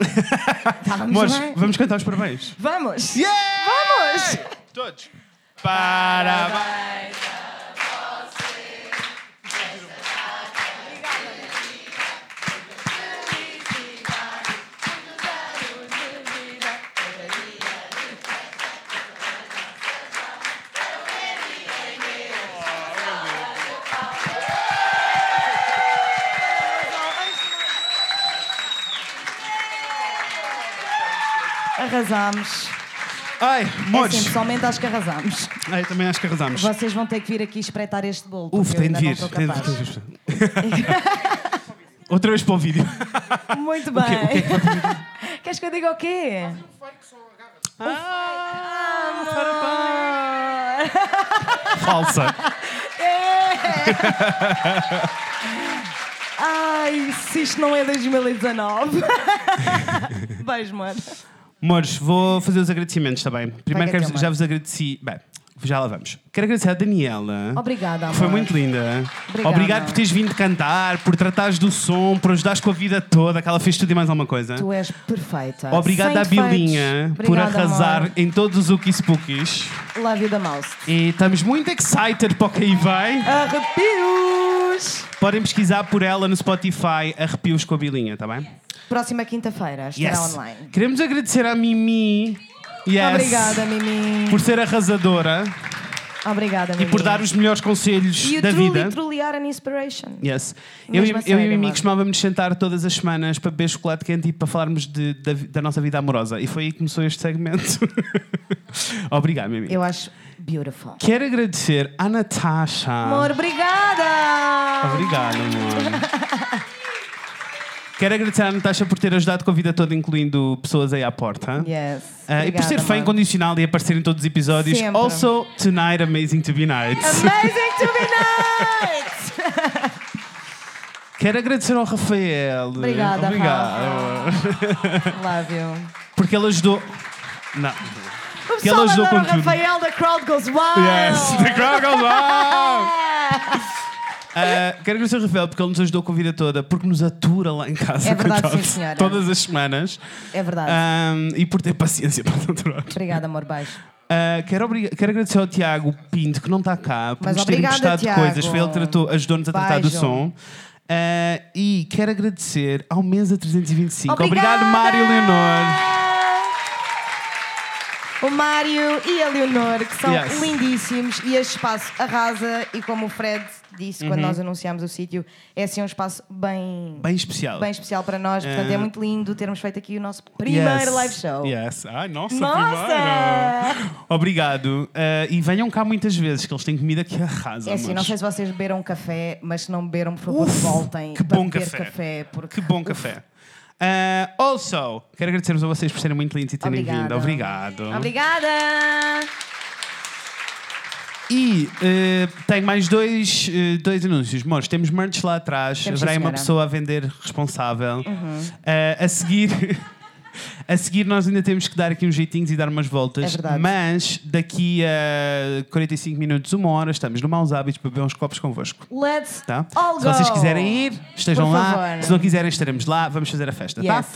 B: Estávamos
A: Mores,
B: bem?
A: vamos cantar os parabéns.
B: Vamos!
A: Vamos! Todos. Parabéns.
B: Arrasamos.
A: Ai,
B: É
A: Mores.
B: Sim, pessoalmente acho que arrasamos.
A: Ai, também acho que arrasamos.
B: Vocês vão ter que vir aqui espreitar este bolo.
A: Uf,
B: porque
A: tem
B: eu
A: de
B: ainda
A: vir.
B: não estou
A: Tem de-
B: capaz.
A: tem de vir. Outra vez para o vídeo.
B: Muito bem. Queres que eu diga o quê?
A: Ah,
B: ah,
A: Falsa.
B: É. Ai, se isto não é 2019. Beijo, mano.
A: Mores, vou fazer os agradecimentos também. Primeiro
B: Pega-te,
A: quero,
B: amor.
A: já vos agradeci. Bem, já lá vamos. Quero agradecer à Daniela.
B: Obrigada,
A: que
B: amor.
A: Foi muito linda.
B: Obrigada.
A: Obrigado por teres vindo cantar, por tratares do som, por ajudares com a vida toda, que ela fez tudo e mais alguma coisa.
B: Tu és perfeita.
A: Obrigado
B: Sem
A: à
B: defeitos.
A: Bilinha por
B: Obrigada,
A: arrasar
B: amor.
A: em todos os Ukis Pukis.
B: Love da mouse.
A: E estamos muito excited para o que aí vai.
B: Arrepios!
A: Podem pesquisar por ela no Spotify, arrepios com a Bilinha, tá bem?
B: Próxima quinta-feira estará online.
A: Queremos agradecer à Mimi. Yes.
B: Obrigada, Mimi.
A: Por ser arrasadora
B: Obrigada,
A: e
B: Mimi.
A: por dar os melhores conselhos
B: E o
A: da
B: truly,
A: vida.
B: truly are an inspiration.
A: Yes. Eu, e-
B: Mesmo a
A: eu e
B: sério,
A: a Mimi
B: mano.
A: costumávamos sentar todas as semanas para beber chocolate quente e para falarmos de- da, vi- da nossa vida amorosa. E foi aí que começou este segmento. Obrigado, Mimi.
B: Eu acho beautiful.
A: Quero agradecer à Natasha.
B: Ah. Amor, obrigada!
A: Obrigado, amor. Quero agradecer à Natasha por ter ajudado com a vida toda, incluindo pessoas aí à porta.
B: Yes.
A: Ah, e por ser
B: Obrigada,
A: fã
B: amor.
A: incondicional e aparecer em todos os episódios.
B: Sempre.
A: Also, tonight, amazing to be night.
B: Amazing to be nice!
A: Quero agradecer ao Rafael.
B: Obrigada,
A: Obrigado.
B: Love you.
A: Porque ele ajudou. Não.
B: O
A: Que ela
B: pessoal
A: ajudou
B: adora o
A: com tudo.
B: Rafael, the crowd goes wild.
A: Yes, the crowd goes wild.
B: É.
A: Ah, quero agradecer ao Rafael porque ele nos ajudou com a vida toda, porque nos atura lá em casa.
B: É verdade,
A: coitado,
B: sim, senhora.
A: Todas as semanas.
B: É verdade.
A: Ahm, e por ter paciência para nos aturar.
B: Obrigada, amor, beijo.
A: Ah, quero, obriga- quero agradecer ao Tiago Pinto, que não está cá, por
B: Mas
A: nos ter
B: obrigada,
A: emprestado
B: Tiago.
A: coisas. Foi ele que tratou- ajudou-nos a tratar do
B: Beijo.
A: som. Ah, e quero agradecer ao Mesa 325.
B: Obrigada!
A: Obrigado, Mário Leonor.
B: O Mário e a Leonor, que são
A: Yes.
B: lindíssimos, e este espaço arrasa. E como o Fred disse quando nós anunciámos o sítio, é assim um espaço bem,
A: Uhum. Bem especial.
B: bem especial para nós. Portanto, é
A: Eh.
B: muito lindo termos feito aqui o nosso primeiro
A: Yes.
B: live show.
A: Yes. Ai, nossa,
B: Nossa!
A: primeiro. Obrigado. Ah, e venham cá muitas vezes, que eles têm comida que arrasa.
B: É assim, não
A: amores.
B: sei se vocês beberam café, mas se não beberam, por favor,
A: Uf,
B: voltem
A: que
B: para
A: bom
B: beber
A: café.
B: porque
A: Que bom café. Ah, also, quero agradecer-vos a vocês por serem muito lindos e terem
B: Obrigada.
A: vindo. Obrigado.
B: Obrigada!
A: E eh, tenho mais dois, eh, dois anúncios. Mores, temos merch lá atrás.
B: Temos,
A: Haverá aí
B: sim,
A: uma
B: senhora. Uhum.
A: pessoa a vender responsável. Eh, a seguir. A seguir, nós ainda temos que dar aqui uns jeitinhos e dar umas voltas.
B: É verdade.
A: mas daqui a 45 minutos, uma hora, estamos no Maus Hábitos para beber uns copos convosco.
B: Let's
A: Tá?
B: all
A: Se vocês
B: go.
A: quiserem ir, estejam
B: Por
A: lá.
B: favor.
A: Se não quiserem, estaremos lá. Vamos fazer a festa, tá?
B: Yes.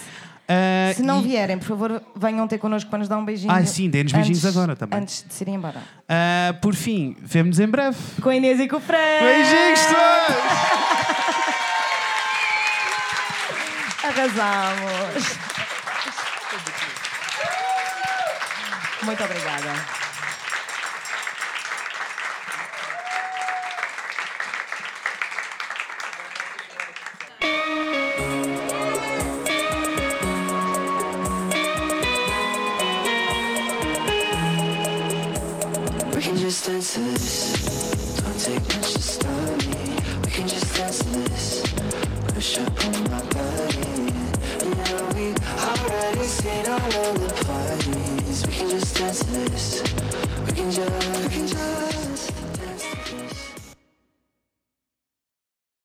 A: Eh,
B: Se não
A: e-
B: vierem, por favor, venham ter connosco para nos dar um beijinho.
A: Ai, sim, dê-nos beijinhos
B: antes-
A: agora também.
B: Antes de se irem embora.
A: eh, por fim, vemo-nos em breve.
B: Com a Inês e com o Fran.
A: Beijinhos, pessoal!
B: Arrasamos.
C: Muito obrigada.
J: We can just dance to this. Don't take much to stop me. We can just dance to this. Push up on my body. And now we already seen all of the parties. We can just dance to this. We can just, we can just.